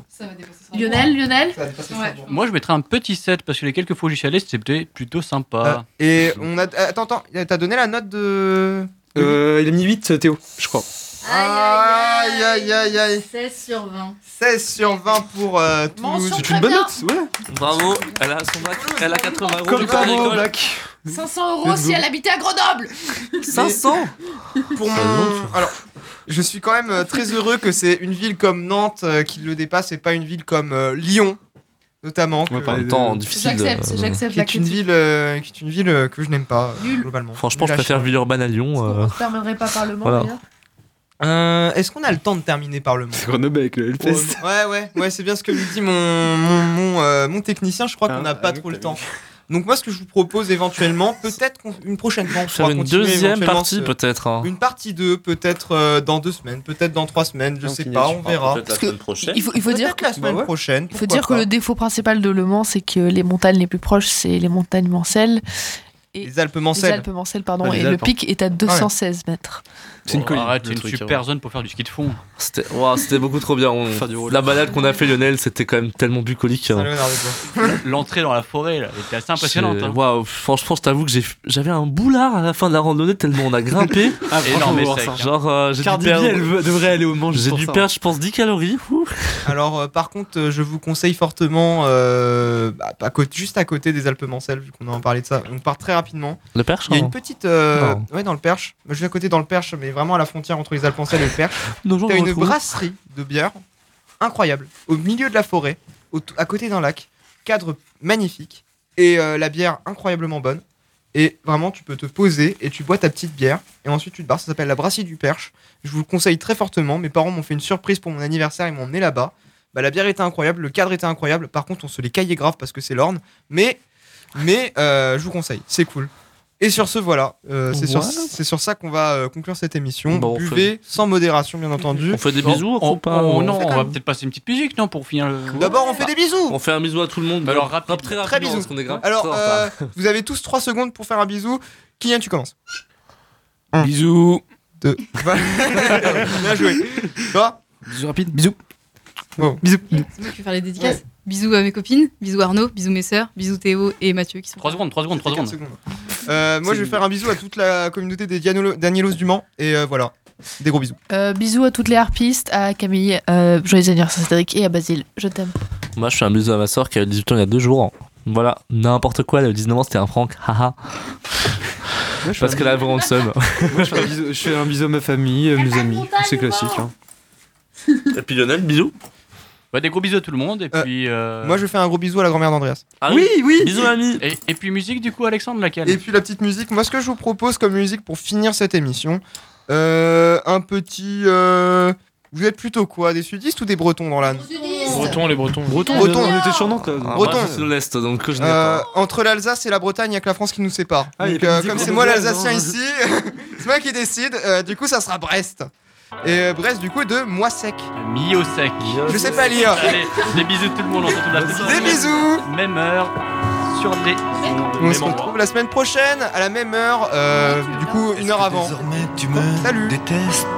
Speaker 9: Lionel, Lionel
Speaker 10: Ouais.
Speaker 12: Oh. Moi, je mettrais un petit 7 parce que les quelques fois où j'y suis allé, c'était plutôt sympa.
Speaker 2: Ah, Et on a. euh, Attends, attends, t'as donné la note de.
Speaker 4: Euh, il a mis 8 Théo, je crois.
Speaker 2: Aïe aïe aïe aïe
Speaker 10: 16 sur 20.
Speaker 2: 16 sur 20 pour euh, Toulouse.
Speaker 9: C'est une bonne note,
Speaker 4: ouais.
Speaker 5: Bravo, elle a son bac, elle a 80 euros.
Speaker 4: Comme
Speaker 5: du
Speaker 4: par
Speaker 5: prix
Speaker 4: au
Speaker 5: d'école.
Speaker 4: bac.
Speaker 9: 500 euros si elle habitait à Grenoble
Speaker 5: 500
Speaker 2: Pour mon. Alors, je suis quand même euh, très heureux que c'est une ville comme Nantes euh, qui le dépasse et pas une ville comme euh, Lyon, notamment. que-
Speaker 5: En même temps, difficile.
Speaker 9: J'accepte,
Speaker 5: euh,
Speaker 9: j'accepte
Speaker 2: Qui
Speaker 9: la
Speaker 2: est une
Speaker 9: critique.
Speaker 2: ville, euh, qui est une ville euh, que je n'aime pas euh,
Speaker 9: Nul.
Speaker 2: globalement.
Speaker 5: Franchement, je
Speaker 2: Nul à
Speaker 5: préfère Villeurbanne à Lyon. euh.
Speaker 9: Je permettrai pas par le
Speaker 5: Voilà.
Speaker 9: d'ailleurs.
Speaker 2: Euh, Est-ce qu'on a le temps de terminer par le monde
Speaker 4: Grenoble avec le Hellfest.
Speaker 2: Ouais, ouais, ouais c'est bien ce que me dit mon, mon, mon, euh, mon technicien. Je crois
Speaker 5: Ah,
Speaker 2: qu'on n'a pas trop le temps. Donc, moi, ce que je vous propose éventuellement, peut-être qu'on- une prochaine fois, on
Speaker 5: Faire
Speaker 2: pourra
Speaker 5: une
Speaker 2: continuer
Speaker 5: deuxième
Speaker 2: éventuellement
Speaker 5: partie,
Speaker 2: ce-
Speaker 5: peut-être. hein.
Speaker 2: Une partie 2, peut-être euh, dans deux semaines, peut-être dans trois semaines, je
Speaker 4: On
Speaker 2: sais
Speaker 4: finit
Speaker 2: pas,
Speaker 4: sur-
Speaker 2: on verra.
Speaker 5: Peut-être la semaine prochaine.
Speaker 7: Il faut, il faut dire
Speaker 2: Peut-être la semaine
Speaker 4: Bah ouais.
Speaker 2: prochaine.
Speaker 7: Il faut dire que
Speaker 2: pourquoi
Speaker 7: le défaut principal de Le Mans, c'est que les montagnes les plus proches, c'est les montagnes Mancelles.
Speaker 2: pas. Les Alpes
Speaker 7: Les
Speaker 2: Mancelles.
Speaker 7: Alpes Mancelles, pardon.
Speaker 4: Ah, les
Speaker 7: et le
Speaker 4: Alpes, hein.
Speaker 7: pic est à 216 mètres.
Speaker 4: C'est une
Speaker 12: Oh,
Speaker 4: colline.
Speaker 12: Arrête,
Speaker 4: le
Speaker 12: c'est une
Speaker 4: truc,
Speaker 12: super
Speaker 5: hein.
Speaker 4: ouais.
Speaker 12: zone pour faire du ski de fond.
Speaker 5: C'était waouh, c'était beaucoup trop bien. on- La balade qu'on a fait, Lionel, c'était quand même tellement bucolique. hein.
Speaker 2: Saint-Léonard des
Speaker 12: L'entrée dans la forêt, là, était assez impressionnante.
Speaker 5: C'est-
Speaker 12: hein.
Speaker 5: Waouh, franchement, je t'avoue que j'ai- j'avais un boulard à la fin de la randonnée tellement on a grimpé.
Speaker 4: Ah, franchement,
Speaker 12: Énorme
Speaker 4: faut voir
Speaker 12: essai,
Speaker 4: ça.
Speaker 12: hein.
Speaker 5: Genre, euh, j'ai dû
Speaker 4: Cardi B, elle
Speaker 5: perdre,
Speaker 4: veut- devrait aller au Mans. juste
Speaker 5: j'ai
Speaker 4: pour
Speaker 5: dû
Speaker 4: ça. hein.
Speaker 5: perdre, je pense, 10 calories. Ouh.
Speaker 2: Bois. Alors, euh, par contre, euh, je vous conseille fortement, euh, bah, à côté- juste à côté des Alpes Mancelles, vu qu'on a en parlé de ça, on part très rapidement.
Speaker 5: Le perche hein.
Speaker 2: Il y a une petite. euh,
Speaker 5: Non.
Speaker 2: ouais, dans le Perche. Je suis à côté dans le Perche, mais vraiment à la frontière entre les Alpes-Ancelles et le Perche.
Speaker 5: Nos gens
Speaker 2: T'as
Speaker 5: le
Speaker 2: une
Speaker 5: retrouvent.
Speaker 2: brasserie de bière incroyable, au milieu de la forêt, au- à côté d'un lac, cadre magnifique, et euh, la bière incroyablement bonne. Et vraiment, tu peux te poser et tu bois ta petite bière, et ensuite tu te barres. Ça s'appelle la Brasserie du Perche. Je vous le conseille très fortement. Mes parents m'ont fait une surprise pour mon anniversaire, ils m'ont emmené là-bas. Bah, la bière était incroyable, le cadre était incroyable. Par contre, on se les caillait grave parce que c'est l'orne. Mais, mais euh, je vous conseille, c'est cool. Et sur ce, voilà.
Speaker 4: bah,
Speaker 2: Euh, c'est sur,
Speaker 5: Voilà.
Speaker 2: c'est sur ça qu'on va euh, conclure cette émission.
Speaker 5: Bon, on fait-
Speaker 2: Buvez sans modération, bien entendu.
Speaker 5: On fait des
Speaker 12: Bon,
Speaker 5: bisous
Speaker 12: on,
Speaker 5: ou pas
Speaker 12: on-
Speaker 5: Ah, on-
Speaker 12: Oh, non,
Speaker 2: fait
Speaker 12: on
Speaker 2: quand
Speaker 12: va
Speaker 2: même.
Speaker 12: peut-être passer une petite musique, non, pour finir le.
Speaker 2: D'abord, on fait des bisous.
Speaker 5: On fait un bisou à tout le monde.
Speaker 12: Alors,
Speaker 5: Bon,
Speaker 12: rapide.
Speaker 5: très
Speaker 2: Très
Speaker 5: rapidement,
Speaker 2: bisous.
Speaker 5: parce qu'on est grave.
Speaker 2: Alors,
Speaker 5: fort,
Speaker 2: euh,
Speaker 5: hein.
Speaker 2: vous avez tous 3 secondes pour faire un bisou. Kylian, tu commences.
Speaker 6: Bisous.
Speaker 2: Deux. Bien joué. Toi
Speaker 8: Bisous rapides, bisous.
Speaker 10: C'est moi qui vais faire les dédicaces. Bisous à mes copines, bisous Arnaud, bisous mes sœurs, bisous Théo et Mathieu qui sont.
Speaker 12: 3 secondes, 3 secondes, 3
Speaker 2: Quatre
Speaker 12: secondes.
Speaker 2: Euh, moi,
Speaker 12: C'est
Speaker 2: je vais faire un bisou à toute la communauté des Dianolo- Danielos du Mans. Et euh, voilà. Des gros bisous.
Speaker 7: Euh, bisous à toutes les harpistes, à Camille, euh, joyeux anniversaire Cédric et à Basile. Je t'aime.
Speaker 5: Moi, je fais un bisou à ma soeur qui a eu 18 ans il y a deux jours. Voilà, n'importe quoi, elle a eu 19 ans, c'était un prank. Haha. Parce qu'elle a vraiment le seum.
Speaker 4: Moi, je fais un bisou- je fais un bisou à ma famille, à mes amis. C'est classique. hein.
Speaker 5: Et puis Lionel, bisous.
Speaker 12: Ouais, Bah, des gros bisous à tout le monde, et
Speaker 2: Euh,
Speaker 12: puis. euh,
Speaker 2: Moi, je fais un gros bisou à la grand-mère d'Andreas.
Speaker 5: Ah
Speaker 4: Oui, oui.
Speaker 5: Bisous, mamie.
Speaker 12: et, et puis musique, du coup, Alexandre, laquelle
Speaker 2: Et puis la petite musique. Moi, ce que je vous propose comme musique pour finir cette émission, euh, un petit. euh, Vous êtes plutôt quoi Des sudistes ou des bretons dans l'âne
Speaker 6: Bretons, les Bretons.
Speaker 4: Breton,
Speaker 2: Breton.
Speaker 4: on était sur Nantes. là.
Speaker 5: Ah,
Speaker 2: Breton.
Speaker 5: moi, je suis de l'Est, donc que je n'ai
Speaker 2: Euh,
Speaker 5: pas.
Speaker 2: entre l'Alsace et la Bretagne, il n'y a que la France qui nous sépare.
Speaker 4: Ah, il y a
Speaker 2: Donc,
Speaker 4: pas de
Speaker 2: euh,
Speaker 4: musique
Speaker 2: comme c'est
Speaker 4: grenobloise,
Speaker 2: moi l'Alsacien
Speaker 4: non
Speaker 2: ici, c'est moi qui décide. euh, du coup, ça sera Brest. Et euh, Brest, du coup, est de moi sec.
Speaker 12: Mio sec.
Speaker 2: Je sais pas lire.
Speaker 12: Allez, des bisous tout le monde, on se retrouve la semaine
Speaker 2: Des
Speaker 12: prochaine.
Speaker 2: bisous.
Speaker 12: Même heure, sur des.
Speaker 2: On se
Speaker 12: Même endroit.
Speaker 2: retrouve la semaine prochaine à la même heure. euh, du coup, une heure avant.
Speaker 14: Désormais, tu me
Speaker 2: Salut.
Speaker 14: détestes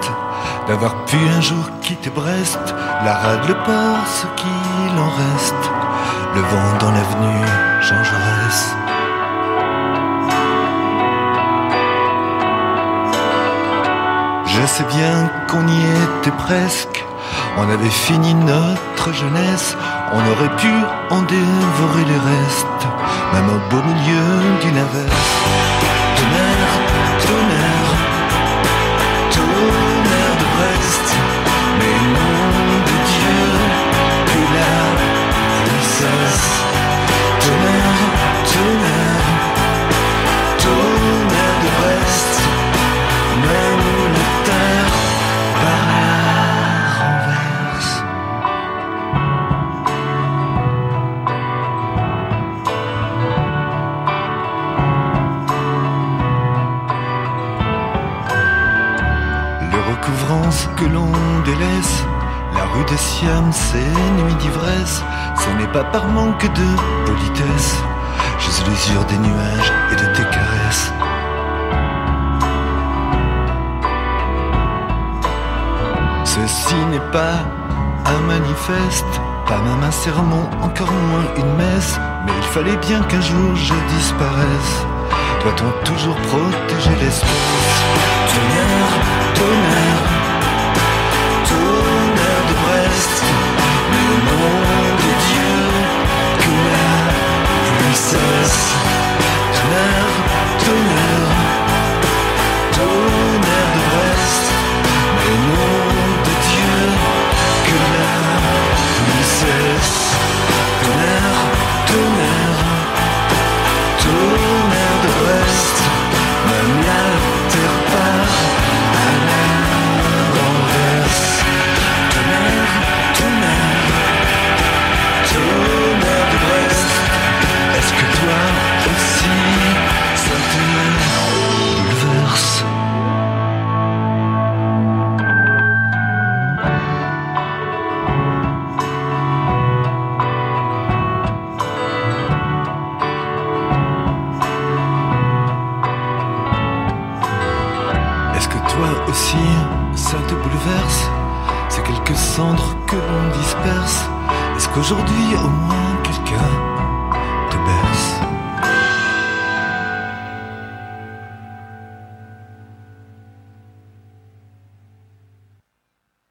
Speaker 14: d'avoir pu un jour quitter Brest, la rade le port, ce qu'il en reste, le vent dans l'avenue, Jean Jaurès. Je sais bien qu'on y était presque, on avait fini notre jeunesse, on aurait pu en dévorer les restes, même au beau milieu d'une averse.
Speaker 9: vacances que l'on délaisse. La rue des Siam, c'est nuit d'ivresse. Ce n'est pas par manque de politesse. Je suis l'usure des nuages et de tes caresses. Ceci n'est pas un manifeste, pas même un sermon, encore moins une messe. Mais il fallait bien qu'un jour je disparaisse. Doit-on toujours protéger l'espèce Tonnerre, tonnerre, tonnerre de Brest. Mais au nom de Dieu, que la pluie cesse. Tonnerre, tonnerre, tonnerre de Brest. Mais au nom de Dieu, que la pluie cesse. Tonnerre, tonnerre, tonnerre de Brest. Même la terre part à l'inverse. Tonnerre, tonnerre, tonnerre de Brest. Est-ce que toi aussi, ça te bouleverse? Est-ce que toi aussi, ça te bouleverse Ces quelques cendres que l'on disperse Est-ce qu'aujourd'hui, au moins, quelqu'un